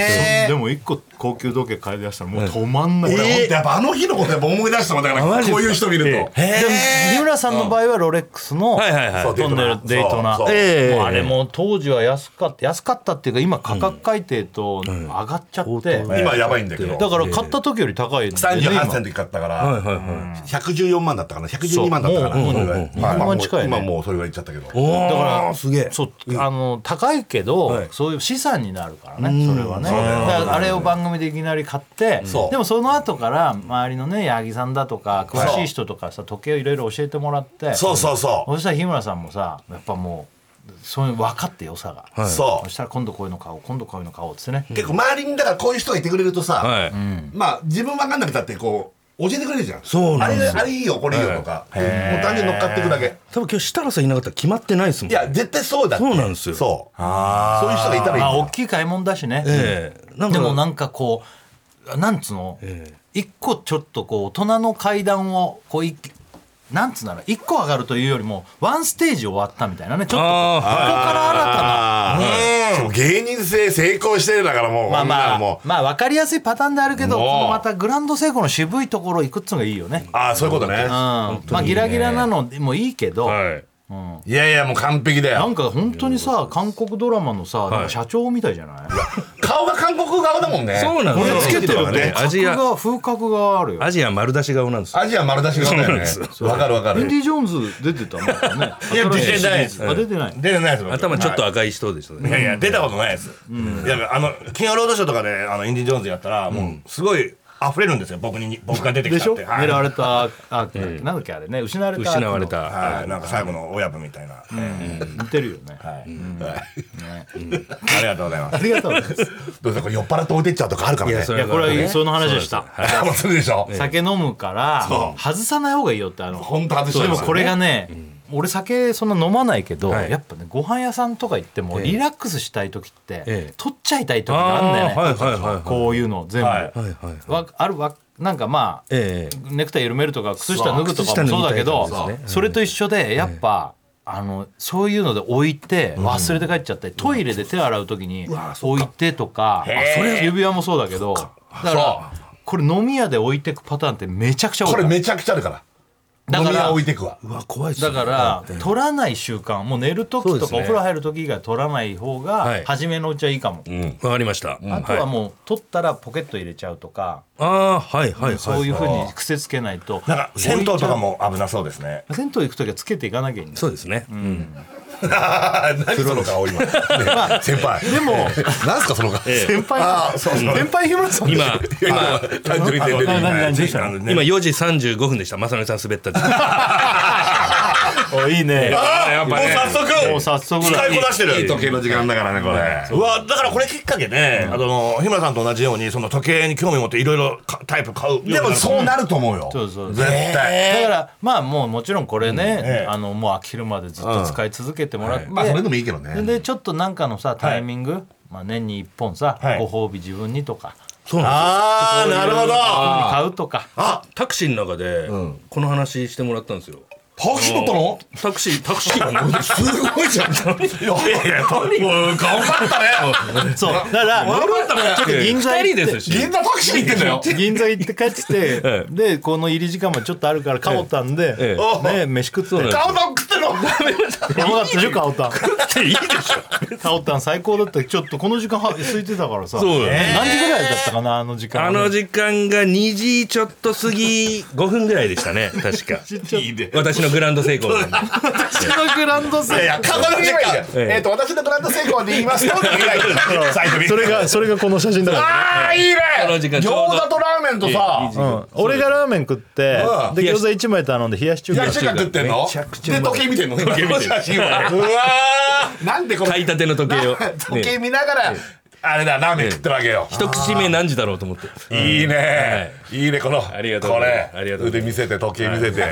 [SPEAKER 1] でも一個高級時計買い出したらもう止まんない、
[SPEAKER 2] 俺ほんとやっぱあの日のことやっぱ思い出したもんだからこういう人見ると
[SPEAKER 1] でも三浦さんの場合はロレックスの
[SPEAKER 3] はいはいはい
[SPEAKER 1] 飛んでるデイトナ
[SPEAKER 2] そうそう
[SPEAKER 3] ええ
[SPEAKER 1] もうあれも当時は安かった安かったっていうか今価格改定と上がっちゃって
[SPEAKER 2] ええ今やばいんだけど
[SPEAKER 1] だから買った時より高いんだよね今
[SPEAKER 2] 38歳の時買ったから、
[SPEAKER 3] はいはいは
[SPEAKER 2] 114万だったかな112万だったかな
[SPEAKER 1] そうもう
[SPEAKER 2] それぐらい
[SPEAKER 1] うん
[SPEAKER 2] はい
[SPEAKER 1] 200万近いね
[SPEAKER 2] 今もうそれぐらいいっちゃったけど
[SPEAKER 3] い。だ
[SPEAKER 1] から
[SPEAKER 3] すげえ。
[SPEAKER 1] そうあの高いけど、
[SPEAKER 3] はい
[SPEAKER 1] そういう資産になるからねそれはねだからあれを番組でいきなり買って
[SPEAKER 2] そう
[SPEAKER 1] でもその後から周りのね八木さんだとか詳しい人とかさ時計をいろいろ教えてもらって
[SPEAKER 2] そうそうそう、
[SPEAKER 1] そしたら日村さんもさやっぱもうそういうの分かって良さが、
[SPEAKER 2] そ
[SPEAKER 1] そうしたら今度こういうの買おう今度こういうの買おうっつってね、
[SPEAKER 2] 結構周りにだからこういう人がいてくれるとさ、
[SPEAKER 3] はい。
[SPEAKER 2] まあ自分分かんなくたってこう教えてくれるじゃん
[SPEAKER 3] そうなんですよ
[SPEAKER 2] あれあれいいよこれいいよとか、もう単純に乗っかっていくだけ
[SPEAKER 3] 多分今日設楽さんいなかったら決まってないですもん。
[SPEAKER 2] いや絶対そうだって
[SPEAKER 3] そうなんですよ
[SPEAKER 2] そうそういう人がいたらいい
[SPEAKER 1] まあ
[SPEAKER 2] ん
[SPEAKER 1] 大
[SPEAKER 2] だ
[SPEAKER 1] きい買い物だしね、
[SPEAKER 3] ええなんか
[SPEAKER 1] でもなんかこうなんつうの、
[SPEAKER 3] ええ
[SPEAKER 1] 一個ちょっとこう大人の階段をこういなんつうなら一個上がるというよりもワンステージ終わったみたいなねちょっとこう
[SPEAKER 3] あ
[SPEAKER 1] ここから新たな
[SPEAKER 2] あ
[SPEAKER 3] ー
[SPEAKER 2] ーうん芸人性成功してるだからもう
[SPEAKER 1] まあまあ
[SPEAKER 2] こんなのもう
[SPEAKER 1] まあ分かりやすいパターンであるけど
[SPEAKER 2] もう
[SPEAKER 1] このまたグランド成功の渋いところ行くっつうのがいいよね、うん、
[SPEAKER 2] ああそういうことね
[SPEAKER 1] まあギラギラなのもいいけど、
[SPEAKER 3] はい。
[SPEAKER 2] いやいやもう完璧だ
[SPEAKER 1] な
[SPEAKER 2] よ
[SPEAKER 1] んか本当にさ韓国ドラマのさ、なんか社長みたいじゃない
[SPEAKER 2] 顔が韓国側だもんね
[SPEAKER 3] そうなんですよ。
[SPEAKER 2] これつけてるよね
[SPEAKER 3] アジ
[SPEAKER 1] 格
[SPEAKER 3] ア、
[SPEAKER 1] が風格があるよ
[SPEAKER 3] アジア丸出し顔なんですよ。
[SPEAKER 2] アジア丸出し側だよねわかるわか
[SPEAKER 1] イ
[SPEAKER 2] る
[SPEAKER 1] ンディ・ジョーンズ出てたもんね
[SPEAKER 4] いや出てな
[SPEAKER 1] 新
[SPEAKER 4] い
[SPEAKER 1] しシリーズあ出てない
[SPEAKER 4] 出てないです僕
[SPEAKER 3] 頭ちょっと赤い人でした
[SPEAKER 4] いやい
[SPEAKER 3] ね。
[SPEAKER 4] や、出たことないです。いや、あの、金曜ロードショーとかで、あの、インディ・ジョーンズやったら、もう、すごい、溢れるんですよ、僕に、僕が出てき
[SPEAKER 1] で
[SPEAKER 4] た
[SPEAKER 1] しょ
[SPEAKER 4] って。
[SPEAKER 1] 狙
[SPEAKER 4] はい
[SPEAKER 1] われたアークだっけなんだっけあれね失われたアーク
[SPEAKER 3] 失
[SPEAKER 1] の
[SPEAKER 3] われた。
[SPEAKER 4] はい、なんか最後の親分みたいな。え
[SPEAKER 1] 似てるよね
[SPEAKER 4] ーはいうんありがとうございます
[SPEAKER 1] あ。りがとうございます
[SPEAKER 2] どうせこれ酔っ払って置いてっちゃうとかあるからね
[SPEAKER 3] そ
[SPEAKER 1] いやこれはその話でし
[SPEAKER 3] そう
[SPEAKER 1] た
[SPEAKER 2] あもうそれでしょ
[SPEAKER 1] 酒飲むから
[SPEAKER 2] そう
[SPEAKER 1] 外さない方がいいよってあの
[SPEAKER 2] 本当外し
[SPEAKER 1] で
[SPEAKER 2] て
[SPEAKER 1] もこれがね俺酒そんな飲まないけど
[SPEAKER 3] はい
[SPEAKER 1] やっぱねご飯屋さんとか行ってもリラックスしたい時って
[SPEAKER 3] え
[SPEAKER 1] 取っちゃいたい時があんだよね
[SPEAKER 3] あーはいはいはいはい
[SPEAKER 1] こういうの全部
[SPEAKER 4] はい
[SPEAKER 3] はいはいはい。
[SPEAKER 1] わあるわなんかまあ
[SPEAKER 3] え
[SPEAKER 1] ネクタイ緩めるとか靴下脱ぐと
[SPEAKER 3] そう
[SPEAKER 1] かもそうだけど
[SPEAKER 3] 靴下脱ぎたいとかですね
[SPEAKER 1] それと一緒でやっぱ、あのそういうので置いて忘れて帰っちゃって、トイレで手洗う時に置いてとかあそれ指輪もそうだけどだからこれ飲み屋で置いてくパターンってめちゃくちゃ多い
[SPEAKER 2] これめちゃくちゃあるか
[SPEAKER 1] だ
[SPEAKER 2] ら
[SPEAKER 1] から
[SPEAKER 2] 飲み屋置いてくわ
[SPEAKER 3] えうわ怖いっす
[SPEAKER 1] だ
[SPEAKER 3] ね
[SPEAKER 1] から取らない習慣もう寝る時
[SPEAKER 3] そう
[SPEAKER 1] と
[SPEAKER 3] です
[SPEAKER 1] かお
[SPEAKER 3] ね
[SPEAKER 1] 風呂入る時以外取らない方
[SPEAKER 3] は
[SPEAKER 1] が
[SPEAKER 3] い
[SPEAKER 1] 初めのうちはいいかも、
[SPEAKER 3] わかりました。
[SPEAKER 1] あとは
[SPEAKER 3] はい
[SPEAKER 1] もう取ったらポケット入れちゃうとか、
[SPEAKER 3] ああはいはいはい。
[SPEAKER 1] そういうふうに癖つけないと
[SPEAKER 4] なんか、銭湯とかも危なそうですね。
[SPEAKER 1] 銭湯行く時はつけていかなきゃいいんだ
[SPEAKER 3] そうですね。
[SPEAKER 2] 何その顔今ね先輩でも何すかその顔
[SPEAKER 1] 先輩
[SPEAKER 2] あーそうそう
[SPEAKER 1] 先輩日村さん
[SPEAKER 3] 今
[SPEAKER 2] いや今単純に全然
[SPEAKER 1] 何何何
[SPEAKER 4] はい
[SPEAKER 1] どうした
[SPEAKER 4] あのね
[SPEAKER 3] 今4時35分でした。まさのりさん滑った時。
[SPEAKER 1] おいいね
[SPEAKER 3] あやっぱね
[SPEAKER 4] も
[SPEAKER 1] もう
[SPEAKER 4] う
[SPEAKER 1] 早
[SPEAKER 4] 早速
[SPEAKER 1] 速
[SPEAKER 4] 使
[SPEAKER 1] だ
[SPEAKER 4] いこなして
[SPEAKER 2] いい
[SPEAKER 4] る
[SPEAKER 2] 時計の時間だからねこれ
[SPEAKER 4] うわだからこれきっかけで、あの日村さんと同じようにその時計に興味持っていろいろタイプ買うようにな
[SPEAKER 2] で
[SPEAKER 4] る
[SPEAKER 2] もそうなると思うよ
[SPEAKER 1] そうそう
[SPEAKER 2] 絶対
[SPEAKER 1] だからまあもうもちろんこれね、
[SPEAKER 4] え
[SPEAKER 1] あのもう飽きるまでずっと使い続けてもらって、
[SPEAKER 2] まあそれでもいいけどね
[SPEAKER 1] でちょっとなんかのさタイミング、まあ、年に一本さ、
[SPEAKER 4] はい
[SPEAKER 1] ご褒美自分にとか
[SPEAKER 4] ああなるほど
[SPEAKER 1] 買うとか
[SPEAKER 3] タクシーの中でこの話してもらったんですよ
[SPEAKER 2] タクシー乗ったの
[SPEAKER 3] タクシータクシー
[SPEAKER 2] すごいじゃんいやいや
[SPEAKER 3] 頑張ったね
[SPEAKER 1] そうだからちょっと銀座行
[SPEAKER 3] 二人
[SPEAKER 1] っ
[SPEAKER 3] で
[SPEAKER 1] て
[SPEAKER 3] すし
[SPEAKER 2] 銀座タクシー行ってんだよ
[SPEAKER 1] 銀座行って帰ってきて、
[SPEAKER 3] ええ
[SPEAKER 1] でこの入り時間もちょっとあるからかおたんで、
[SPEAKER 3] え
[SPEAKER 1] ね飯食っとる
[SPEAKER 2] 顔の食っ
[SPEAKER 1] *laughs*
[SPEAKER 2] てろ
[SPEAKER 1] やばかったでしょかおたん
[SPEAKER 3] っていいでし
[SPEAKER 1] かおたん最高だったちょっとこの時間は空いてたからさ
[SPEAKER 3] そうだね
[SPEAKER 1] 何時ぐらいだったかなあの時
[SPEAKER 3] ょ
[SPEAKER 1] 間
[SPEAKER 3] あの時間が2時ちょっと過ぎ5分ぐらいでした
[SPEAKER 2] *laughs*
[SPEAKER 3] ね確か
[SPEAKER 2] いいね
[SPEAKER 3] 私のグランド成功なんで
[SPEAKER 1] 私のグランドセ
[SPEAKER 2] いや顔の時間
[SPEAKER 3] え
[SPEAKER 2] えっと私のグランド成功で言いますと最初に
[SPEAKER 1] それがそれがこの写真だから
[SPEAKER 2] ああいいね
[SPEAKER 3] この時間
[SPEAKER 2] 餃
[SPEAKER 3] ちょうど
[SPEAKER 2] 子とラーメンとさ
[SPEAKER 1] うん、俺がラーメン食って、
[SPEAKER 2] うん
[SPEAKER 1] で餃子1枚頼んで冷やし中華
[SPEAKER 2] 焼き中華食ってんの
[SPEAKER 1] めちゃくちゃ
[SPEAKER 2] で
[SPEAKER 1] うま
[SPEAKER 2] 時
[SPEAKER 1] い
[SPEAKER 2] 計見てんの時計見て写真をうわーなんでこの
[SPEAKER 3] 買いたての時計を
[SPEAKER 2] 時計見ながらあれだラーメン食ってるわけよ
[SPEAKER 3] 一口目何時だろうと思って
[SPEAKER 2] いいね、 *laughs* いいねこの
[SPEAKER 3] ありがとう
[SPEAKER 2] こ
[SPEAKER 3] ございま
[SPEAKER 2] れ
[SPEAKER 3] すありがとうござい
[SPEAKER 2] 腕見せて時計見せて、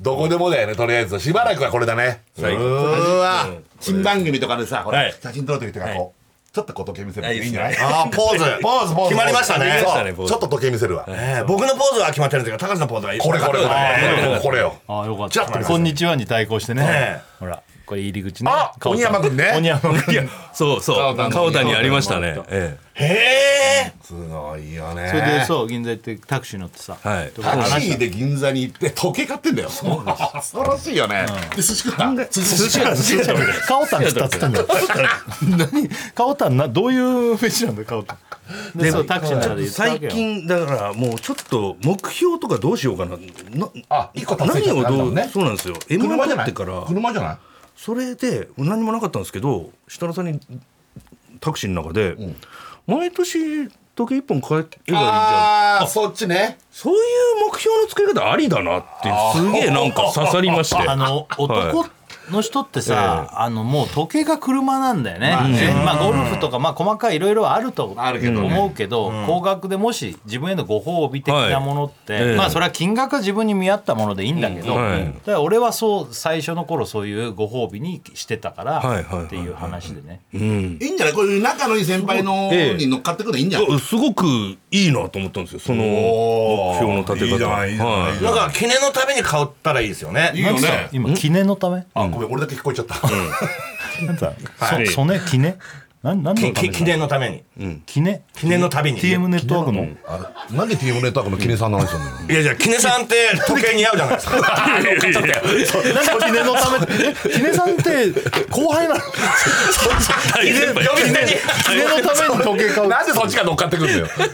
[SPEAKER 2] どこでもだよねとりあえずしばらくはこれだねう
[SPEAKER 3] 最高
[SPEAKER 2] ーわ、新番組とかでさほら、
[SPEAKER 3] はい
[SPEAKER 2] 写真撮る時とかこう、ちょっとこう時計見せる
[SPEAKER 3] はい
[SPEAKER 2] いいんじゃない
[SPEAKER 4] あーポーズ
[SPEAKER 2] ポーズポーズ
[SPEAKER 4] 決まりましたね
[SPEAKER 2] そう
[SPEAKER 3] 決まりましたねポーズ
[SPEAKER 2] ちょっと時計見せるわ、
[SPEAKER 4] えー僕のポーズは決まってるんですけど高橋のポーズが
[SPEAKER 2] これこれこれ、
[SPEAKER 4] え
[SPEAKER 2] これよ
[SPEAKER 1] ああよかっ
[SPEAKER 2] ちょ
[SPEAKER 1] た
[SPEAKER 2] っと
[SPEAKER 1] こんにちはに対抗してね
[SPEAKER 4] え
[SPEAKER 1] ほらこれ入り口ね
[SPEAKER 2] あ
[SPEAKER 1] 顔
[SPEAKER 2] 鬼山君ね
[SPEAKER 1] 鬼山君
[SPEAKER 3] そうそう
[SPEAKER 2] 川
[SPEAKER 3] 川
[SPEAKER 2] 谷
[SPEAKER 3] 谷ありましたねえ
[SPEAKER 4] ーへえ
[SPEAKER 2] すごいよね
[SPEAKER 1] それでそう銀座行ってタクシー乗ってさ、
[SPEAKER 3] はい
[SPEAKER 1] と
[SPEAKER 2] タ
[SPEAKER 1] 話
[SPEAKER 2] ク
[SPEAKER 1] した
[SPEAKER 2] シーで銀座に行って時計買ってんだよ恐ろしいよね、で寿司食った寿司食った
[SPEAKER 1] 違う *laughs* 違うカオタン食ったっつったんだよ *laughs* 何カオタンなどういう飯なんだよカオタンでそうタクシーの中で
[SPEAKER 3] え
[SPEAKER 1] 言ったわ
[SPEAKER 3] 最
[SPEAKER 1] けよ
[SPEAKER 3] 近だからもうちょっと目標とかどうしようかなな
[SPEAKER 2] あ一個達成
[SPEAKER 3] 何
[SPEAKER 2] した
[SPEAKER 3] を
[SPEAKER 2] んだ
[SPEAKER 3] ど
[SPEAKER 2] もん
[SPEAKER 3] う
[SPEAKER 2] ね
[SPEAKER 3] そうなんですよ M
[SPEAKER 2] 車じゃ
[SPEAKER 3] 1
[SPEAKER 2] な
[SPEAKER 3] っ
[SPEAKER 2] い
[SPEAKER 3] てから
[SPEAKER 2] 車じゃない
[SPEAKER 3] それで何もなかったんですけど設楽さんにタクシーの中で毎年時計一本買えばいいじゃん
[SPEAKER 2] ああそっちね
[SPEAKER 3] そういう目標の作り方ありだなってすげえなんか刺さりまして
[SPEAKER 1] あの男の人ってさ、あのもう時計が車なんだよね。でまあゴルフとかまあ細かいいろいろあると
[SPEAKER 2] あるけどね
[SPEAKER 1] 思うけど、高額でもし自分へのご褒美的なものって、
[SPEAKER 3] はいええ
[SPEAKER 1] まあそれは金額は自分に見合ったものでいいんだけど、
[SPEAKER 3] うんはい
[SPEAKER 1] だから俺はそう最初の頃そういうご褒美にしてたから、
[SPEAKER 3] はいはいはいはい
[SPEAKER 1] っていう話でね。
[SPEAKER 2] いいんじゃないこういう仲のいい先輩の
[SPEAKER 3] ええ
[SPEAKER 2] に乗っかってくのいいんじゃない
[SPEAKER 3] うんすごくいいなと思ったんですよその目標の立て方
[SPEAKER 2] いいじゃないいいじゃない
[SPEAKER 3] はい
[SPEAKER 4] なんか記念のために買ったらいいですよね
[SPEAKER 2] いいよね
[SPEAKER 1] 今記念のため？
[SPEAKER 2] あごめん俺だけ聞こえちゃった
[SPEAKER 1] なんだ。
[SPEAKER 3] い
[SPEAKER 1] そソネ記念？なん何の
[SPEAKER 4] き
[SPEAKER 1] ため
[SPEAKER 4] き
[SPEAKER 1] だ
[SPEAKER 4] 記念のために
[SPEAKER 1] 記念
[SPEAKER 4] 記念のために
[SPEAKER 1] TM ネットワークの
[SPEAKER 2] あれなんで TM ネットワークの記念さんの話すんのよ
[SPEAKER 4] いやじゃあ記念さんって時計似合うじゃないです
[SPEAKER 2] *laughs*
[SPEAKER 4] か
[SPEAKER 1] なんで記念のためってえ記念さんって後輩なの
[SPEAKER 3] 大先輩
[SPEAKER 4] 呼び捨てに
[SPEAKER 1] 記念のために時計買う
[SPEAKER 2] なんでそっちが乗っかってくるんだよ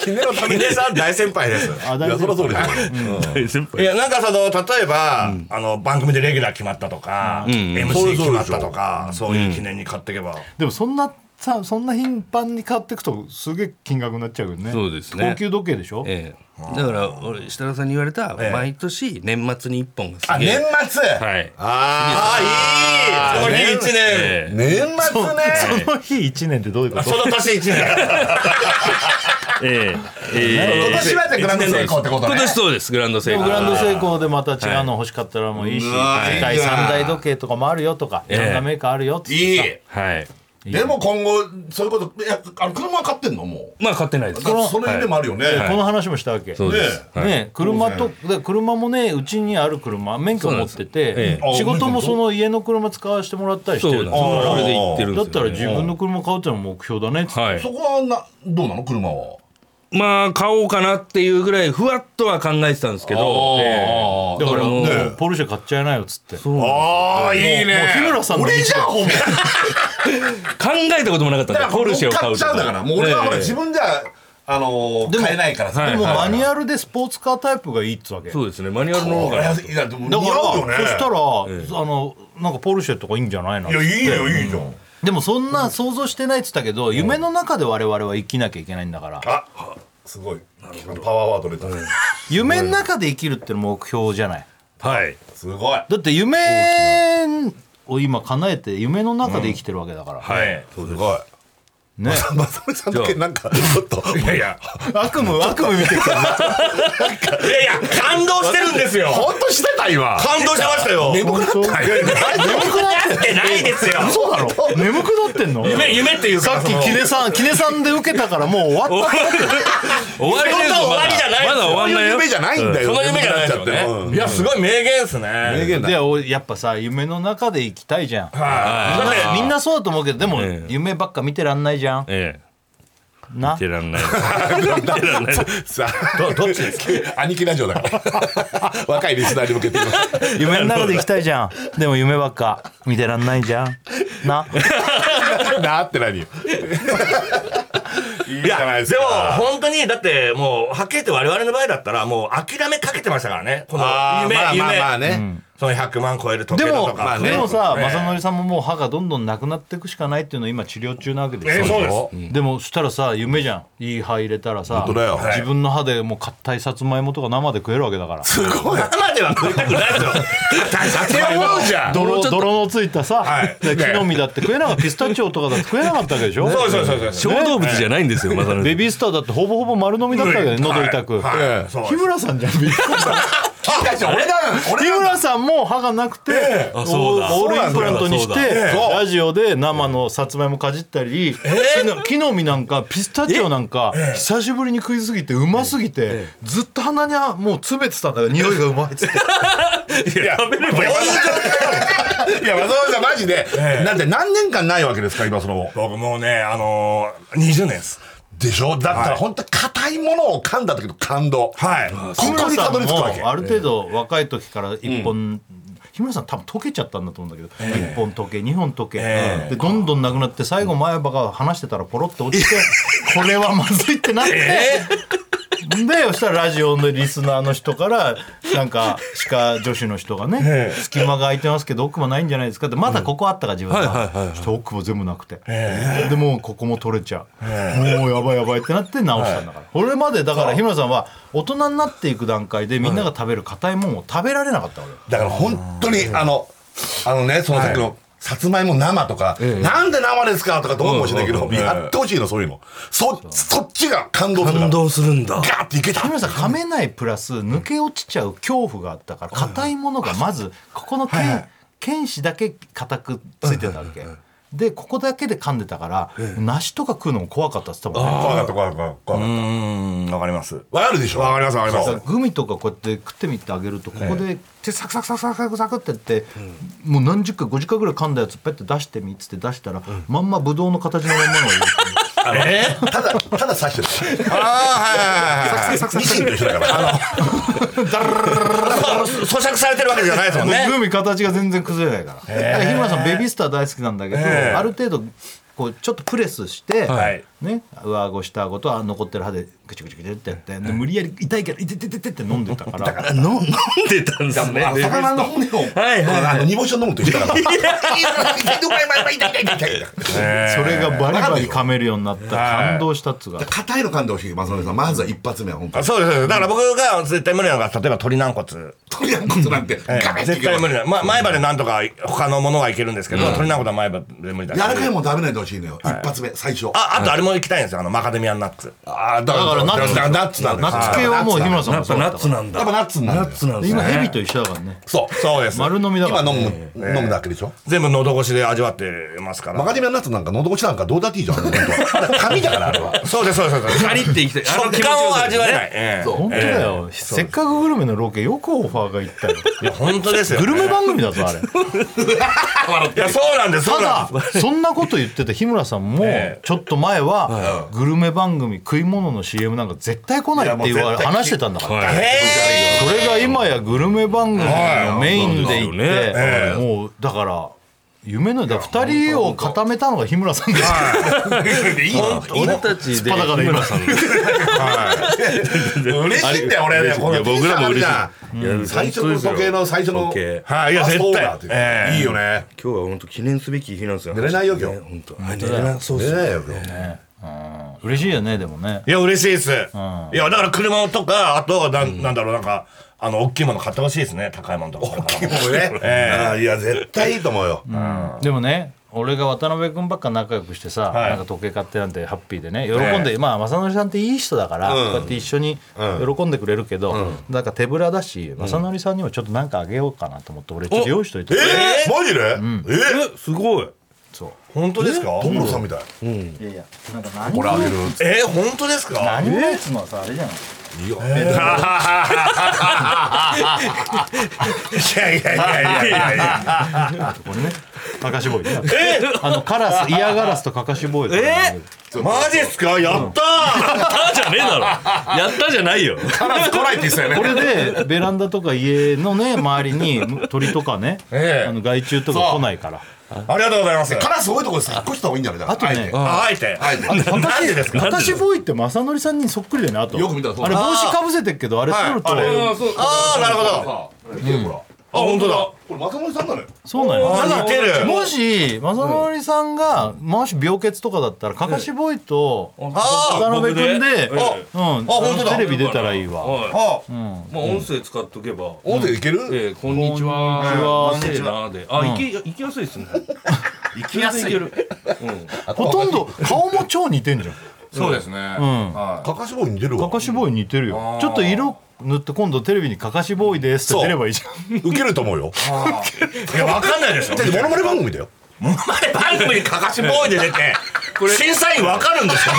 [SPEAKER 2] 記念のため
[SPEAKER 4] 記
[SPEAKER 2] にい
[SPEAKER 4] 念さん大先輩です
[SPEAKER 1] あ大
[SPEAKER 2] やそ
[SPEAKER 1] 丈
[SPEAKER 2] りゃ
[SPEAKER 1] 夫
[SPEAKER 2] そうですよ
[SPEAKER 3] 大先輩
[SPEAKER 4] いやなんかその例えば、あの番組でレギュラー決まったとか、MC 決まったとかそういう記念に買っていけば、
[SPEAKER 1] でもそんなさそんな頻繁に買ってくとすげえ金額になっちゃうよね
[SPEAKER 3] そうですね
[SPEAKER 1] 高級時計でしょ
[SPEAKER 3] ええだから俺設楽さんに言われた
[SPEAKER 4] ええ
[SPEAKER 3] 毎年年末に一本がす
[SPEAKER 2] あ
[SPEAKER 3] げえ
[SPEAKER 2] 年末
[SPEAKER 3] はい
[SPEAKER 2] あ
[SPEAKER 4] あいいその日一年、
[SPEAKER 3] え
[SPEAKER 2] ー年末ね
[SPEAKER 1] その日一年ってどういうこと
[SPEAKER 4] その年一年
[SPEAKER 3] えええ
[SPEAKER 2] 今年はじゃあグランド成功ってこと
[SPEAKER 3] 今
[SPEAKER 2] ね
[SPEAKER 3] 年そうですグランド成
[SPEAKER 1] でも
[SPEAKER 3] 功
[SPEAKER 1] グランド *laughs* 成功でまた違うの欲しかったらもういいし
[SPEAKER 2] うわ
[SPEAKER 1] 世
[SPEAKER 2] い
[SPEAKER 1] 界
[SPEAKER 2] いな
[SPEAKER 1] 三大時計とかもあるよとかい
[SPEAKER 3] ええ
[SPEAKER 1] ろんなメーカーあるよって
[SPEAKER 2] いい
[SPEAKER 3] はい
[SPEAKER 2] でも今後そういうこといやあの車は買ってんのも
[SPEAKER 3] まあ買ってないで
[SPEAKER 2] う
[SPEAKER 3] す
[SPEAKER 2] だからその夢もあるよね
[SPEAKER 1] この話もしたわけ
[SPEAKER 3] そうです、
[SPEAKER 2] ね
[SPEAKER 3] はい
[SPEAKER 1] ね、車とで車もねうちにある車免許持ってて
[SPEAKER 3] え
[SPEAKER 2] え
[SPEAKER 1] 仕事もその家の車使わせてもらったりし
[SPEAKER 3] そう
[SPEAKER 1] て
[SPEAKER 3] な
[SPEAKER 1] る
[SPEAKER 3] んです
[SPEAKER 1] だ
[SPEAKER 3] それで行ってるんですよ、ね、
[SPEAKER 1] ったら自分の車買うっていうのも目標だねっつって
[SPEAKER 3] はい
[SPEAKER 2] そこはなどうなの車は
[SPEAKER 3] まあ買おうかなっていうぐらいふわっとは考えてたんですけど、
[SPEAKER 2] あー
[SPEAKER 1] だからもう
[SPEAKER 3] ね
[SPEAKER 1] ポルシェ買っちゃいなよっつって
[SPEAKER 3] そうなんです
[SPEAKER 2] ああいいね
[SPEAKER 1] もう日村さんの道だ
[SPEAKER 2] 俺じゃんほぼ
[SPEAKER 3] 考えたこともなかったん
[SPEAKER 2] だか
[SPEAKER 3] で
[SPEAKER 2] ら
[SPEAKER 3] ポルシェを買う
[SPEAKER 2] ちゃうんだからもう俺はほら
[SPEAKER 3] ええ
[SPEAKER 2] 自分じゃあのー買えないからさ
[SPEAKER 3] は
[SPEAKER 1] で
[SPEAKER 3] い
[SPEAKER 1] もマニ
[SPEAKER 2] ア
[SPEAKER 1] ュアルでスポーツカータイプがいいっつわけだか
[SPEAKER 3] そうですねマニュアルの方
[SPEAKER 2] これ
[SPEAKER 3] が
[SPEAKER 2] いやでも似
[SPEAKER 1] ら
[SPEAKER 2] 合うよね
[SPEAKER 1] そしたら、
[SPEAKER 3] ええ
[SPEAKER 1] あのなんかポルシェとかいいんじゃないの
[SPEAKER 2] いやいいよいいじゃん
[SPEAKER 1] でもそんな想像してないっつったけど、夢の中で我々は生きなきゃいけないんだから
[SPEAKER 2] あすごいパワーワード出た
[SPEAKER 1] 夢の中で生きるってのも目標じゃない
[SPEAKER 3] はい。
[SPEAKER 4] すごい。
[SPEAKER 1] だって夢を今叶えて夢の中で生きてるわけだから、
[SPEAKER 3] はい。
[SPEAKER 2] すご *laughs* い。
[SPEAKER 1] ね
[SPEAKER 2] まさみさんだけなんか、ちょっ *laughs* と、
[SPEAKER 3] いやいや、
[SPEAKER 1] 悪夢悪夢見てきた
[SPEAKER 4] いやいや、感動してるんですよ。
[SPEAKER 2] ほんとしてた今。
[SPEAKER 4] 感動してましたよ。
[SPEAKER 2] 眠くなった。いやいや
[SPEAKER 4] 眠くなってないですよ。
[SPEAKER 1] そうだろ眠くなってんの
[SPEAKER 4] 夢、夢っていう
[SPEAKER 1] さ
[SPEAKER 4] か。
[SPEAKER 1] っきキネさんキネさんで受けたからもう終わった
[SPEAKER 3] 終わりだよ。
[SPEAKER 4] 仕事は終わりじゃない
[SPEAKER 3] まだ終わ
[SPEAKER 2] そうんい
[SPEAKER 3] ない
[SPEAKER 2] う *laughs*
[SPEAKER 3] よ。
[SPEAKER 2] 夢じゃないんだよ。
[SPEAKER 4] その夢じゃないです
[SPEAKER 2] 眠く
[SPEAKER 4] よ
[SPEAKER 2] なっちゃって
[SPEAKER 4] ね。いや、すごい名言ですね。
[SPEAKER 2] 名言だ。
[SPEAKER 1] でおやっぱさ夢の中で生きたいじゃん
[SPEAKER 4] はい。だっ
[SPEAKER 1] み
[SPEAKER 4] て
[SPEAKER 1] んなそうだと思うけどでも
[SPEAKER 3] ええ
[SPEAKER 1] 夢ばっか見てらんないじゃん
[SPEAKER 3] ええ、
[SPEAKER 1] な
[SPEAKER 3] 見てらんない。
[SPEAKER 2] さあ、どどっちですか *laughs* 兄貴ラジオだから。若いリスナーに向けて。
[SPEAKER 1] 夢の中で生きたいじゃんでも夢ばっか見てらんないじゃんな
[SPEAKER 2] *laughs* なあって何いい
[SPEAKER 4] い
[SPEAKER 2] じゃない
[SPEAKER 4] や、
[SPEAKER 2] です
[SPEAKER 4] でも
[SPEAKER 2] か。
[SPEAKER 4] 本当に、だってもう、はっきり言って我々の場合だったら、もう諦めかけてましたからね。この
[SPEAKER 2] あー
[SPEAKER 4] 夢、
[SPEAKER 2] まあまあまあ
[SPEAKER 4] 夢。
[SPEAKER 2] ね。
[SPEAKER 4] その100万超える時
[SPEAKER 1] で
[SPEAKER 4] 計だ
[SPEAKER 1] も
[SPEAKER 4] とか。
[SPEAKER 1] でもさ
[SPEAKER 4] ね
[SPEAKER 1] 正則さんももう歯がどんどんなくなっていくしかないっていうのを今治療中なわけで
[SPEAKER 4] え
[SPEAKER 1] す
[SPEAKER 4] えそうです
[SPEAKER 1] すでもしたらさ夢じゃんいい歯入れたらさ
[SPEAKER 2] 本当だよ
[SPEAKER 1] 自分の歯でもう硬いさつまいもとか生で食えるわけだから
[SPEAKER 2] すごい。
[SPEAKER 4] 生では食いたくない
[SPEAKER 2] *laughs*
[SPEAKER 4] ですよ。大丈
[SPEAKER 2] って思うじゃん。
[SPEAKER 1] 泥泥のついたさ、
[SPEAKER 4] はい
[SPEAKER 1] で木の実だって食えなかったピスタチオとかだって食えなかったわけでしょ、
[SPEAKER 4] 夫。そうそうそう
[SPEAKER 3] 小
[SPEAKER 4] そう。
[SPEAKER 3] 動 *laughs* 物じゃないんですよ、まさ
[SPEAKER 1] ベ
[SPEAKER 3] に。
[SPEAKER 1] ビースターだってほぼほぼ丸飲みだったわけで喉痛く、
[SPEAKER 4] はい
[SPEAKER 2] ええ
[SPEAKER 4] そう
[SPEAKER 1] 日村さんじゃんビッグ
[SPEAKER 2] あじゃあ俺だ
[SPEAKER 1] 日村さんも歯がなくて、
[SPEAKER 3] あそうだ
[SPEAKER 1] オールインプラントにして、
[SPEAKER 3] そうだ
[SPEAKER 2] だそう
[SPEAKER 1] ラジオで生のさつまいもかじったり、木の木の実なんかピスタチオなんか、久しぶりに食いすぎてうますぎて、ずっと鼻にはもうつべてたんだから匂いがうまいっつって
[SPEAKER 3] いや食べれば
[SPEAKER 2] い
[SPEAKER 3] いい。
[SPEAKER 2] や、松本さんマジで。なんて何年間ないわけですか、今その。
[SPEAKER 4] 僕もうね、あのー、20年です。
[SPEAKER 2] でしょだから本当硬いものを噛んだ時の感動。
[SPEAKER 4] はい。
[SPEAKER 2] ここにたどり着くわけ
[SPEAKER 1] も。ある程度若い時から一本、日村さん多分溶けちゃったんだと思うんだけど、一1本溶け2本溶け、
[SPEAKER 4] ええ
[SPEAKER 1] でどんどんなくなって最後前歯が離してたらポロッと落ちて、これはまずいってなって、でそしたらラジオのリスナーの人からなんか歯科助手の人がね、隙間が空いてますけど奥もないんじゃないですかってまだここあったから自分
[SPEAKER 3] はいはいはいは
[SPEAKER 1] の、そして奥も全部なくて、でもうここも取れちゃう、もうやばいやばいってなって直したんだから、これまでだから日村さんは大人になっていく段階でみんなが食べる硬いもんを食べられなかったわけよ
[SPEAKER 2] だから本当に、あの、あのね、そのさっきの、さつまいも生とか、なんで生ですかとかどうかもしれないけど、やってほしいの、そういうの。そ、そっちが感動するから。
[SPEAKER 3] 感動するんだ
[SPEAKER 2] ガ。ーっていけた
[SPEAKER 1] 日。村さん噛めないプラス抜け落ちちゃう恐怖があったから硬いものがまずここの剣,、剣歯だけ硬くついてたわけ、でここだけで噛んでたから、梨とか食うのも怖かったっつったもんね
[SPEAKER 2] 怖かった、怖かった、怖かっ
[SPEAKER 4] わかります。
[SPEAKER 2] た。わかるでしょ
[SPEAKER 4] わかりますわかりま
[SPEAKER 1] だ
[SPEAKER 4] す
[SPEAKER 1] からグミとかこうやって食ってみてあげるとここで手サクサクサクサクサクサクってやって、もう何十回50回ぐらい噛んだやつペッて出してみっつって出したら、まんまブドウの形のまんまの *laughs*
[SPEAKER 2] えただ、ただ刺して *laughs* る。
[SPEAKER 4] あ
[SPEAKER 2] サクサクサクサクミシンと一緒だから。
[SPEAKER 4] あ、はいはいはい。そう咀嚼されてるわけじゃないですもんね。
[SPEAKER 1] グミ形が全然崩れないから、だから日村さんベビースター大好きなんだけど、
[SPEAKER 4] えー
[SPEAKER 1] ある程度こうちょっとプレスして、
[SPEAKER 4] はい
[SPEAKER 1] ね、上顎下顎とあ残ってる歯でグチグチグチってやって、で無理やり痛いから「いてててて」って飲んでたから
[SPEAKER 3] 飲んでたんですね。
[SPEAKER 2] あ魚の骨を、
[SPEAKER 3] はいはい
[SPEAKER 2] あの煮干しを飲むと一緒だから。
[SPEAKER 1] それがバリバリ噛めるようになった
[SPEAKER 4] はい
[SPEAKER 1] 感動したっつうか
[SPEAKER 2] 硬いの噛んでほしい、松本さん。まずは一発目は本当
[SPEAKER 4] あ
[SPEAKER 2] に。
[SPEAKER 4] そうですそうですだから僕が絶対無理なのが例えば鶏軟骨、
[SPEAKER 2] とりあえずことなんて、
[SPEAKER 4] ええ
[SPEAKER 2] ガメってい
[SPEAKER 4] 絶
[SPEAKER 2] けば
[SPEAKER 4] 対無理な、ま、前歯でなんとか他のものはいけるんですけど、鶏軟骨は前歯で無理だし
[SPEAKER 2] 柔らかいもん食べないでほしいのよ。一発目、最初。
[SPEAKER 4] ああとあれも行きたいんですよあのマカデミアンナッツ
[SPEAKER 2] あーだ
[SPEAKER 1] だからナッツ
[SPEAKER 2] ナッツなんだ
[SPEAKER 1] ナッツ系はもう日村さん
[SPEAKER 3] や
[SPEAKER 1] も
[SPEAKER 3] っ
[SPEAKER 1] そう
[SPEAKER 3] ぱ
[SPEAKER 1] だ
[SPEAKER 3] ナ
[SPEAKER 1] っ
[SPEAKER 3] ッ
[SPEAKER 1] た
[SPEAKER 3] ツ
[SPEAKER 1] から
[SPEAKER 3] なんだ。
[SPEAKER 2] やっぱナッツなんだ
[SPEAKER 3] ナ
[SPEAKER 2] よ
[SPEAKER 3] ッツなんです
[SPEAKER 1] 今ヘビ
[SPEAKER 3] ね。
[SPEAKER 1] と一緒だからね
[SPEAKER 2] そう
[SPEAKER 4] そうです
[SPEAKER 1] 丸飲みだ
[SPEAKER 2] 今
[SPEAKER 1] から
[SPEAKER 2] 飲む、飲むだけでしょ
[SPEAKER 4] 全部喉越しで味わってますから
[SPEAKER 2] マカデミアナッツなんか喉越しなんかどうだっていいじゃん本当は紙だからあれは
[SPEAKER 4] そうですそうですそうです
[SPEAKER 3] カリっていきたい。
[SPEAKER 4] 食感を味わえない、ええ
[SPEAKER 2] そう
[SPEAKER 1] 本当だよ、せっかくグルメのロケよくオファーがいったよ
[SPEAKER 4] いや本当ですよ、
[SPEAKER 1] グルメ番組だぞあれ
[SPEAKER 4] いやそうなんですそうなん
[SPEAKER 1] た
[SPEAKER 4] です
[SPEAKER 1] だそんなこと言ってた日村さんも
[SPEAKER 4] ええ
[SPEAKER 1] ちょっと前はグルメ番組食い物の CM なんか絶対来ないって言われ話してたんだから
[SPEAKER 3] はい
[SPEAKER 4] へ
[SPEAKER 1] それが今やグルメ番組のメインでいっ
[SPEAKER 3] はい
[SPEAKER 1] てもうだから夢のだ2人を固めたのが日村さんです
[SPEAKER 3] 俺
[SPEAKER 1] *laughs*
[SPEAKER 3] たちで
[SPEAKER 1] 素っ裸で
[SPEAKER 3] 日村さんの。
[SPEAKER 2] 嬉しいんだよ俺ねこの
[SPEAKER 3] 僕らも嬉しい
[SPEAKER 2] い最初の時計の最初の
[SPEAKER 3] 時計
[SPEAKER 4] はいいや
[SPEAKER 2] あそうだ
[SPEAKER 4] 絶対
[SPEAKER 2] っていいよね
[SPEAKER 3] 今日は本当記念すべき日なんですよ。
[SPEAKER 2] 寝れないよ今日
[SPEAKER 3] ね本当。はい寝れない。そう
[SPEAKER 2] ね
[SPEAKER 3] ですね。
[SPEAKER 2] えよ
[SPEAKER 1] 嬉しいよねでもね
[SPEAKER 4] えいや嬉しいです、いやだから車とかあとなん,、なんだろうなんかあの、大きいもの買ってほしいですね、高いものとかこれからも。
[SPEAKER 2] もうね、あーいや絶対いいと思うよ、
[SPEAKER 1] でもね俺が渡辺君ばっか仲良くしてさ、
[SPEAKER 4] はい
[SPEAKER 1] なんか時計買ってなんてハッピーでね喜んで、まあ正則さんっていい人だから、こうやって一緒に喜んでくれるけど、なんか手ぶらだし正則さんにもちょっとなんかあげようかなと思って俺ちょっと用意しといて、
[SPEAKER 2] えー、マジで、え
[SPEAKER 3] えすごい
[SPEAKER 1] そう
[SPEAKER 4] 本当ですか
[SPEAKER 2] 小室さんみたい、
[SPEAKER 1] いやいやなんか何
[SPEAKER 2] これあげる
[SPEAKER 4] えー、本当ですか
[SPEAKER 1] 何もやつのはさあれじゃない
[SPEAKER 2] いや、
[SPEAKER 4] いやいやいやいやいや。
[SPEAKER 1] これねかかしボーイねあのカラス嫌がらすとかかしボーイからね
[SPEAKER 4] マジっすかやったー
[SPEAKER 3] たじゃねえだろやったじゃないよ
[SPEAKER 2] カラス来ないって言ってたよ
[SPEAKER 1] これでベランダとか家のね周りに鳥とかね、
[SPEAKER 4] ええ
[SPEAKER 1] あの害虫とか来ないから
[SPEAKER 4] ありがとうございます。
[SPEAKER 2] カラス多いところで引っ越した方がいいんじゃないだ
[SPEAKER 1] あとね
[SPEAKER 2] えて
[SPEAKER 4] ああえて。
[SPEAKER 2] あえて
[SPEAKER 4] なんでですか
[SPEAKER 1] かかしボーイって正則さんにそっくりだよねあと
[SPEAKER 2] よく見たそう
[SPEAKER 1] あれ帽子かぶせてっけどあれ取ると、
[SPEAKER 3] そう
[SPEAKER 4] ああ、なるほど。
[SPEAKER 2] あ見てほら
[SPEAKER 4] あ、本当だ。
[SPEAKER 2] これ正則さんなのよ
[SPEAKER 1] そうなんよ
[SPEAKER 4] あ似てる。
[SPEAKER 1] もし正則さんがもし病欠とかだったらかかしボーイと
[SPEAKER 4] あ
[SPEAKER 1] 渡辺君で、
[SPEAKER 3] 僕でええ
[SPEAKER 1] うんあ
[SPEAKER 4] 本当だ
[SPEAKER 1] テレビ出たらいいわ。
[SPEAKER 3] はい
[SPEAKER 4] あ、
[SPEAKER 3] まあ音声使っとけば
[SPEAKER 2] 大手いける、
[SPEAKER 3] えーこんにちは。
[SPEAKER 1] こんにち
[SPEAKER 3] は。で、あ、行き、行きやすいですね。 *laughs* 行きやすい。る。うん。
[SPEAKER 1] ほとんど顔も超似てんじゃん
[SPEAKER 5] そうですね。
[SPEAKER 1] ん
[SPEAKER 5] は
[SPEAKER 2] かかし棒に出るわ
[SPEAKER 1] かかしボーイ似てるよちょっと色塗って今度テレビに「かかしボーイです」って出ればいいじゃん
[SPEAKER 2] 受けると思うよ
[SPEAKER 4] いや、わかんないでしょ。
[SPEAKER 2] だってモノマネ番組だよ
[SPEAKER 4] モノマネ番組にかかしボーイで出て、審査員わかるんですか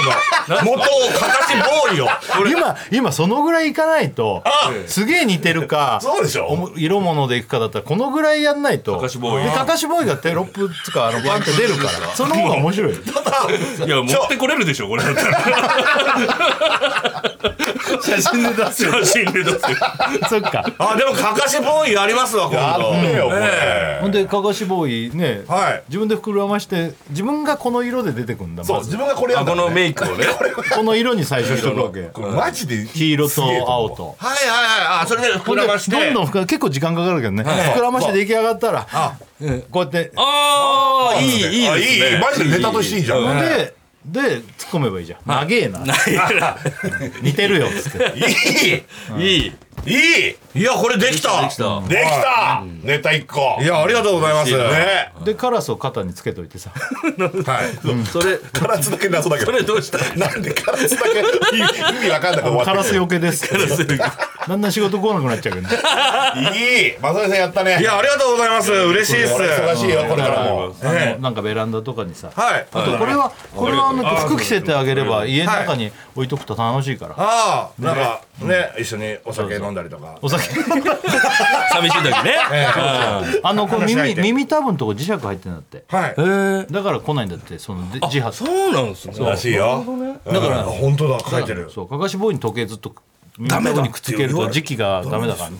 [SPEAKER 4] その元をかかしボーイを。
[SPEAKER 1] 今今そのぐらいいかないと
[SPEAKER 4] あ
[SPEAKER 1] すげえ似てるか
[SPEAKER 2] そうでしょ
[SPEAKER 1] おも色物でいくかだったらこのぐらいやんないと
[SPEAKER 3] かかしボーイ
[SPEAKER 1] でかかしボーイがテロップつかあのパンって出るからその方が面白いよ
[SPEAKER 3] いや、持ってこれるでしょ、これだったら。
[SPEAKER 1] 写真で出すよ
[SPEAKER 3] 写真で出すよ。
[SPEAKER 1] *laughs* そっか
[SPEAKER 4] あ、でもかかしボーイやりますわ、今度。
[SPEAKER 2] やってよこれ
[SPEAKER 4] ええ
[SPEAKER 1] ほんでかかしボーイね
[SPEAKER 4] はい。
[SPEAKER 1] 自分で膨らまして自分がこの色で出てくんだ
[SPEAKER 2] そう
[SPEAKER 1] まず
[SPEAKER 2] 自分がこれや
[SPEAKER 3] あ、
[SPEAKER 2] んだ
[SPEAKER 3] こ
[SPEAKER 2] から
[SPEAKER 3] の
[SPEAKER 2] ね
[SPEAKER 3] メイクをね。
[SPEAKER 1] この色に最初しとくわけ
[SPEAKER 2] これマジで
[SPEAKER 1] 黄色
[SPEAKER 2] すげえ
[SPEAKER 1] と青
[SPEAKER 2] 思う
[SPEAKER 1] と
[SPEAKER 4] はいはいはい。あ、それで膨
[SPEAKER 1] ほんで
[SPEAKER 4] らまして。
[SPEAKER 1] どんどん膨ら結構時間かかるけどね膨らまして出来上がったらこうやって
[SPEAKER 3] *laughs* ああ、いい、いい
[SPEAKER 2] あい
[SPEAKER 3] ですね。
[SPEAKER 2] いいいマジでネタとしていいじゃん
[SPEAKER 1] ほんでで突っ込めばいいじゃん長えな似てるよっつって
[SPEAKER 3] いい。いい。
[SPEAKER 2] いい
[SPEAKER 4] いや、これできた。
[SPEAKER 3] できた。
[SPEAKER 2] できたネタ一個
[SPEAKER 4] いや、ありがとうございます。
[SPEAKER 2] ね
[SPEAKER 1] でカラスを肩につけといてさ
[SPEAKER 2] はい
[SPEAKER 3] それ、
[SPEAKER 2] カラスだけ謎だけ
[SPEAKER 3] そ
[SPEAKER 2] ど
[SPEAKER 3] れどうした
[SPEAKER 2] なんでカラスだけ意味意味わかんなく終わって
[SPEAKER 1] カ
[SPEAKER 2] る
[SPEAKER 1] ラスよけですってだんだん仕事来なくなっちゃうけどね
[SPEAKER 2] いいマサイさんやったね
[SPEAKER 4] いや、ありがとうございます。嬉しいっす。
[SPEAKER 2] これ忙しいよこれからも
[SPEAKER 1] あのなんかベランダとかにさ
[SPEAKER 4] はい。
[SPEAKER 1] あとこれはこれはあの服着せてあげれば家の中に置いとくと楽しいから
[SPEAKER 4] ああ、なんかね、一緒にお酒飲んだりとか。
[SPEAKER 1] お酒
[SPEAKER 3] 寂しい時ね。
[SPEAKER 1] あのこう
[SPEAKER 4] 話し
[SPEAKER 1] 耳
[SPEAKER 4] 相手
[SPEAKER 1] 耳たぶんとこ磁石入ってんだって
[SPEAKER 4] はい。
[SPEAKER 3] え
[SPEAKER 1] だから来ないんだってそので自発
[SPEAKER 3] そうなんですね。
[SPEAKER 2] らしいよ
[SPEAKER 4] だから、本当だ、書いてる。
[SPEAKER 1] そうかかし棒に時計ずっとダメだにくっつけると時期がダメだからね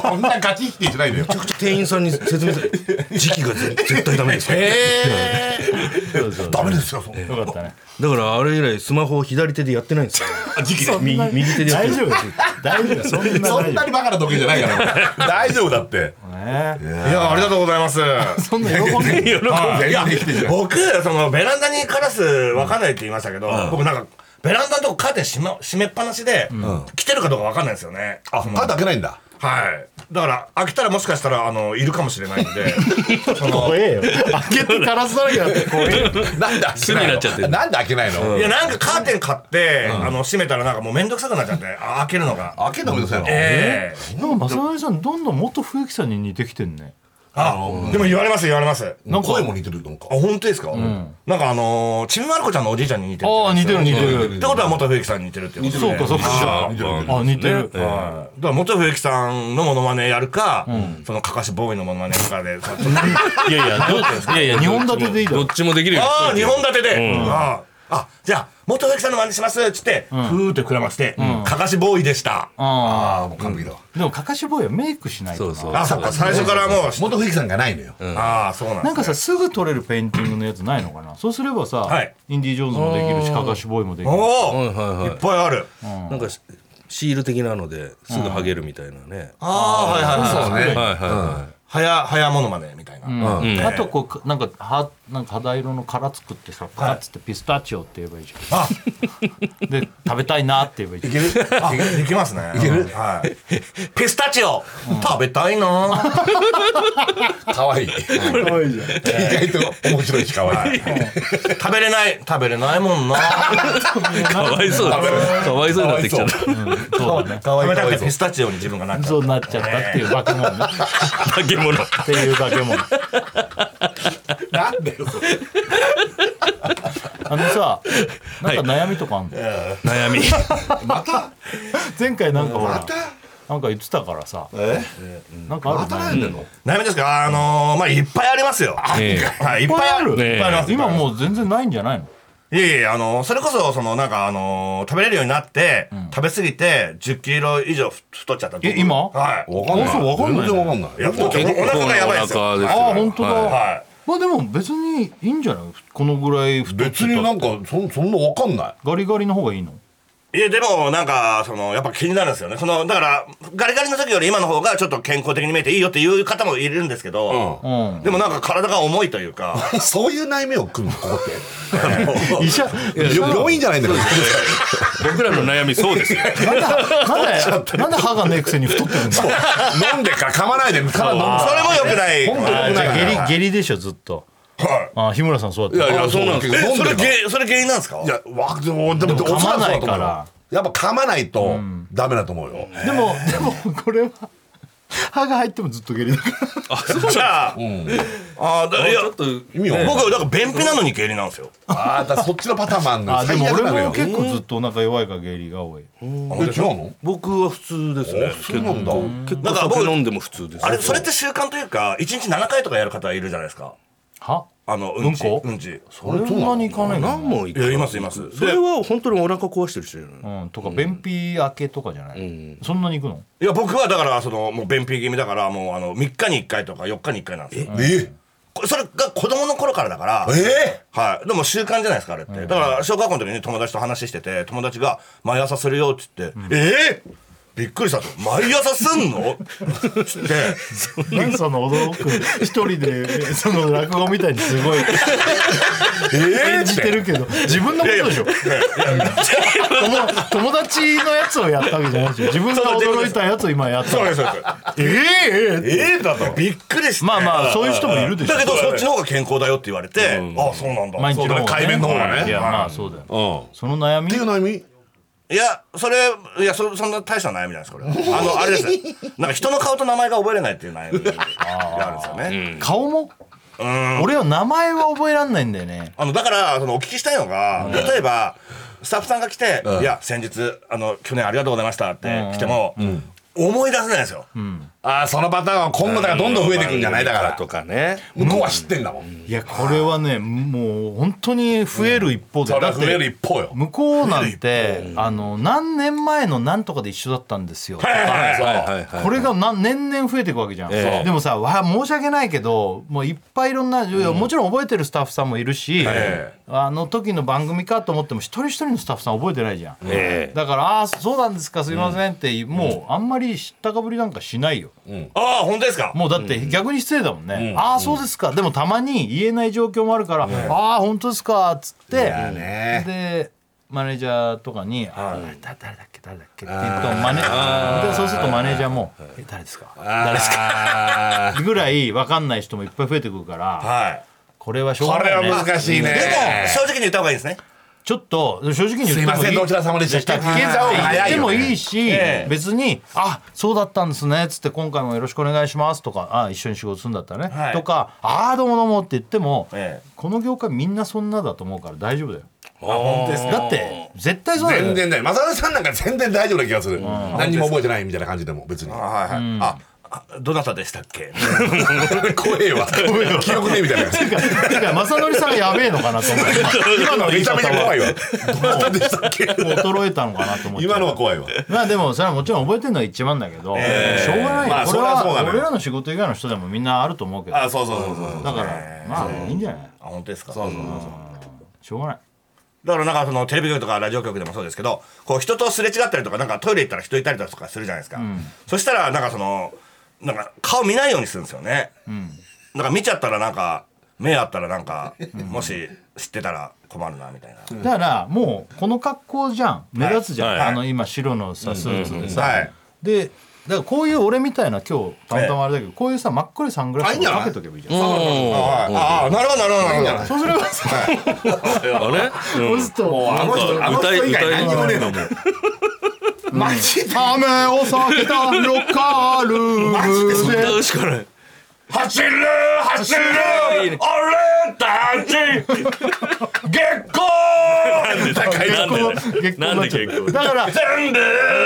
[SPEAKER 2] こんなガチってしないでよ
[SPEAKER 3] 店員さんに説明する。時期がぜ絶対ダメです。
[SPEAKER 1] そうそう
[SPEAKER 2] ダメですよそんな
[SPEAKER 1] よかったね
[SPEAKER 3] だから、あれ以来、スマホを左手でやってないんですよ。時期右右手でやって
[SPEAKER 1] 大丈夫
[SPEAKER 3] る。
[SPEAKER 1] です大丈夫そんな
[SPEAKER 2] そん
[SPEAKER 1] 大丈
[SPEAKER 2] なにバカな時計じゃないから *laughs* 大丈夫だって
[SPEAKER 1] 夫ね
[SPEAKER 4] いや、ありがとうございます。
[SPEAKER 1] そんな
[SPEAKER 4] *laughs*
[SPEAKER 1] 喜んでる
[SPEAKER 2] いや
[SPEAKER 4] 僕、そのベランダにカラスわかんないって言いましたけど、僕なんか。ベランダのとこカーテン閉,、ま、閉めっぱなしで、来てるかどうかわかんないんですよね。
[SPEAKER 2] あカード開けないんだ
[SPEAKER 4] はい。だから、開けたらもしかしたら、あの、いるかもしれないんで、その、
[SPEAKER 1] 怖えよ開けてカラスだらけだって怖えよ
[SPEAKER 2] なんで開けない
[SPEAKER 3] になっちゃってる
[SPEAKER 2] のなんで開けないの
[SPEAKER 4] いや、なんかカーテン買って、あの、閉めたらなんかもうめんどくさくなっちゃって、あ開けるのが。
[SPEAKER 2] 開けんのごめんなさいの
[SPEAKER 4] ええ
[SPEAKER 1] *laughs* なんか正成さんどんどん元冬木さんに似てきてんね
[SPEAKER 4] あ、でも言われます、言われます。あ、
[SPEAKER 2] なんか声も似てるなんか
[SPEAKER 4] 本当ですか、なんかあのー、ちびまる子ちゃんのおじいちゃんに似てるって言
[SPEAKER 1] ああ
[SPEAKER 4] うんで
[SPEAKER 1] 似
[SPEAKER 4] す
[SPEAKER 1] て
[SPEAKER 4] よ
[SPEAKER 1] る似て
[SPEAKER 4] っ
[SPEAKER 1] る
[SPEAKER 4] てことは元冬木さんに似てるってこと
[SPEAKER 1] そうかそうか
[SPEAKER 2] 似てる似てる
[SPEAKER 1] あ似てる
[SPEAKER 4] はいだから元冬木さんのモノマネやるか、そのかかしボーイのモノマネやるかで、さちょっと
[SPEAKER 1] いやいやどういやいや日本立てでいいだ
[SPEAKER 3] ど
[SPEAKER 1] ろ
[SPEAKER 3] っちもできるようにし
[SPEAKER 4] あ
[SPEAKER 3] と
[SPEAKER 4] あ
[SPEAKER 3] いて
[SPEAKER 4] 日本立てで、
[SPEAKER 3] うん
[SPEAKER 4] あああじゃあ元冬木さんの真似しますっつって、ふーって膨らまして、かかしボーイでした、
[SPEAKER 1] あ
[SPEAKER 2] ああもう完璧だわ
[SPEAKER 1] ーでもかかし棒やメイクしないと
[SPEAKER 3] そ
[SPEAKER 1] な
[SPEAKER 3] うそう。
[SPEAKER 4] あそっか最初からもう、
[SPEAKER 2] 元藤木さんがないのよ
[SPEAKER 4] ああそうなんで
[SPEAKER 1] なん
[SPEAKER 4] す
[SPEAKER 1] かさすぐ取れるペインティングのやつないのかなそうすればさ、
[SPEAKER 4] はい
[SPEAKER 1] インディ・ジョーンズもできるしかかしボーイもできる
[SPEAKER 4] おお、
[SPEAKER 3] はいいはいはい
[SPEAKER 4] っぱいある、あ
[SPEAKER 3] なんかシシール的なのですぐ剥げるみたいなね。
[SPEAKER 4] あはいはいはい
[SPEAKER 2] そうね
[SPEAKER 3] はいはいはい。
[SPEAKER 4] 早早モノマネみたいな
[SPEAKER 1] うんあとこうなんかはなんか肌色の殻作ってさ殻っつってピスタチオって言えばいいじゃん、で食べたいなって言えばいいじゃん
[SPEAKER 4] いけるあいけますね。いけるはい。 *laughs* ピスタチオ食べたい *laughs* な
[SPEAKER 2] 可愛い
[SPEAKER 1] 可愛いじゃん
[SPEAKER 2] 意外と面白いし可愛い
[SPEAKER 4] 食べれない食べれないもんな
[SPEAKER 3] かわいそうだかわいそうになってきちゃった
[SPEAKER 1] そうだね
[SPEAKER 2] 可愛
[SPEAKER 4] 食
[SPEAKER 2] い
[SPEAKER 4] べ
[SPEAKER 2] 可
[SPEAKER 4] たく
[SPEAKER 2] 愛い
[SPEAKER 4] てピスタチオに自分がなっちゃ
[SPEAKER 1] そううなっちゃったっていう化け物ね
[SPEAKER 3] *laughs* 化け物
[SPEAKER 1] っていう化け物
[SPEAKER 2] なんでよそれ
[SPEAKER 1] あのさなんか悩みとかあんの、
[SPEAKER 3] 悩み
[SPEAKER 1] 前回なんかほら、
[SPEAKER 2] また
[SPEAKER 1] なんか言ってたからさ
[SPEAKER 2] え
[SPEAKER 1] なんかある
[SPEAKER 2] 働いてんの
[SPEAKER 4] 悩みですかあのーまあいっぱいありますよ。
[SPEAKER 3] え
[SPEAKER 4] はいいっぱいある。
[SPEAKER 3] ねえ
[SPEAKER 4] いっぱいあります
[SPEAKER 1] 今もう全然ないんじゃないの
[SPEAKER 4] いやいや、あの、それこそ、その、なんか、あの、食べれるようになって、食べ過ぎて、10キロ以上ふ太っちゃった。
[SPEAKER 1] え今
[SPEAKER 4] はい。
[SPEAKER 2] わかんない
[SPEAKER 1] わかんない
[SPEAKER 2] 全然わかんない
[SPEAKER 4] いや太っちゃったお腹がやばいですよ。
[SPEAKER 3] お腹です
[SPEAKER 1] ああ本当だ、
[SPEAKER 3] は
[SPEAKER 4] は
[SPEAKER 1] まあでも別にいいんじゃないこのぐらい太ってた
[SPEAKER 2] 別になんかそんそんなわかんない
[SPEAKER 1] ガリガリの方がいいの
[SPEAKER 4] い。いや、でも、なんか、その、やっぱ気になるんですよね。その、だから、ガリガリの時より今の方が、ちょっと健康的に見えていいよっていう方もいるんですけど、
[SPEAKER 1] うん
[SPEAKER 4] でもなんか体が重いというか、
[SPEAKER 2] *laughs* そういう悩みを組むここ
[SPEAKER 1] 医者
[SPEAKER 2] って病院じゃ *laughs* ないんだから
[SPEAKER 3] *laughs* 僕らの悩みそうですよ
[SPEAKER 1] まだなんで歯がねえくせに太ってるんだ
[SPEAKER 2] 飲んでから噛まないでから飲んで
[SPEAKER 4] それも良くない。
[SPEAKER 2] 本当
[SPEAKER 1] あー
[SPEAKER 2] に
[SPEAKER 1] じゃあ
[SPEAKER 2] 危ない
[SPEAKER 1] 下痢下痢でしょずっと
[SPEAKER 4] は
[SPEAKER 1] あー日村さんそうだ
[SPEAKER 2] い
[SPEAKER 1] っ
[SPEAKER 2] やい
[SPEAKER 1] た
[SPEAKER 2] やそうなん
[SPEAKER 4] い。
[SPEAKER 2] で
[SPEAKER 4] え
[SPEAKER 2] すけど飲ん
[SPEAKER 4] そ
[SPEAKER 2] で
[SPEAKER 4] れ
[SPEAKER 2] から
[SPEAKER 4] 原、それ原因なんですか
[SPEAKER 2] いやわでもでも
[SPEAKER 1] でも噛まない
[SPEAKER 2] おそらくそうだと思う
[SPEAKER 1] から
[SPEAKER 2] やっぱ噛まないとダメだと思うよ
[SPEAKER 1] でもでもこれは歯が入ってもずっと下痢だから
[SPEAKER 4] じゃあ、あーだいや、
[SPEAKER 2] 意味は
[SPEAKER 4] 僕、だから便秘なのに下痢なんですよ。
[SPEAKER 2] ああだからそっちのパターンもあんの
[SPEAKER 1] あ
[SPEAKER 2] よ
[SPEAKER 1] で
[SPEAKER 2] 最
[SPEAKER 1] も
[SPEAKER 2] 悪
[SPEAKER 1] 俺
[SPEAKER 2] なの
[SPEAKER 1] も
[SPEAKER 2] よ
[SPEAKER 1] 結構ずっとお腹弱いから下痢が多い
[SPEAKER 2] え違うの
[SPEAKER 3] 僕は普通ですね
[SPEAKER 2] そうなんだ
[SPEAKER 3] 結
[SPEAKER 4] だ
[SPEAKER 3] 構
[SPEAKER 4] から僕
[SPEAKER 3] 酒飲んでも普通です
[SPEAKER 4] あれ、それって習慣というか、1日7回とかやる方いるじゃないですか。
[SPEAKER 1] は
[SPEAKER 4] あの、うんち。
[SPEAKER 1] うんこ
[SPEAKER 4] うんち。
[SPEAKER 1] そんなにいかないか
[SPEAKER 3] 何
[SPEAKER 1] な
[SPEAKER 3] もい
[SPEAKER 4] いや、いますいます。
[SPEAKER 3] それ
[SPEAKER 4] で
[SPEAKER 3] は本当にお腹壊してる人じゃない
[SPEAKER 1] うんとか便秘明けとかじゃないそんなにいくの
[SPEAKER 4] いや、僕はだから、その、もう便秘気味だから、もう、あの、3日に1回とか4日に1回なんですよ。
[SPEAKER 2] え
[SPEAKER 4] これそれが子供の頃からだから、
[SPEAKER 2] え
[SPEAKER 4] はい。でも習慣じゃないですか、あれって。だから、小学校の時に友達と話してて、友達が、毎朝するよって言って、えーびっくりしたと。毎朝すんのつって、
[SPEAKER 1] 何その驚く一人でその落語みたいにすごい
[SPEAKER 2] え
[SPEAKER 1] 演じてるけど自分のことでしょ友友達のやつをやったわけじゃないでしょ自分が驚いたやつを今やった
[SPEAKER 4] そうです、そうです。
[SPEAKER 1] ええ *laughs* ええ
[SPEAKER 4] ええだと。びっくりして。
[SPEAKER 1] まあまあそういう人もいるでしょ
[SPEAKER 4] だけど、そっちの方が健康だよって言われて、ああ、そうなんだ。
[SPEAKER 1] 毎日の
[SPEAKER 4] そ
[SPEAKER 1] 方
[SPEAKER 4] うだね
[SPEAKER 1] が
[SPEAKER 4] 改便の方がね。
[SPEAKER 1] いや
[SPEAKER 4] はい
[SPEAKER 1] まあそうだよ
[SPEAKER 2] うんっ
[SPEAKER 1] その悩み
[SPEAKER 2] ていう悩み
[SPEAKER 4] いや、それ、いや、そ、そんな大した悩みじゃないです、これ。あの、あれです。なんか人の顔と名前が覚えれないっていう悩みがあるんですよね。
[SPEAKER 1] 顔も俺は名前は覚えらんないんだよね
[SPEAKER 4] あの、だから、その、お聞きしたいのが、例えば、スタッフさんが来て、いや、先日、あの、去年ありがとうございましたって来ても、思い出せないんですよ。
[SPEAKER 2] ああそのパターンは今後だからどんどん増えてくんじゃないだから
[SPEAKER 3] とかね
[SPEAKER 2] 向こうは知ってんだもん
[SPEAKER 1] いやこれはねもう本当に増える一方で
[SPEAKER 2] それ
[SPEAKER 1] だ
[SPEAKER 2] は
[SPEAKER 1] っ
[SPEAKER 2] 増える
[SPEAKER 1] て
[SPEAKER 2] 一方よ
[SPEAKER 1] 向こうなんてあの何年前の何とかで一緒だったんですよ
[SPEAKER 3] はいはいはい
[SPEAKER 1] これがな年々増えていくわけじゃん、
[SPEAKER 3] ええ
[SPEAKER 1] でもさわ申し訳ないけどもういっぱいいろんな、いやもちろん覚えてるスタッフさんもいるし、
[SPEAKER 2] え
[SPEAKER 1] あの時の番組かと思っても一人一人のスタッフさん覚えてないじゃん、
[SPEAKER 3] ええ
[SPEAKER 1] だから「ああそうなんですかすいません」って、もうあんまり知ったかぶりなんかしないよ、
[SPEAKER 4] ああ、本当ですか
[SPEAKER 1] もうだって逆に失礼だもんね「ああそうですか」でもたまに言えない状況もあるから「ああ本当ですか」っつって、
[SPEAKER 2] ね
[SPEAKER 1] でマネージャーとかに「あーだ誰だっけ誰だっけ」って言ってもマネでそうするとマネージャーも「え誰ですか?」
[SPEAKER 2] 誰ですか
[SPEAKER 1] ぐらい分かんない人もいっぱい増えてくるから
[SPEAKER 4] はい。
[SPEAKER 1] これはしょう
[SPEAKER 2] こ
[SPEAKER 1] が
[SPEAKER 2] れ
[SPEAKER 1] ない、
[SPEAKER 2] は
[SPEAKER 1] ね、
[SPEAKER 2] 難しい
[SPEAKER 4] でも
[SPEAKER 2] ね、
[SPEAKER 4] 正直に言った方がいいですね。
[SPEAKER 1] ちょっと正直に言ってもいい
[SPEAKER 2] すいませんどちら様でした
[SPEAKER 1] っけって言ってもいいし、
[SPEAKER 4] ええ
[SPEAKER 1] 別に「あそうだったんですね」っつって「今回もよろしくお願いします」とか「あ一緒に仕事するんだったらね」
[SPEAKER 4] はい
[SPEAKER 1] とか「ああどうもどうも」って言っても、
[SPEAKER 4] ええ
[SPEAKER 1] この業界みんなそんなだと思うから大丈夫だよ。
[SPEAKER 2] 本当です
[SPEAKER 1] だって絶対そうだよ
[SPEAKER 2] 全然ない正田さんなんか全然大丈夫な気がする何にも覚えてないみたいな感じでも別に
[SPEAKER 4] あはいはい。あ、あどなたでしたっけ *laughs*
[SPEAKER 2] *laughs* 怖えわ記憶ねえみたいな
[SPEAKER 1] てか
[SPEAKER 2] *laughs*
[SPEAKER 1] てか正則さんがやべえのかなと思って今の言
[SPEAKER 2] め
[SPEAKER 1] い
[SPEAKER 2] ちゃ
[SPEAKER 1] 方
[SPEAKER 2] めちゃ怖い
[SPEAKER 1] は
[SPEAKER 2] わどなたでしたっけ
[SPEAKER 1] もう衰えたのかなと思って
[SPEAKER 2] 今のは怖いわ
[SPEAKER 1] まあでもそれはもちろん覚えてるのが一番だけど、しょうがないよ、
[SPEAKER 2] まあ
[SPEAKER 1] これ
[SPEAKER 2] そりゃそう
[SPEAKER 1] は
[SPEAKER 2] だね
[SPEAKER 1] 俺らの仕事以外の人でもみんなあると思うけど
[SPEAKER 2] あそうそうそうそうそう
[SPEAKER 1] だからまあいいんじゃない
[SPEAKER 4] あ、本当ですか
[SPEAKER 2] そうそう
[SPEAKER 1] しょうがない
[SPEAKER 4] だからなんかそのテレビ局とかラジオ局でもそうですけどこう人とすれ違ったりとかなんかトイレ行ったら人いたりとかするじゃないですか、そしたらなんかそのなんか顔見ないようにするんですよね、なんか見ちゃったらなんか目あったらなんかもし知ってたら困るなみたいな。
[SPEAKER 1] だからもうこの格好じゃん目立つじゃん、
[SPEAKER 3] はい
[SPEAKER 1] あの今白のさスーツでさ、
[SPEAKER 4] はい。
[SPEAKER 1] でだからこういう俺みたいな今日たまたまあれだけどこういうさ真っ黒いサングラスとかかけとけばいいじゃん
[SPEAKER 4] ああああなるほどなるほどなるほど。
[SPEAKER 1] そうすればさ
[SPEAKER 3] あれ
[SPEAKER 1] そうすると
[SPEAKER 2] あの人あの
[SPEAKER 3] 歌い
[SPEAKER 2] 人以外
[SPEAKER 3] 歌い
[SPEAKER 2] 何にもねえのマジで
[SPEAKER 1] 雨を避けたロカールームで
[SPEAKER 3] 歌うしかない
[SPEAKER 4] 走る走る俺たち月光
[SPEAKER 3] なんで
[SPEAKER 1] 結
[SPEAKER 3] な
[SPEAKER 1] 婚にな
[SPEAKER 3] んで
[SPEAKER 1] っちゃ
[SPEAKER 3] 結
[SPEAKER 1] う
[SPEAKER 3] 構
[SPEAKER 1] だから
[SPEAKER 4] 全部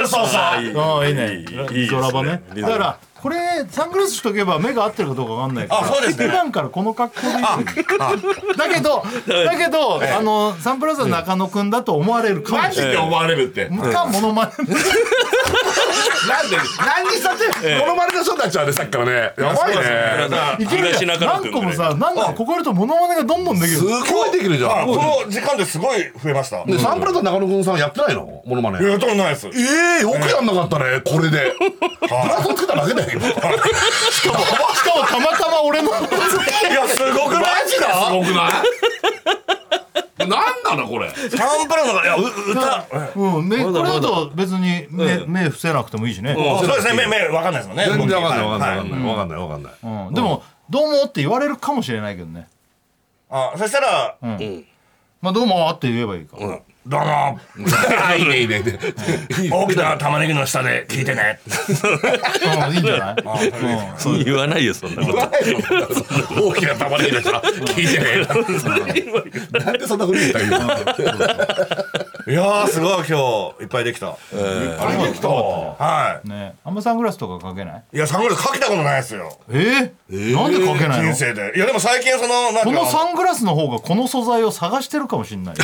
[SPEAKER 4] 嘘さ。
[SPEAKER 1] ああいいね
[SPEAKER 3] いいですね
[SPEAKER 1] ドラバね
[SPEAKER 3] いいですね
[SPEAKER 1] だからこれサングラスしとけば目が合ってるかどうかわかんないから
[SPEAKER 4] あそうですね
[SPEAKER 1] 普段からこの格好でいいのに *laughs* だけどだけどあのサンプラザ中野くんだと思われるかも
[SPEAKER 2] マ
[SPEAKER 1] し
[SPEAKER 2] ジ
[SPEAKER 1] れ
[SPEAKER 2] で思われるって、
[SPEAKER 1] ないかモノマネ
[SPEAKER 2] なんで何にさせモノマネの人たちはねさっきからねやばいね
[SPEAKER 1] いける
[SPEAKER 3] 東
[SPEAKER 1] じゃん
[SPEAKER 3] 中野
[SPEAKER 1] 何
[SPEAKER 3] 君
[SPEAKER 1] 個も
[SPEAKER 3] ぐらい
[SPEAKER 1] さ何個もここやるとモノマネがどんどんでき
[SPEAKER 2] す
[SPEAKER 1] る
[SPEAKER 2] ごいできるじゃ
[SPEAKER 4] あ
[SPEAKER 2] ん
[SPEAKER 4] この時間ですごい増えました。
[SPEAKER 2] でサンプラザ中野くんさんやってないのモノマネ
[SPEAKER 4] やったことないです。
[SPEAKER 2] ええよくやんなかったねこ *laughs* れでブラスをつけただけだよ今
[SPEAKER 1] しかもたまたま俺の
[SPEAKER 4] いやすごくない
[SPEAKER 2] マジだすごく *laughs* ないなんなのこれ
[SPEAKER 4] サンプラザがいやう歌。
[SPEAKER 1] うんねこ
[SPEAKER 3] まだ
[SPEAKER 1] れだと別に目目伏せなくてもいいしね
[SPEAKER 4] あそうですね目目わかんないですもんね。
[SPEAKER 2] 全然わかんないわかんない
[SPEAKER 4] は
[SPEAKER 2] わかんないわかんないわかんない
[SPEAKER 1] うんでもどうもって言われるかもしれないけどね
[SPEAKER 4] あそしたら
[SPEAKER 1] まあどうもって言えばいいか
[SPEAKER 4] どうも
[SPEAKER 2] あいいねいいねいい *laughs* ね
[SPEAKER 4] 大きな玉ねぎの下で聞いてね。
[SPEAKER 1] うんいいんじゃないうん
[SPEAKER 3] 言わないよそんなこと
[SPEAKER 2] 大きな玉ねぎだから聞いてね *laughs* なんでそんなふうに言った *laughs* らいいの
[SPEAKER 4] *laughs* いやーすごい今日いっぱいできた。
[SPEAKER 2] あれできた
[SPEAKER 4] は
[SPEAKER 1] ねあんまサングラスとかかけない
[SPEAKER 4] い。いやサングラスかけたことないですよ。
[SPEAKER 1] えー、なんでかけないの
[SPEAKER 4] 人生で。いやでも最近そのなん
[SPEAKER 1] この
[SPEAKER 4] か
[SPEAKER 1] サングラスの方がこの素材を探してるかもしんない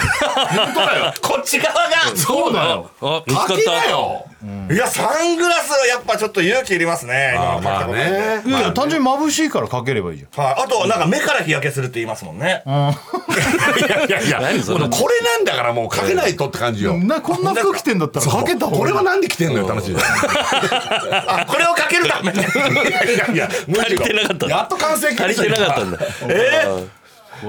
[SPEAKER 4] こっち側が。
[SPEAKER 1] そうだよ
[SPEAKER 3] あ見つかっ
[SPEAKER 2] かけな
[SPEAKER 3] た
[SPEAKER 2] よ
[SPEAKER 4] いやサングラスはやっぱちょっと勇気いりますね。今のかけたことないんで
[SPEAKER 2] まあね
[SPEAKER 1] いやいや単純に眩しいからかければいいじゃん
[SPEAKER 4] はい、あとなんか目から日焼けするって言いますもんね。 *laughs*
[SPEAKER 2] いやいや
[SPEAKER 3] 何それ
[SPEAKER 2] もうこれなんだからもうかけないとって感じよ
[SPEAKER 1] なこんな服着てんだったら
[SPEAKER 2] そう
[SPEAKER 1] かけた方がいい
[SPEAKER 2] これはなんで来てんのよ楽しいい
[SPEAKER 4] あ、これをかけるために。
[SPEAKER 2] やいやむしろ
[SPEAKER 3] 足りてなかった
[SPEAKER 2] やっと完成
[SPEAKER 3] 足りてなかったんだ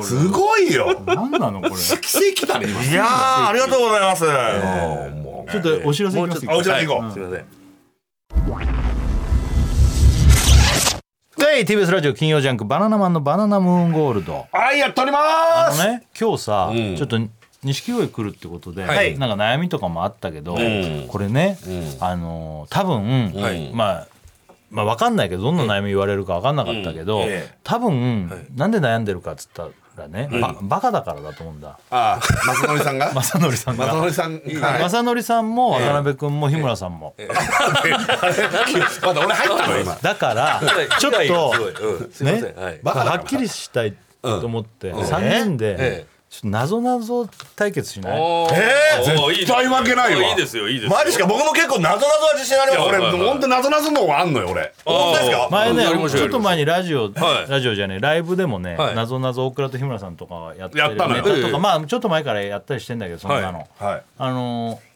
[SPEAKER 2] すごいよ
[SPEAKER 1] 何なのこれち
[SPEAKER 2] 奇跡だね今
[SPEAKER 4] いやー、ありがとうございます。
[SPEAKER 1] ょっとお知らせいきます
[SPEAKER 4] あ、
[SPEAKER 1] か
[SPEAKER 4] おちらに行こう。
[SPEAKER 3] すいません
[SPEAKER 1] はい TBS ラジオ金曜ジャンク「バナナマンのバナナムーンゴールド
[SPEAKER 2] はいやっておりま」
[SPEAKER 1] あ
[SPEAKER 2] す
[SPEAKER 1] のね今日さ、
[SPEAKER 2] うん
[SPEAKER 1] ちょっと錦鯉来るってことで、
[SPEAKER 2] はい
[SPEAKER 1] なんか悩みとかもあったけど、
[SPEAKER 2] ん
[SPEAKER 1] これね、
[SPEAKER 2] う
[SPEAKER 1] あのー多分、
[SPEAKER 2] はい
[SPEAKER 1] まあまあ分かんないけどどんな悩み言われるか分かんなかったけど、
[SPEAKER 4] うんええ
[SPEAKER 1] 多分、なんで悩んでるかっつったらね、ばバカだからだと思うんだ
[SPEAKER 2] ああ正則さんが
[SPEAKER 1] 正則さん
[SPEAKER 2] 正
[SPEAKER 1] が。
[SPEAKER 2] 則さんはい
[SPEAKER 1] 正則さんも渡辺君も日村さんも、
[SPEAKER 2] まだ俺入ったの今
[SPEAKER 1] だからちょっ
[SPEAKER 3] いやいやすごい
[SPEAKER 1] と
[SPEAKER 3] うんすいませ
[SPEAKER 1] ね
[SPEAKER 3] んはい
[SPEAKER 2] バカだから
[SPEAKER 1] はっきりしたいと思って、三3人で、
[SPEAKER 3] ええ
[SPEAKER 1] ちょっと謎謎対決しない
[SPEAKER 3] おー
[SPEAKER 4] え
[SPEAKER 3] おーいいです
[SPEAKER 2] 絶対負けないわ
[SPEAKER 3] おーいいですよいいです
[SPEAKER 4] ー、
[SPEAKER 3] よ
[SPEAKER 4] マジっすか僕も結構謎々は自信あります。
[SPEAKER 2] 俺
[SPEAKER 4] 俺、
[SPEAKER 3] や
[SPEAKER 2] ほんと謎々のがあんのよ俺
[SPEAKER 4] 本当ですか
[SPEAKER 1] 前ね
[SPEAKER 3] やりましょう
[SPEAKER 1] ちょっと前にラジオ、
[SPEAKER 3] はい
[SPEAKER 1] ラジオじゃねえライブでもね、
[SPEAKER 3] はい
[SPEAKER 1] なぞなぞ大倉と日村さんとかやってる
[SPEAKER 2] や
[SPEAKER 1] ネ
[SPEAKER 2] っ
[SPEAKER 1] タ
[SPEAKER 2] た
[SPEAKER 1] と
[SPEAKER 2] の
[SPEAKER 1] か
[SPEAKER 2] よ
[SPEAKER 1] まあちょっと前からやったりしてんだけどそんなの、
[SPEAKER 3] はい
[SPEAKER 4] はい。
[SPEAKER 1] あのー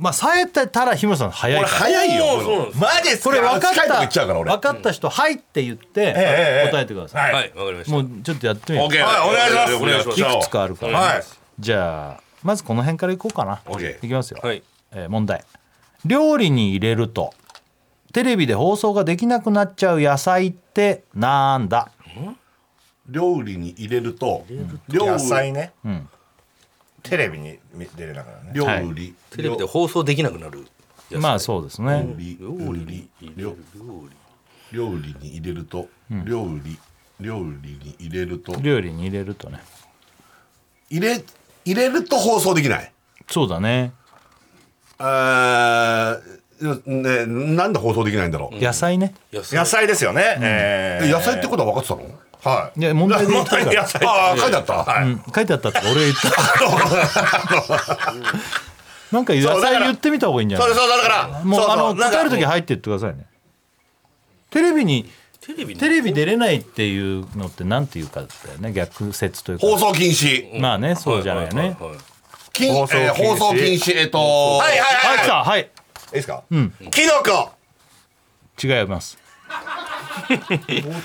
[SPEAKER 1] まあ冴えてたら日村さん早い
[SPEAKER 2] 俺
[SPEAKER 1] から
[SPEAKER 2] 早い
[SPEAKER 3] おーそう
[SPEAKER 2] よ
[SPEAKER 3] なんです
[SPEAKER 4] マジっす
[SPEAKER 1] こ
[SPEAKER 4] か
[SPEAKER 1] れ分かっ
[SPEAKER 2] 近いとこ行っち
[SPEAKER 1] た
[SPEAKER 2] ゃうから俺
[SPEAKER 1] 分かった人「はい」って言って
[SPEAKER 4] ええ
[SPEAKER 1] 答えてください、
[SPEAKER 4] はい。
[SPEAKER 3] はいわかりました
[SPEAKER 1] もうちょっとやってみよう、
[SPEAKER 2] OK
[SPEAKER 4] はいお願いします
[SPEAKER 2] お願いしま
[SPEAKER 1] い
[SPEAKER 2] す
[SPEAKER 1] くつかあるから、
[SPEAKER 4] はい。
[SPEAKER 1] じゃあまずこの辺からいこうかな、
[SPEAKER 2] OK
[SPEAKER 1] いきますよ、
[SPEAKER 3] はい
[SPEAKER 1] えー問題料理に入れるとテレビで放送ができなくなっちゃう野菜ってなんだ
[SPEAKER 2] 料理に入れると料
[SPEAKER 4] 野
[SPEAKER 2] 理
[SPEAKER 4] 菜ね。テレビに出れながらね。
[SPEAKER 2] 料
[SPEAKER 1] はい
[SPEAKER 2] 理
[SPEAKER 3] テレビで放送できなくなるやつ
[SPEAKER 1] まあそうです
[SPEAKER 2] 料
[SPEAKER 1] ね、
[SPEAKER 2] 理料
[SPEAKER 3] 料理
[SPEAKER 2] 理
[SPEAKER 3] 入れ
[SPEAKER 2] 料
[SPEAKER 3] る料理
[SPEAKER 2] 料理に入れると料理料理に入れると
[SPEAKER 1] 料理に入れるとね
[SPEAKER 2] 入れ入れると放送できない
[SPEAKER 1] そうだね
[SPEAKER 2] あーねなんで放送できないんだろう
[SPEAKER 1] 野菜ね
[SPEAKER 3] 野菜
[SPEAKER 4] 野菜ですよね。え
[SPEAKER 2] え
[SPEAKER 4] ー
[SPEAKER 2] 野菜ってことは分かってたの
[SPEAKER 4] は
[SPEAKER 1] *laughs*
[SPEAKER 4] い。
[SPEAKER 1] いや問題で言ってる
[SPEAKER 2] *laughs*
[SPEAKER 1] から
[SPEAKER 4] 野菜。
[SPEAKER 2] ああ書いてあった
[SPEAKER 4] はい。
[SPEAKER 1] うん書いてあったって俺が言ったなんか野菜言ってみた方がいいんじゃな
[SPEAKER 4] そ
[SPEAKER 1] いう
[SPEAKER 4] そうそう、だから、
[SPEAKER 1] もう
[SPEAKER 4] そうそう
[SPEAKER 1] あの答える時入って言ってくださいねテレビに
[SPEAKER 3] テレビ
[SPEAKER 1] テレビ出れないっていうのってなんていうかだよね逆説というか
[SPEAKER 2] 放送禁止
[SPEAKER 1] まあねそうじゃないよね、
[SPEAKER 3] はいはいはい
[SPEAKER 2] 禁
[SPEAKER 4] 放送禁止
[SPEAKER 2] えー放送禁止えっとは
[SPEAKER 4] は
[SPEAKER 1] は
[SPEAKER 4] いはい
[SPEAKER 1] い、
[SPEAKER 4] はい
[SPEAKER 1] 来
[SPEAKER 4] は
[SPEAKER 1] た、はい、
[SPEAKER 4] い。いいですかうん。キノコ
[SPEAKER 1] 違います。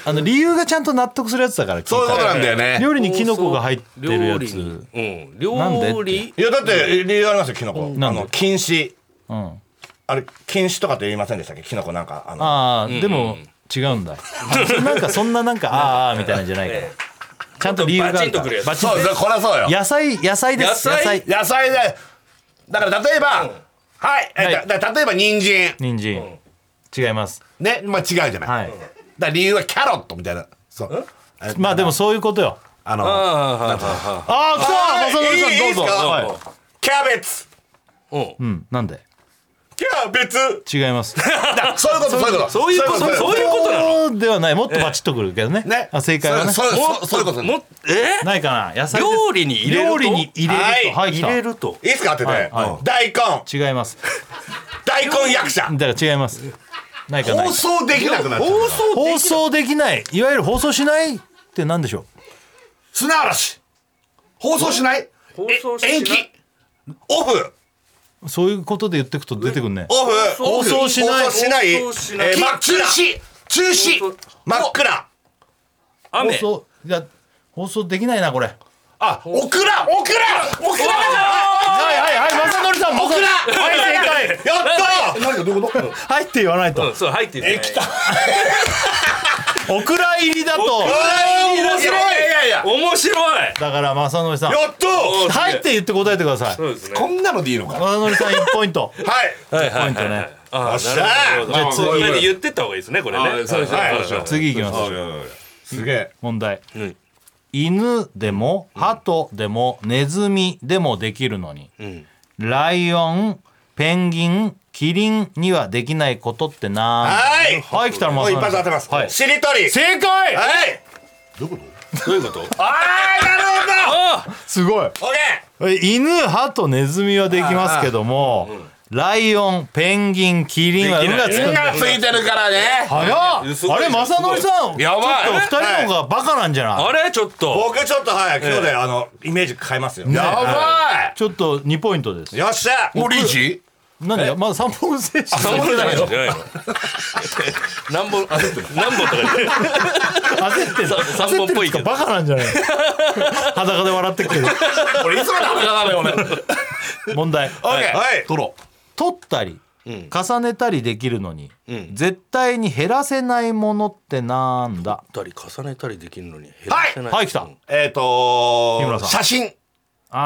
[SPEAKER 1] あの理由がちゃんと納得するやつだから聞いた
[SPEAKER 2] そういうことなんだよね
[SPEAKER 1] 料理にキノコが入ってるや
[SPEAKER 3] 料理
[SPEAKER 1] つ
[SPEAKER 3] にうん
[SPEAKER 1] なんで
[SPEAKER 3] 料理
[SPEAKER 4] いやだって理由ありますよキノコ。
[SPEAKER 1] な
[SPEAKER 4] あ
[SPEAKER 1] んで
[SPEAKER 4] の禁止
[SPEAKER 1] うん
[SPEAKER 4] あれ禁止とかって言いませんでしたっけキノコなんかあの
[SPEAKER 1] ああ、でも違うんだ。 *laughs* なんかそんななんかああーみたいなんじゃないから。ちゃんと理由があるから
[SPEAKER 3] バチンとくるやつ
[SPEAKER 1] バチン
[SPEAKER 2] そうだこれはそうよ
[SPEAKER 1] 野菜野菜です。
[SPEAKER 3] 野
[SPEAKER 1] 野
[SPEAKER 3] 菜
[SPEAKER 1] 菜
[SPEAKER 2] 野菜でだから例えば、はい、え
[SPEAKER 1] はい
[SPEAKER 2] だだ例えば人参
[SPEAKER 1] 人参、違います。
[SPEAKER 2] ねまあ違うじゃない、だか
[SPEAKER 1] はい。
[SPEAKER 2] ら理由はキャロットみたいなそうえ
[SPEAKER 1] まあでもそういうことよ。
[SPEAKER 2] あの
[SPEAKER 3] ああはいは
[SPEAKER 1] ああ来た。
[SPEAKER 2] あー
[SPEAKER 1] 細野
[SPEAKER 2] いい
[SPEAKER 1] さんどうぞ。
[SPEAKER 2] いいですか
[SPEAKER 1] は
[SPEAKER 2] キャベツ
[SPEAKER 3] いはい
[SPEAKER 1] い。うんなんで
[SPEAKER 4] キャベツ
[SPEAKER 1] 違い
[SPEAKER 2] *laughs*
[SPEAKER 1] ます。
[SPEAKER 2] だそういうことそういうこと
[SPEAKER 3] *laughs* そういうことそういうことなの
[SPEAKER 1] そうではない。もっとバチッとくるけどね。
[SPEAKER 2] ね
[SPEAKER 1] あ正解はね。
[SPEAKER 2] そうそうそうそういうこと
[SPEAKER 3] ももえ
[SPEAKER 1] ないかな野菜です
[SPEAKER 3] 料理に入れると
[SPEAKER 1] 料理に入れると
[SPEAKER 4] は
[SPEAKER 1] はい来
[SPEAKER 3] 入
[SPEAKER 1] た
[SPEAKER 3] れると
[SPEAKER 4] いいっすか当てて、
[SPEAKER 1] はいは
[SPEAKER 4] 大根
[SPEAKER 1] 違います。
[SPEAKER 4] 大根役者
[SPEAKER 1] だから違います。ないかない
[SPEAKER 2] 放。送できなくなっちゃう
[SPEAKER 3] 放送
[SPEAKER 1] 放送できないいわゆる放送しないってなんでしょ
[SPEAKER 2] 砂嵐放送しない
[SPEAKER 3] 放送しない
[SPEAKER 2] 延期
[SPEAKER 4] オフ
[SPEAKER 1] うそういうことで言ってくと出てくんね
[SPEAKER 4] オフ
[SPEAKER 1] 放送しない
[SPEAKER 4] 放送しない
[SPEAKER 3] 放送しない
[SPEAKER 4] えー
[SPEAKER 2] き
[SPEAKER 4] 真っ
[SPEAKER 2] 中
[SPEAKER 4] 暗
[SPEAKER 2] 止中
[SPEAKER 3] 放
[SPEAKER 2] 止
[SPEAKER 3] 送
[SPEAKER 4] 真っ暗
[SPEAKER 1] 放
[SPEAKER 3] 雨
[SPEAKER 1] 送いや放送できないなこれはい
[SPEAKER 2] あオクラオクラオクラ
[SPEAKER 1] はいはい正則さんオクラはい正解
[SPEAKER 4] やった
[SPEAKER 2] 何かどういうこと
[SPEAKER 1] はいって言わないと
[SPEAKER 3] うんそう入ってるきた
[SPEAKER 1] オクラ入りだと
[SPEAKER 4] ー
[SPEAKER 3] 面
[SPEAKER 4] 面白い
[SPEAKER 3] 白い
[SPEAKER 2] やいや
[SPEAKER 3] 面白い
[SPEAKER 1] だから正則さん
[SPEAKER 4] やった
[SPEAKER 3] おすげえ
[SPEAKER 1] はいって言って答えてください
[SPEAKER 3] そうですね
[SPEAKER 2] こんなのでいいのか
[SPEAKER 1] 正則さん1ポイント
[SPEAKER 4] は
[SPEAKER 3] は
[SPEAKER 4] い
[SPEAKER 3] いはい
[SPEAKER 1] ポイントね
[SPEAKER 3] あ
[SPEAKER 4] し
[SPEAKER 3] ー
[SPEAKER 4] ゃ
[SPEAKER 3] なるほど
[SPEAKER 1] じゃあ次
[SPEAKER 3] これで言ってった方がいいですねこれね
[SPEAKER 2] そうですね
[SPEAKER 3] はい
[SPEAKER 2] そうですね
[SPEAKER 1] 次いきます
[SPEAKER 4] すげえ
[SPEAKER 1] 問題
[SPEAKER 3] うん
[SPEAKER 1] 犬でも鳩でもネズミでもできるのに、ライオンペンギンキリンにはできないことってなんだ
[SPEAKER 4] はい
[SPEAKER 1] はい北野
[SPEAKER 4] も
[SPEAKER 1] 正
[SPEAKER 4] う一
[SPEAKER 1] 則さ
[SPEAKER 4] 発当
[SPEAKER 1] ん
[SPEAKER 4] てます、
[SPEAKER 1] はい、
[SPEAKER 4] しりとり
[SPEAKER 1] 正解
[SPEAKER 4] はい
[SPEAKER 2] どういうこと
[SPEAKER 3] どういうこと
[SPEAKER 4] あーなるほ
[SPEAKER 3] あー
[SPEAKER 1] すごい
[SPEAKER 4] どオッケ
[SPEAKER 1] 犬鳩ネズミはできますけども、ライオンペンギンキリンは
[SPEAKER 3] でき
[SPEAKER 1] 運
[SPEAKER 3] ない
[SPEAKER 1] がつくんだ
[SPEAKER 2] ついてるからね
[SPEAKER 1] 早
[SPEAKER 3] すご
[SPEAKER 1] っ
[SPEAKER 3] い
[SPEAKER 1] あれ正則さん
[SPEAKER 3] やばい
[SPEAKER 1] ちょっと二人の方がバカなんじゃない、
[SPEAKER 3] あれちょっ
[SPEAKER 4] ー
[SPEAKER 3] と
[SPEAKER 4] 僕ちょっとはい今日で、あのイメージ変えますよ、
[SPEAKER 2] やば
[SPEAKER 1] ちょっと2ポイントです
[SPEAKER 4] いよっしゃ
[SPEAKER 2] いもうリーチ
[SPEAKER 1] 何だまだ3本制しか
[SPEAKER 3] 何
[SPEAKER 1] 出
[SPEAKER 3] 本
[SPEAKER 1] て
[SPEAKER 3] じ
[SPEAKER 1] な
[SPEAKER 3] ゃないい
[SPEAKER 1] の
[SPEAKER 3] の何本あ何本とか言って
[SPEAKER 1] 焦ってる
[SPEAKER 3] さ
[SPEAKER 1] 焦ってるっ
[SPEAKER 3] 散歩っ
[SPEAKER 1] て
[SPEAKER 3] ぽ
[SPEAKER 1] い
[SPEAKER 3] いう
[SPEAKER 1] か
[SPEAKER 3] けど
[SPEAKER 1] バカなんじゃない裸で笑ってっけど
[SPEAKER 2] 俺いつまで裸なのよ俺オ
[SPEAKER 1] 問題
[SPEAKER 2] ッケー
[SPEAKER 4] はい
[SPEAKER 2] 取ろう
[SPEAKER 1] 取ったり重ねたりできるのに、絶対に減らせないものってなんだ
[SPEAKER 3] たり重ねたりできるのに減らせない
[SPEAKER 1] はい来た
[SPEAKER 2] えっと
[SPEAKER 1] 日村さん
[SPEAKER 2] 写真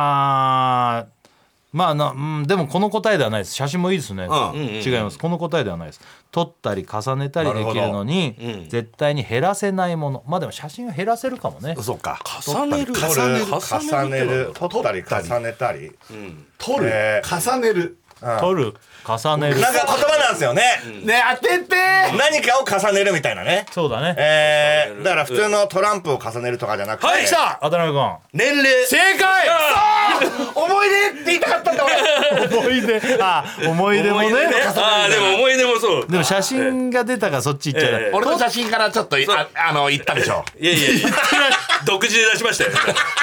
[SPEAKER 1] あーまあな、うん、でもこの答えではないです写真もいいですね、
[SPEAKER 2] うん
[SPEAKER 1] 違いますこの答えではないです取ったり重ねたりできるのに
[SPEAKER 3] るほどうん
[SPEAKER 1] 絶対に減らせないものまあでも写真は減らせるかもね
[SPEAKER 2] そうか
[SPEAKER 3] 重ねる
[SPEAKER 2] 重ねる
[SPEAKER 4] 重ねる
[SPEAKER 3] 取
[SPEAKER 4] 取ったり重ねたり
[SPEAKER 2] 取る、
[SPEAKER 4] え
[SPEAKER 2] 重ねる
[SPEAKER 1] 取る重ねる
[SPEAKER 4] なんか言葉なんですよね、
[SPEAKER 2] ね当てて
[SPEAKER 4] 何かを重ねるみたいなね
[SPEAKER 1] そうだね
[SPEAKER 4] えー、だから普通のトランプを重ねるとかじゃなくて、
[SPEAKER 3] はい来た
[SPEAKER 1] 渡辺君
[SPEAKER 3] 年齢
[SPEAKER 1] 正解
[SPEAKER 2] 思い出って言いたかったんだ俺
[SPEAKER 1] 思い出あ思い出もね
[SPEAKER 3] ああでも思い出もそう
[SPEAKER 1] でも写真が出たからそっち行っちゃう、
[SPEAKER 3] ええ
[SPEAKER 2] 俺の写真からちょっとああの言ったでしょ
[SPEAKER 3] いやいやいや独自で出しましたよ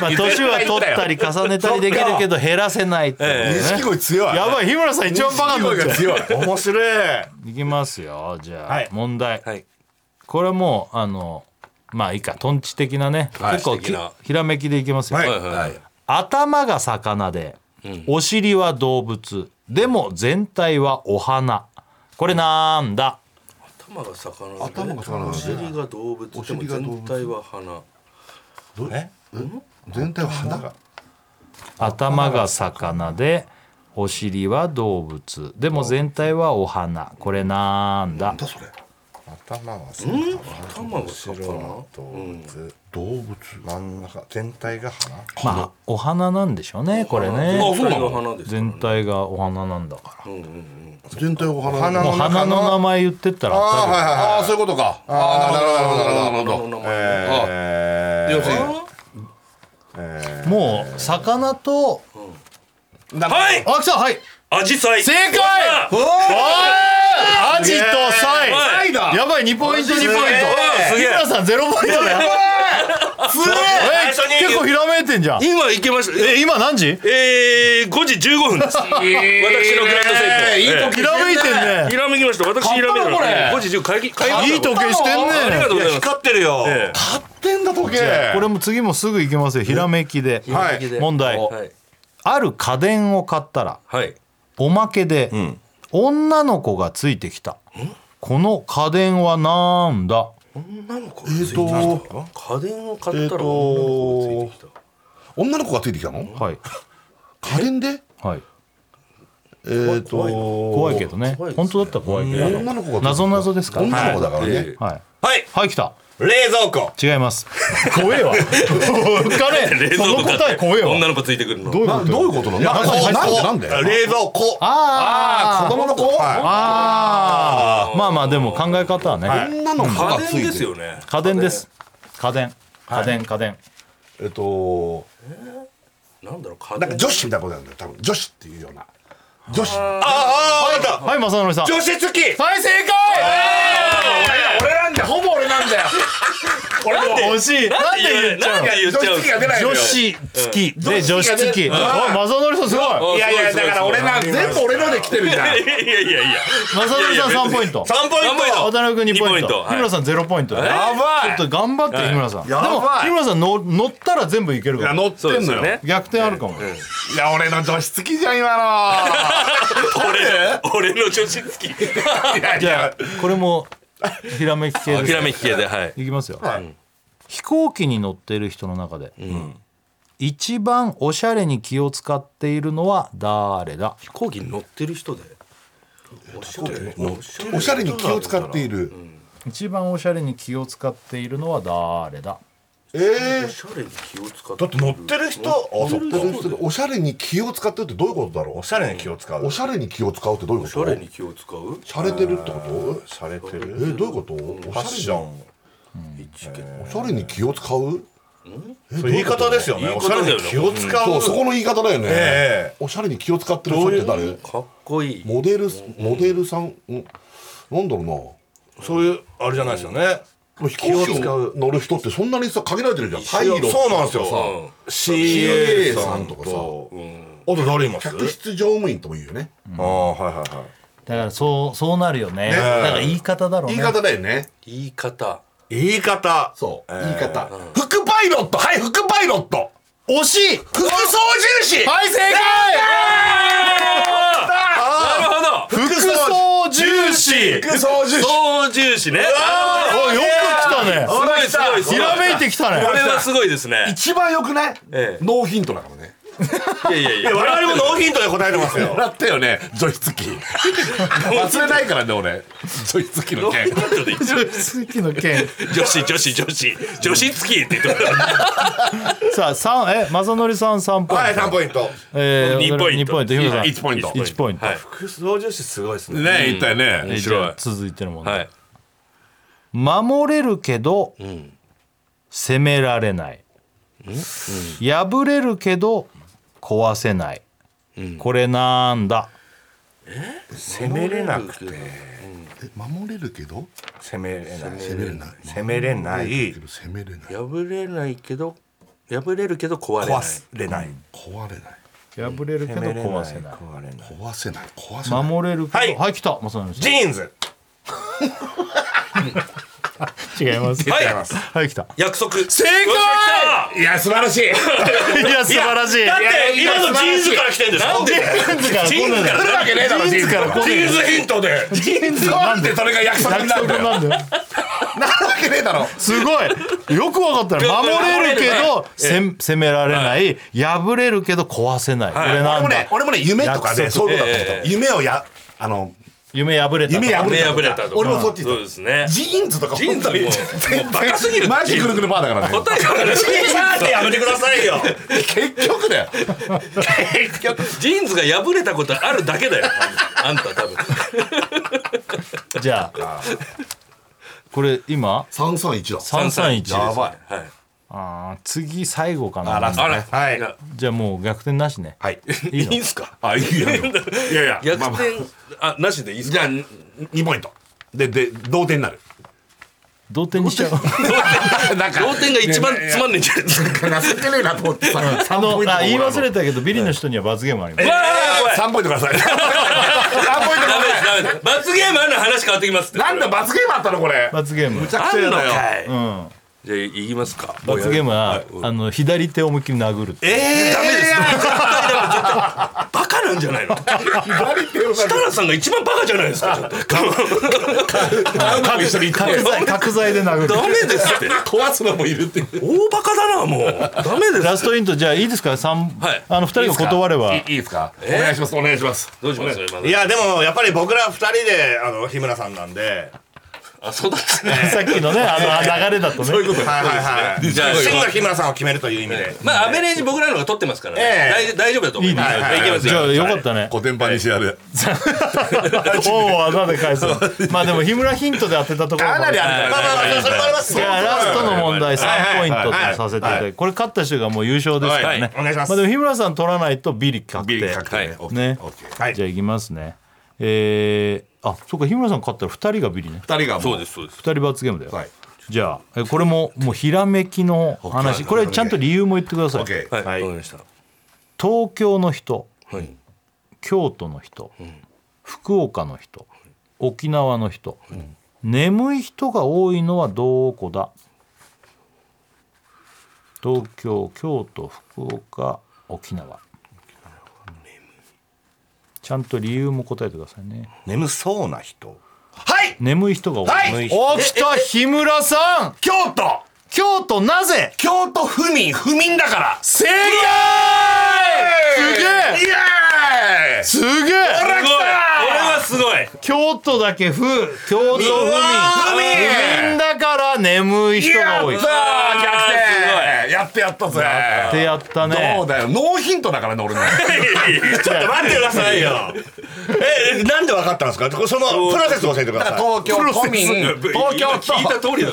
[SPEAKER 1] まあ年は取ったり重ねたりできるけど減らせないっていうね
[SPEAKER 2] 錦鯉強い
[SPEAKER 1] やばい日村さん一番バカになっ
[SPEAKER 2] 錦
[SPEAKER 1] ち
[SPEAKER 2] 鯉
[SPEAKER 1] ゃ
[SPEAKER 2] が強い
[SPEAKER 4] 面白い
[SPEAKER 1] いきますよじゃあ、
[SPEAKER 4] はい
[SPEAKER 1] 問題、
[SPEAKER 3] はい
[SPEAKER 1] これはもうあのまあいいかトンチ的なね、
[SPEAKER 2] はい
[SPEAKER 1] 結構
[SPEAKER 3] 知的
[SPEAKER 1] き
[SPEAKER 3] な
[SPEAKER 1] ひらめきでいきますよ、
[SPEAKER 4] はい
[SPEAKER 2] はい
[SPEAKER 1] 頭が魚で、お尻は動物でも全体はお花これなんだ
[SPEAKER 3] 頭が魚で
[SPEAKER 2] 頭が魚なん
[SPEAKER 3] お
[SPEAKER 2] だ
[SPEAKER 3] 尻が動物
[SPEAKER 2] お
[SPEAKER 3] でも
[SPEAKER 2] 尻が動物
[SPEAKER 3] 全体は鼻
[SPEAKER 4] え
[SPEAKER 2] 全体は花が
[SPEAKER 1] 頭が魚でお尻は動物でも全体はお花これなんだ
[SPEAKER 2] だそれ
[SPEAKER 4] 頭は魚
[SPEAKER 3] 頭が魚
[SPEAKER 4] 動物
[SPEAKER 2] 動物
[SPEAKER 4] 真ん中全体が鼻
[SPEAKER 1] まあお花なんでしょうねこれね
[SPEAKER 3] あそうなの花です
[SPEAKER 1] 全体がお花なんだか
[SPEAKER 2] 全体は花
[SPEAKER 4] 花
[SPEAKER 1] ら
[SPEAKER 4] の
[SPEAKER 1] お花の名前言ってったら当たる
[SPEAKER 4] はいはい
[SPEAKER 2] ああーそういうことかああなるほどなるほどなるほど
[SPEAKER 3] の名前
[SPEAKER 4] え
[SPEAKER 2] 要する
[SPEAKER 1] もう魚と
[SPEAKER 2] になるほど
[SPEAKER 3] はい
[SPEAKER 1] あ来たはい
[SPEAKER 3] アジサイ
[SPEAKER 1] 正解
[SPEAKER 3] あ
[SPEAKER 2] おー
[SPEAKER 1] アジとサイ
[SPEAKER 3] は
[SPEAKER 2] サ
[SPEAKER 3] い
[SPEAKER 2] イだ
[SPEAKER 1] やばい2ポイント2ポイント
[SPEAKER 3] すげ
[SPEAKER 1] 日
[SPEAKER 3] え
[SPEAKER 1] 村さん0ポイントだよ
[SPEAKER 2] 強
[SPEAKER 1] すげえ
[SPEAKER 4] 最初に
[SPEAKER 1] 結構ひらめいてんじゃん
[SPEAKER 3] 今行けました
[SPEAKER 1] え今何時
[SPEAKER 3] えー、5時15分です。私のグランド
[SPEAKER 4] えーいい
[SPEAKER 3] 成功。
[SPEAKER 4] 時
[SPEAKER 1] ひらめいてんね
[SPEAKER 3] ひらめきました。私ひらめいたの。
[SPEAKER 4] 買ったのこ
[SPEAKER 3] 5
[SPEAKER 4] れ
[SPEAKER 3] 時15分。帰り帰りました
[SPEAKER 1] いい時計して
[SPEAKER 3] あ
[SPEAKER 1] ん
[SPEAKER 3] りが
[SPEAKER 1] ね
[SPEAKER 3] とうございます。
[SPEAKER 4] 光ってるよ
[SPEAKER 3] ええ
[SPEAKER 2] 買ってんだ時計
[SPEAKER 1] これも次もすぐ行けますよひらめきで
[SPEAKER 2] はい
[SPEAKER 1] 問題
[SPEAKER 3] はい。
[SPEAKER 1] ある家電を買ったら
[SPEAKER 3] はい。
[SPEAKER 1] おまけで、女の子がついてきたこの家電はなんだ
[SPEAKER 3] 女の子
[SPEAKER 2] えっと
[SPEAKER 3] 家電を買った
[SPEAKER 2] えー
[SPEAKER 3] ら
[SPEAKER 2] と
[SPEAKER 3] 女の子がついてきた。
[SPEAKER 2] 女の子がついてきたの
[SPEAKER 1] はい
[SPEAKER 2] 家電で
[SPEAKER 1] はい
[SPEAKER 2] えーと
[SPEAKER 1] 怖
[SPEAKER 2] 怖
[SPEAKER 1] いけどね
[SPEAKER 3] 怖いですね
[SPEAKER 1] 本当だったら怖いけど
[SPEAKER 2] 女の子が
[SPEAKER 1] 謎々ですから
[SPEAKER 2] 女の子だから
[SPEAKER 3] は
[SPEAKER 2] ね
[SPEAKER 3] い
[SPEAKER 1] はい
[SPEAKER 4] はい
[SPEAKER 1] はい来た
[SPEAKER 4] 冷蔵庫
[SPEAKER 1] 違います怖えわ浮かれ
[SPEAKER 3] 冷
[SPEAKER 1] その
[SPEAKER 3] 蔵庫買っ
[SPEAKER 1] 答え
[SPEAKER 3] た
[SPEAKER 1] 怖えわ
[SPEAKER 3] 女の子ついてくるの。
[SPEAKER 1] どういう
[SPEAKER 2] な
[SPEAKER 1] こと
[SPEAKER 2] どういうことなのな
[SPEAKER 1] 中に入って
[SPEAKER 2] なんでなんで
[SPEAKER 4] あ冷蔵庫
[SPEAKER 1] あーあ
[SPEAKER 2] 子供の子は
[SPEAKER 1] あーまあまあでも考え方はね、
[SPEAKER 2] い女の子が
[SPEAKER 3] 家
[SPEAKER 2] ついて
[SPEAKER 3] 電
[SPEAKER 2] る
[SPEAKER 3] ですよね。
[SPEAKER 1] 家電です家電家電家電
[SPEAKER 2] えっと
[SPEAKER 3] なんだろう家電。
[SPEAKER 2] なんか女子みたいなことなんだよ多分女子っていうような女子
[SPEAKER 4] ああああった
[SPEAKER 1] はい正則さん
[SPEAKER 4] 除湿機
[SPEAKER 1] はい正
[SPEAKER 2] 俺なんだよほぼ俺なんだよ俺
[SPEAKER 1] *laughs*
[SPEAKER 2] も
[SPEAKER 1] 解惜しいなんで言っちゃう
[SPEAKER 3] なん
[SPEAKER 1] の
[SPEAKER 3] で言っちゃう
[SPEAKER 2] 女子が出ないの
[SPEAKER 1] 女
[SPEAKER 2] よ
[SPEAKER 1] 子付きで女
[SPEAKER 2] 女子
[SPEAKER 1] 子
[SPEAKER 2] がね
[SPEAKER 1] 付きおい
[SPEAKER 2] うん
[SPEAKER 1] 正則さんすごい
[SPEAKER 3] あ
[SPEAKER 2] いやいやだから俺な
[SPEAKER 3] すごいすごいすごい
[SPEAKER 2] 全部俺ので来てるじゃん
[SPEAKER 3] いやいやいやいや。
[SPEAKER 1] 正則さん三ポイント
[SPEAKER 4] 3ポイン
[SPEAKER 3] 三ポイン
[SPEAKER 4] ト
[SPEAKER 1] 渡辺君2ポイン
[SPEAKER 3] 二ポイント
[SPEAKER 1] ト
[SPEAKER 3] はい
[SPEAKER 1] 日村さんゼロポイント
[SPEAKER 3] え
[SPEAKER 1] や
[SPEAKER 2] ば
[SPEAKER 1] ちょっと頑張って日村さんでも
[SPEAKER 2] やばい
[SPEAKER 1] 日村さんの乗ったら全部いけるか
[SPEAKER 2] いや
[SPEAKER 1] ら
[SPEAKER 2] 乗って
[SPEAKER 3] そうんです
[SPEAKER 2] の
[SPEAKER 3] よ
[SPEAKER 2] よ、
[SPEAKER 3] ね。
[SPEAKER 1] 逆転あるかも
[SPEAKER 2] いや俺の女子好きじゃん今の
[SPEAKER 3] 俺俺の女子付き。
[SPEAKER 1] じゃあこれもひらめき系です
[SPEAKER 3] 諦めき系ではい。
[SPEAKER 1] いきますよ、飛行機に乗っている人の中で、一番おしゃれに気を使っているのは誰だ
[SPEAKER 3] 飛行機に乗ってる人で。おしゃれ。
[SPEAKER 2] おしゃれに気を使っている、
[SPEAKER 1] 一番おしゃれに気を使っているのは誰だ
[SPEAKER 2] え
[SPEAKER 3] おしゃれに気を使って。
[SPEAKER 4] だって乗ってる人あそっか
[SPEAKER 2] ー、おしゃれに気を使ってるってどういうことだろ
[SPEAKER 4] おしゃれに気を使
[SPEAKER 2] う
[SPEAKER 4] う
[SPEAKER 2] おしゃれに気を使うってどういうこ
[SPEAKER 3] おし
[SPEAKER 2] と
[SPEAKER 3] ゃれに気を使う。
[SPEAKER 2] 洒落てるってこと
[SPEAKER 4] しゃれて
[SPEAKER 2] え
[SPEAKER 4] る
[SPEAKER 2] ー、どういうことお
[SPEAKER 4] ファッ
[SPEAKER 2] し
[SPEAKER 4] シ
[SPEAKER 2] ゃれ
[SPEAKER 4] ョ
[SPEAKER 2] に
[SPEAKER 4] ン
[SPEAKER 3] 一見
[SPEAKER 2] おしゃれに気を使う
[SPEAKER 4] そう言い方ですよね
[SPEAKER 3] 言い
[SPEAKER 4] お
[SPEAKER 3] 方
[SPEAKER 4] し
[SPEAKER 3] だ
[SPEAKER 4] ゃ
[SPEAKER 3] よね
[SPEAKER 4] れに気を使
[SPEAKER 2] そううそこの言い方だよね、
[SPEAKER 4] え
[SPEAKER 2] おしゃれに気を使ってる人って誰
[SPEAKER 3] かっこいい。
[SPEAKER 2] モデルモデルさん、ん、なんだろうな
[SPEAKER 4] そういうあれじゃないですよね
[SPEAKER 2] 飛行機を乗る人ってそんなにさ限られてるじゃんパイロット
[SPEAKER 4] そうなんですよ
[SPEAKER 3] うん
[SPEAKER 4] CA
[SPEAKER 2] さ
[SPEAKER 4] さ
[SPEAKER 2] ん
[SPEAKER 4] ん
[SPEAKER 2] と
[SPEAKER 4] と
[SPEAKER 2] か
[SPEAKER 4] か
[SPEAKER 2] さ
[SPEAKER 4] さあと誰います
[SPEAKER 2] 客室乗務員とも言うよね
[SPEAKER 4] ああはいはいはい
[SPEAKER 1] だからそうそうなるよねだから言い方だろうね
[SPEAKER 2] 言い方だよね
[SPEAKER 3] 言い方。
[SPEAKER 4] 言い方
[SPEAKER 2] そう、言い方、副パイロットはい副パイロット
[SPEAKER 1] 惜しい
[SPEAKER 2] 副操縦士
[SPEAKER 1] はい正解
[SPEAKER 3] なるほど。
[SPEAKER 1] 副操縦士
[SPEAKER 2] 副操縦士
[SPEAKER 3] 操縦士ね。
[SPEAKER 1] およく来たね
[SPEAKER 3] すごいすご
[SPEAKER 1] ひ
[SPEAKER 3] いすごい。
[SPEAKER 1] らめいてきたね
[SPEAKER 3] これはすごいですね。
[SPEAKER 2] 一番よくない、
[SPEAKER 3] ええ
[SPEAKER 2] ノーヒントだからね
[SPEAKER 3] いやいやい
[SPEAKER 4] いや
[SPEAKER 3] や。
[SPEAKER 4] 我々もノーヒントで答えてますよ
[SPEAKER 2] もらったよね除湿機忘れないからね俺除湿機の件
[SPEAKER 1] 好きの件
[SPEAKER 3] 女子女子女子女子付きって言ってもら
[SPEAKER 1] さあ三え正則さん三ポイント
[SPEAKER 2] はい3ポイント
[SPEAKER 1] えー
[SPEAKER 3] 二ポイン
[SPEAKER 1] 二
[SPEAKER 3] ト
[SPEAKER 1] ポイント日村さん
[SPEAKER 2] 1ポイント
[SPEAKER 1] 一ポイント
[SPEAKER 3] はい
[SPEAKER 4] 副操縦士すごいですね
[SPEAKER 2] ね一体ね
[SPEAKER 1] えーじゃあ続いての問題
[SPEAKER 3] はい。
[SPEAKER 1] 守れるけど、攻められない、破れるけど壊せない、これなんだ
[SPEAKER 4] 攻めれなくて
[SPEAKER 2] 守れるけど
[SPEAKER 4] 攻めれない
[SPEAKER 2] 攻めれない
[SPEAKER 4] 攻めれない
[SPEAKER 2] けど攻めれない
[SPEAKER 3] 破れないけど破れるけど壊れない
[SPEAKER 4] 壊。れない
[SPEAKER 2] 壊れない
[SPEAKER 1] 破れるけど
[SPEAKER 4] 攻めれない
[SPEAKER 1] 壊せない
[SPEAKER 4] 壊れない
[SPEAKER 2] 壊せない壊せない
[SPEAKER 1] 守れるけどは、
[SPEAKER 4] はいい
[SPEAKER 1] 来た正則
[SPEAKER 4] ジーンズ
[SPEAKER 1] さん違います
[SPEAKER 3] はい。
[SPEAKER 1] はい来た
[SPEAKER 3] 約束。正
[SPEAKER 2] いや素晴らしい
[SPEAKER 1] いや素晴らしい
[SPEAKER 4] だって今のジーンズから来てんですなんで
[SPEAKER 1] ジーンズから
[SPEAKER 2] 来るわけねえだろ
[SPEAKER 1] ジーンズから
[SPEAKER 2] ジ
[SPEAKER 1] 来ね
[SPEAKER 4] ジーンズヒントで
[SPEAKER 1] ジーンズ
[SPEAKER 2] なんでそれが約束になるんだよ
[SPEAKER 1] なんだよ
[SPEAKER 2] なるわけねえだろ
[SPEAKER 1] すごいよくわかったね守れるけどせん攻められない、破れるけど壊せない、これ
[SPEAKER 2] 俺
[SPEAKER 1] なんだ、
[SPEAKER 2] もね俺もね夢と
[SPEAKER 1] 約
[SPEAKER 2] か
[SPEAKER 1] 束
[SPEAKER 2] ねそういうことだと思った夢をやあの
[SPEAKER 1] 夢破れたとか
[SPEAKER 2] 夢破れ
[SPEAKER 3] 夢破れたとか
[SPEAKER 2] 俺もそっち
[SPEAKER 3] そうですね
[SPEAKER 2] ジーンズとか
[SPEAKER 3] ジーンズも
[SPEAKER 2] 本当に
[SPEAKER 3] もうバカすぎる
[SPEAKER 2] マジくるくるバーだからね
[SPEAKER 3] 答えからジーンズってやめてくださいよ。
[SPEAKER 2] 結局だよ結局
[SPEAKER 3] ジーンズが破れたことあるだけだよ。あんた多分。
[SPEAKER 1] じゃあ *laughs* これ今
[SPEAKER 2] 331だ
[SPEAKER 1] 三三一
[SPEAKER 2] やばい
[SPEAKER 3] はい。
[SPEAKER 1] あー次最後か
[SPEAKER 2] あラス
[SPEAKER 1] な
[SPEAKER 2] ト
[SPEAKER 3] あ
[SPEAKER 2] ね
[SPEAKER 3] ら
[SPEAKER 2] はい
[SPEAKER 3] や
[SPEAKER 1] じゃあもう逆転なしね
[SPEAKER 2] はい
[SPEAKER 1] いいの
[SPEAKER 3] いいんすか。
[SPEAKER 2] あいいよいいよいやいや
[SPEAKER 3] 逆
[SPEAKER 2] まあまあ
[SPEAKER 3] 転あなしでいいっす
[SPEAKER 2] じゃ
[SPEAKER 3] か。
[SPEAKER 2] あ2ポイントでで同点になる
[SPEAKER 1] 同点にしちゃう
[SPEAKER 2] なんか
[SPEAKER 3] 同点が一番つまんねえんじゃないですか。
[SPEAKER 2] 焦ってねえなと思 *laughs* ってさ
[SPEAKER 1] あ
[SPEAKER 2] 3
[SPEAKER 1] の
[SPEAKER 2] ポイント
[SPEAKER 1] あ言い忘れたけどビリの人には罰ゲームあります
[SPEAKER 2] 3ポイントください3ポイントくだ
[SPEAKER 3] ダメで
[SPEAKER 2] さ
[SPEAKER 3] すダメです。罰ゲームあるの話変わってきますって。
[SPEAKER 2] いなんだ罰ゲームあったのこれ
[SPEAKER 1] 罰ゲーム
[SPEAKER 2] ちゃくちゃやだよ
[SPEAKER 3] い。じゃあ行きますか。
[SPEAKER 1] 罰ゲーム
[SPEAKER 3] は
[SPEAKER 1] はいあの左手を思いっきり殴る
[SPEAKER 3] ええダメです。バカなんじゃないの。
[SPEAKER 2] 左手を
[SPEAKER 3] 設楽さんが一番バカじゃないですか。ちょっと
[SPEAKER 2] 何度も一緒に行って
[SPEAKER 1] 角材角材で殴る
[SPEAKER 3] ダメですって。
[SPEAKER 2] 壊すのもいるっていう
[SPEAKER 3] 大バカだなもう。ダメです。
[SPEAKER 1] ラストイントじゃあいいですか三
[SPEAKER 3] はい
[SPEAKER 1] あの二人が断れば
[SPEAKER 2] いいですかお願いしますお願いします
[SPEAKER 3] どうします。今の
[SPEAKER 4] いやでもやっぱり僕ら二人であの日村さんなんで
[SPEAKER 3] あそうだったね。
[SPEAKER 1] さっきのねあの流れだとね
[SPEAKER 4] はいはいはい
[SPEAKER 3] じゃあ
[SPEAKER 4] 真が日村さんを決めるという意味で
[SPEAKER 3] まあアベレージ僕らの方が取ってますからね。
[SPEAKER 4] え
[SPEAKER 3] 大大丈夫だと思います。
[SPEAKER 4] いいね
[SPEAKER 3] はいいきます
[SPEAKER 1] じゃあ
[SPEAKER 3] よ。
[SPEAKER 1] よかったね
[SPEAKER 2] 古典版にしてやる
[SPEAKER 1] おお穴で返すまあでも日村ヒントで当てたところ
[SPEAKER 2] かなりある
[SPEAKER 4] まあまあまあそれもあります
[SPEAKER 1] じゃあラストの問題
[SPEAKER 4] はいは
[SPEAKER 1] 3
[SPEAKER 4] い
[SPEAKER 1] ポイントとさせていただいてこれ勝った人がもう優勝ですから
[SPEAKER 4] は
[SPEAKER 1] ね
[SPEAKER 4] いお願いします
[SPEAKER 1] あでも日村さん取らないとビリ確
[SPEAKER 2] ビリ
[SPEAKER 1] 定
[SPEAKER 2] 確定ね
[SPEAKER 3] は
[SPEAKER 1] ね
[SPEAKER 4] はい
[SPEAKER 1] じゃあいきますねえーあそうか日村さん勝ったら2人がビリね
[SPEAKER 2] 2人が
[SPEAKER 3] そ
[SPEAKER 2] も
[SPEAKER 3] う
[SPEAKER 2] う
[SPEAKER 3] ですそうです。
[SPEAKER 1] 2人罰ゲームだよ
[SPEAKER 2] はい
[SPEAKER 1] じゃあえこれももうひらめきの話これちゃんと理由も言ってください
[SPEAKER 2] OK
[SPEAKER 3] はい。わかりました。
[SPEAKER 1] 東京の人
[SPEAKER 3] はい。
[SPEAKER 1] 京都の人、福岡の人、沖縄の人、眠い人が多いのはどこだ東京京都福岡沖縄ちゃんと理由も答えてくださいね
[SPEAKER 4] 眠そうな人
[SPEAKER 2] はい
[SPEAKER 1] 眠い人が多い、
[SPEAKER 2] はい
[SPEAKER 1] おきた日村さん
[SPEAKER 2] 京都
[SPEAKER 1] 京都なぜ
[SPEAKER 2] 京都府民府民だから
[SPEAKER 1] 正
[SPEAKER 2] す
[SPEAKER 1] 解
[SPEAKER 2] イエーイ
[SPEAKER 1] すげえすげえ
[SPEAKER 3] すごい。これはすごい。
[SPEAKER 1] 京都だけ府京都府民
[SPEAKER 2] うわー
[SPEAKER 1] 不眠だから眠い人が多い
[SPEAKER 2] やったー逆転やってやったぜ
[SPEAKER 1] ってやったね
[SPEAKER 2] そうだよノーヒントだからね俺の
[SPEAKER 4] ちょっと待ってくださいよえなんでわかったんですかそのプロセスを教えてください
[SPEAKER 2] 東京都民東京
[SPEAKER 3] 聞いた
[SPEAKER 2] 都
[SPEAKER 3] 通りだ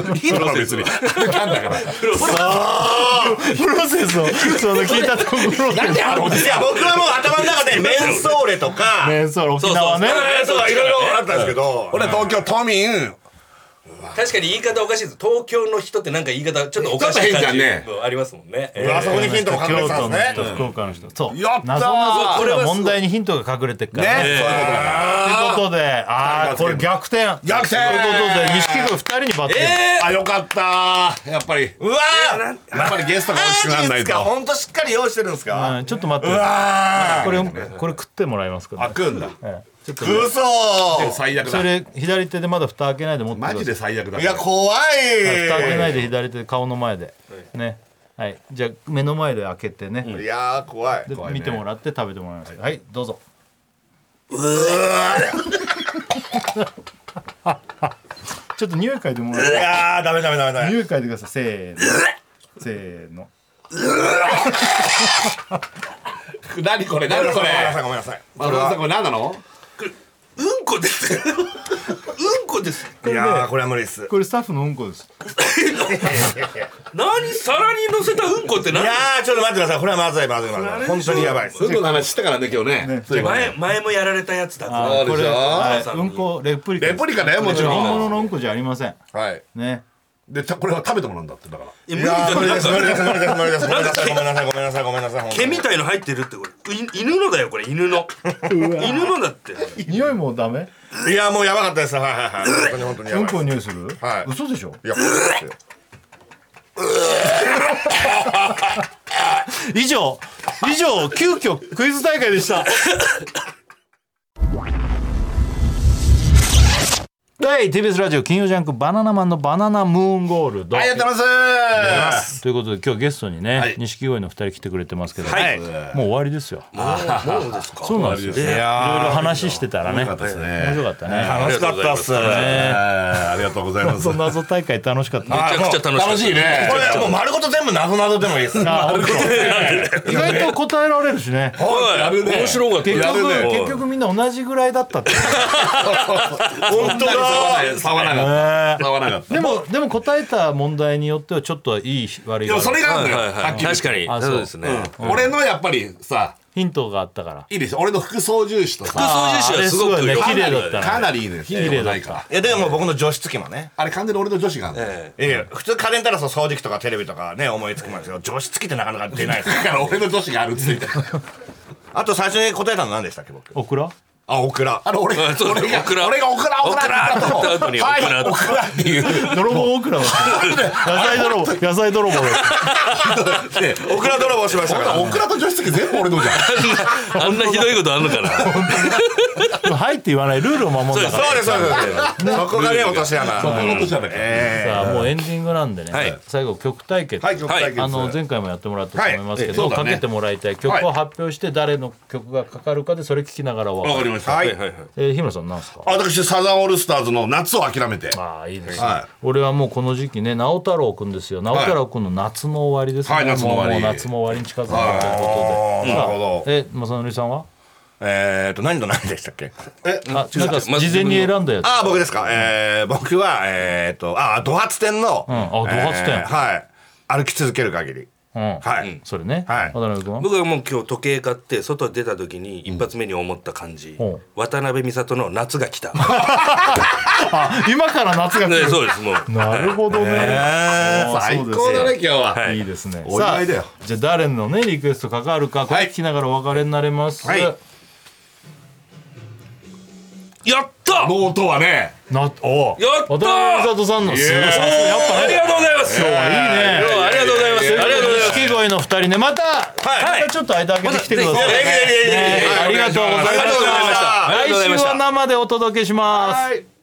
[SPEAKER 3] ろ。
[SPEAKER 2] ヒントは別になんだから
[SPEAKER 1] プロセスをその聞いたところで
[SPEAKER 4] いや僕はもう頭の中でメンソーレとかメン
[SPEAKER 1] ねそう沖縄ね
[SPEAKER 3] そうそう
[SPEAKER 4] ソーレとかいろいろあったんですけど
[SPEAKER 2] 俺東京都民
[SPEAKER 3] 確かに言い方おかしいです。東京の人ってなんか言い方ちょっとおかしい
[SPEAKER 2] ちょっと変
[SPEAKER 3] 感じ
[SPEAKER 2] じゃんね
[SPEAKER 3] ありますもんね。えー
[SPEAKER 4] あそこにヒントも隠れ
[SPEAKER 1] 京
[SPEAKER 4] てた
[SPEAKER 1] 都
[SPEAKER 4] ん
[SPEAKER 1] の
[SPEAKER 4] です
[SPEAKER 1] 人
[SPEAKER 4] ね
[SPEAKER 1] 福岡の人そう
[SPEAKER 2] やったー
[SPEAKER 1] 謎々
[SPEAKER 3] これはすごい
[SPEAKER 1] 問題にヒントが隠れてるからね
[SPEAKER 2] ねそういうことだな
[SPEAKER 1] ということでああこれ逆転
[SPEAKER 2] 逆
[SPEAKER 1] と
[SPEAKER 2] 転
[SPEAKER 1] いうことで錦鯉二人にバッテ
[SPEAKER 2] あよかったーやっぱり
[SPEAKER 4] うわー
[SPEAKER 2] やっぱりゲストが美味しくならないと
[SPEAKER 4] 本当しっかり用意してるんですか
[SPEAKER 1] リーちょっと待って
[SPEAKER 2] あ
[SPEAKER 1] これこれ食ってもらえますか
[SPEAKER 2] あ
[SPEAKER 1] ね
[SPEAKER 2] くんだ
[SPEAKER 1] ええちょっとね
[SPEAKER 4] 嘘
[SPEAKER 2] 最悪
[SPEAKER 1] そ
[SPEAKER 2] だ
[SPEAKER 1] れ左手でまだ蓋開けないで持ってくださ
[SPEAKER 2] マ
[SPEAKER 1] い
[SPEAKER 2] ジで最悪だ
[SPEAKER 4] いや怖
[SPEAKER 1] 蓋開けないいで左手で顔の前でねはいじゃあ目の前で開けてね
[SPEAKER 4] いやー怖い
[SPEAKER 1] で
[SPEAKER 2] いね
[SPEAKER 1] 見てもらって食べてもらいますはいどうぞ *laughs* ちょっと匂い嗅いでもら
[SPEAKER 4] い
[SPEAKER 1] え
[SPEAKER 4] やーダメダメダメダメ
[SPEAKER 1] 匂い嗅いでくださいせーのせーの
[SPEAKER 2] 何これ何こ
[SPEAKER 4] ごめんな
[SPEAKER 2] れ
[SPEAKER 4] さいごめんなさい
[SPEAKER 2] 松本さんこれ何なの
[SPEAKER 3] うんこです。うんこです。
[SPEAKER 4] いやーこれは無理です
[SPEAKER 1] これスタッフのうんこです
[SPEAKER 3] 何皿に乗せたうんこって
[SPEAKER 4] い
[SPEAKER 3] 何
[SPEAKER 4] やーちょっと待ってくださいこれはまずいまずいまずい本当にやばいです
[SPEAKER 2] うんこの話してからね今日ねそういえば
[SPEAKER 3] 前前もやられたやつだと
[SPEAKER 1] あー
[SPEAKER 2] そうでしょ
[SPEAKER 1] はいうんこレプリカ
[SPEAKER 2] レプリカだよもちろ
[SPEAKER 1] 本物
[SPEAKER 2] ん
[SPEAKER 1] のうんこじゃありません
[SPEAKER 2] はい
[SPEAKER 1] ね
[SPEAKER 2] でたこれは食べてもらうんだってだから
[SPEAKER 3] いや
[SPEAKER 4] い
[SPEAKER 3] 無理
[SPEAKER 4] や
[SPEAKER 3] だ
[SPEAKER 4] ー無理
[SPEAKER 3] な
[SPEAKER 4] で
[SPEAKER 3] ん
[SPEAKER 4] す無理で
[SPEAKER 3] か
[SPEAKER 4] す無理です無理ですごめんなさいごめんなさいごめんなさいごめんなさい本当
[SPEAKER 3] 毛
[SPEAKER 4] に
[SPEAKER 3] みたいの入ってるってこれい犬のだよこれ犬の犬のだって
[SPEAKER 1] 匂いもダメ
[SPEAKER 4] いやもうやばかったですはいはいはい本当に本当にや
[SPEAKER 1] う
[SPEAKER 4] ば
[SPEAKER 1] ん
[SPEAKER 4] い
[SPEAKER 1] この匂いする
[SPEAKER 4] はい
[SPEAKER 1] 嘘でしょ
[SPEAKER 4] いやこれで
[SPEAKER 1] 以
[SPEAKER 4] すよ
[SPEAKER 1] 上以上急遽クイズ大会でしたはい TBS ラジオ金曜ジャンク「バナナマンのバナナムーンゴールド」
[SPEAKER 2] はいやってます
[SPEAKER 1] ということで今日ゲストにね
[SPEAKER 2] い
[SPEAKER 1] 錦鯉、の2人来てくれてますけど、
[SPEAKER 3] はい
[SPEAKER 1] もう終わりですよ
[SPEAKER 3] そうですか
[SPEAKER 1] そうなんですよい
[SPEAKER 2] い
[SPEAKER 1] ろい
[SPEAKER 2] や
[SPEAKER 1] ろ話してたらね
[SPEAKER 2] ーよかったです
[SPEAKER 1] 面
[SPEAKER 2] ね
[SPEAKER 1] 白かったね
[SPEAKER 4] 楽しかったっす
[SPEAKER 2] えー
[SPEAKER 1] ね
[SPEAKER 2] ありがとうござ
[SPEAKER 1] *laughs*
[SPEAKER 2] います
[SPEAKER 1] その謎大会楽しかったね
[SPEAKER 3] めちゃくちゃ楽しかった
[SPEAKER 2] 楽しいね
[SPEAKER 4] これもう丸ごと全部なぞなぞでもいいです
[SPEAKER 1] あ本当意外と答えられるしね
[SPEAKER 3] はい
[SPEAKER 2] やるね
[SPEAKER 3] 面白かった
[SPEAKER 1] 結
[SPEAKER 2] や
[SPEAKER 1] 局
[SPEAKER 2] るね
[SPEAKER 1] 結局みんな同じぐらいだったって
[SPEAKER 2] 本当だ触らなかっ
[SPEAKER 1] ね
[SPEAKER 2] た触らなかった
[SPEAKER 1] でもでも答えた問題によってはちょっといい悪い
[SPEAKER 2] いやそれがあ
[SPEAKER 3] は
[SPEAKER 2] る
[SPEAKER 3] い
[SPEAKER 2] のよ
[SPEAKER 3] はい
[SPEAKER 2] は
[SPEAKER 3] は
[SPEAKER 2] っ
[SPEAKER 3] い
[SPEAKER 2] きり
[SPEAKER 3] 確かに
[SPEAKER 1] あそう
[SPEAKER 3] そうですね
[SPEAKER 2] 俺のやっぱりさ
[SPEAKER 1] ヒヒントがあったから
[SPEAKER 2] いいですよ俺の副操縦士と
[SPEAKER 3] 副
[SPEAKER 2] さ
[SPEAKER 3] 操縦士はすご
[SPEAKER 1] あーあれすごい
[SPEAKER 3] く
[SPEAKER 1] ね綺麗
[SPEAKER 3] よ
[SPEAKER 1] だったね
[SPEAKER 2] かなりいいねヒントもないから
[SPEAKER 4] いやでも僕の除湿機もね
[SPEAKER 2] あれ完全に俺の女子があるの
[SPEAKER 3] え
[SPEAKER 4] いやいや普通家電たらそう掃除機とかテレビとかね思いつくもんですけど除湿機ってなかなか出ないです
[SPEAKER 2] だから俺の女子があるっつって
[SPEAKER 4] あと最初に答えたの何でしたっけ僕
[SPEAKER 1] オクラ
[SPEAKER 4] あオクラ
[SPEAKER 2] あれ俺が
[SPEAKER 3] あそう
[SPEAKER 2] 俺が
[SPEAKER 3] オクラ
[SPEAKER 2] 俺がオクラオクラって言
[SPEAKER 3] オクラって言っ
[SPEAKER 2] ったた後にはいオクラってい
[SPEAKER 3] 後にオクラ
[SPEAKER 2] う
[SPEAKER 1] 泥棒オクラだっ
[SPEAKER 2] *laughs*
[SPEAKER 1] た野菜泥棒野菜泥棒だった
[SPEAKER 2] で
[SPEAKER 4] オクラ泥棒しました
[SPEAKER 2] ほ
[SPEAKER 4] からら
[SPEAKER 2] オクラと女子好き全部俺のじゃん
[SPEAKER 3] えあんなひどいことあんのかな
[SPEAKER 1] はいって言わないルールを守るんだから
[SPEAKER 4] そうですそうです、そこがね落とし穴
[SPEAKER 2] そこのことじゃない
[SPEAKER 4] え
[SPEAKER 1] さあもうエンディングなんでね、
[SPEAKER 3] はい
[SPEAKER 1] 最後曲対決、
[SPEAKER 2] はい曲対決
[SPEAKER 1] あの前回もやってもらったと思いますけど、
[SPEAKER 2] はいええそうだ
[SPEAKER 1] か
[SPEAKER 2] ね
[SPEAKER 1] けてもらいたい曲を発表して誰の曲がかかるかでそれ聞きながら終わる、
[SPEAKER 2] りまし
[SPEAKER 4] は
[SPEAKER 2] はいい
[SPEAKER 3] はいはい
[SPEAKER 1] えー日村さんなんですか
[SPEAKER 2] 私サザンオールスターズの夏を諦めて
[SPEAKER 1] ああいいですね、
[SPEAKER 2] は
[SPEAKER 1] 俺はもうこの時期ね直太朗くんですよ直太朗くんの夏の終わりですね、
[SPEAKER 2] はい夏の終わり
[SPEAKER 1] もうもう夏も終わりに近づいてるという
[SPEAKER 4] あ
[SPEAKER 1] こと
[SPEAKER 4] ー
[SPEAKER 1] で
[SPEAKER 4] なるほど
[SPEAKER 1] え正則さんは
[SPEAKER 4] えー、と何と何でしたっけ
[SPEAKER 1] あなんか事前に選んだやつ
[SPEAKER 4] ああ僕ですか、えー、僕はえっ、とああドハツ店の、
[SPEAKER 1] んあドハツ店
[SPEAKER 4] えーはい歩き続ける限り
[SPEAKER 1] うん
[SPEAKER 4] はい、
[SPEAKER 1] それね、
[SPEAKER 4] はい
[SPEAKER 1] 渡辺君は
[SPEAKER 3] 僕はもう今日時計買って外出た時に一発目に思った感じ、
[SPEAKER 1] うん
[SPEAKER 3] 渡辺美里の夏が来た、
[SPEAKER 1] あ今から夏が来
[SPEAKER 3] ね
[SPEAKER 1] る
[SPEAKER 3] そうですもう
[SPEAKER 1] なるほどね、あー
[SPEAKER 2] 最
[SPEAKER 1] そうですよ
[SPEAKER 2] 高だね今日は、
[SPEAKER 3] はい
[SPEAKER 1] いいですね。
[SPEAKER 2] お祝いだよ
[SPEAKER 1] さあじゃあ誰のねリクエストかかるかこれ
[SPEAKER 2] はい
[SPEAKER 1] 聞きながらお別れになれます。
[SPEAKER 4] はい
[SPEAKER 3] やった
[SPEAKER 2] の音はね
[SPEAKER 1] なおう
[SPEAKER 3] やったー
[SPEAKER 1] 渡辺美里さんのすごいさすがやっぱ
[SPEAKER 3] あり
[SPEAKER 1] ね。
[SPEAKER 3] がとうございま
[SPEAKER 1] い
[SPEAKER 3] す、
[SPEAKER 1] いね。
[SPEAKER 3] 今日はありがとうございます、ありがとうございます
[SPEAKER 1] 錦鯉の二人ねまた、
[SPEAKER 3] い
[SPEAKER 1] またちょっと間開けてきてください。
[SPEAKER 3] またぜひぜひぜひぜひ
[SPEAKER 1] ねありがとうございま
[SPEAKER 3] ありがとうございました
[SPEAKER 1] した。
[SPEAKER 3] ありがとうござい
[SPEAKER 1] 来
[SPEAKER 3] ま
[SPEAKER 1] 週
[SPEAKER 3] した
[SPEAKER 1] は生でお届けします。
[SPEAKER 2] い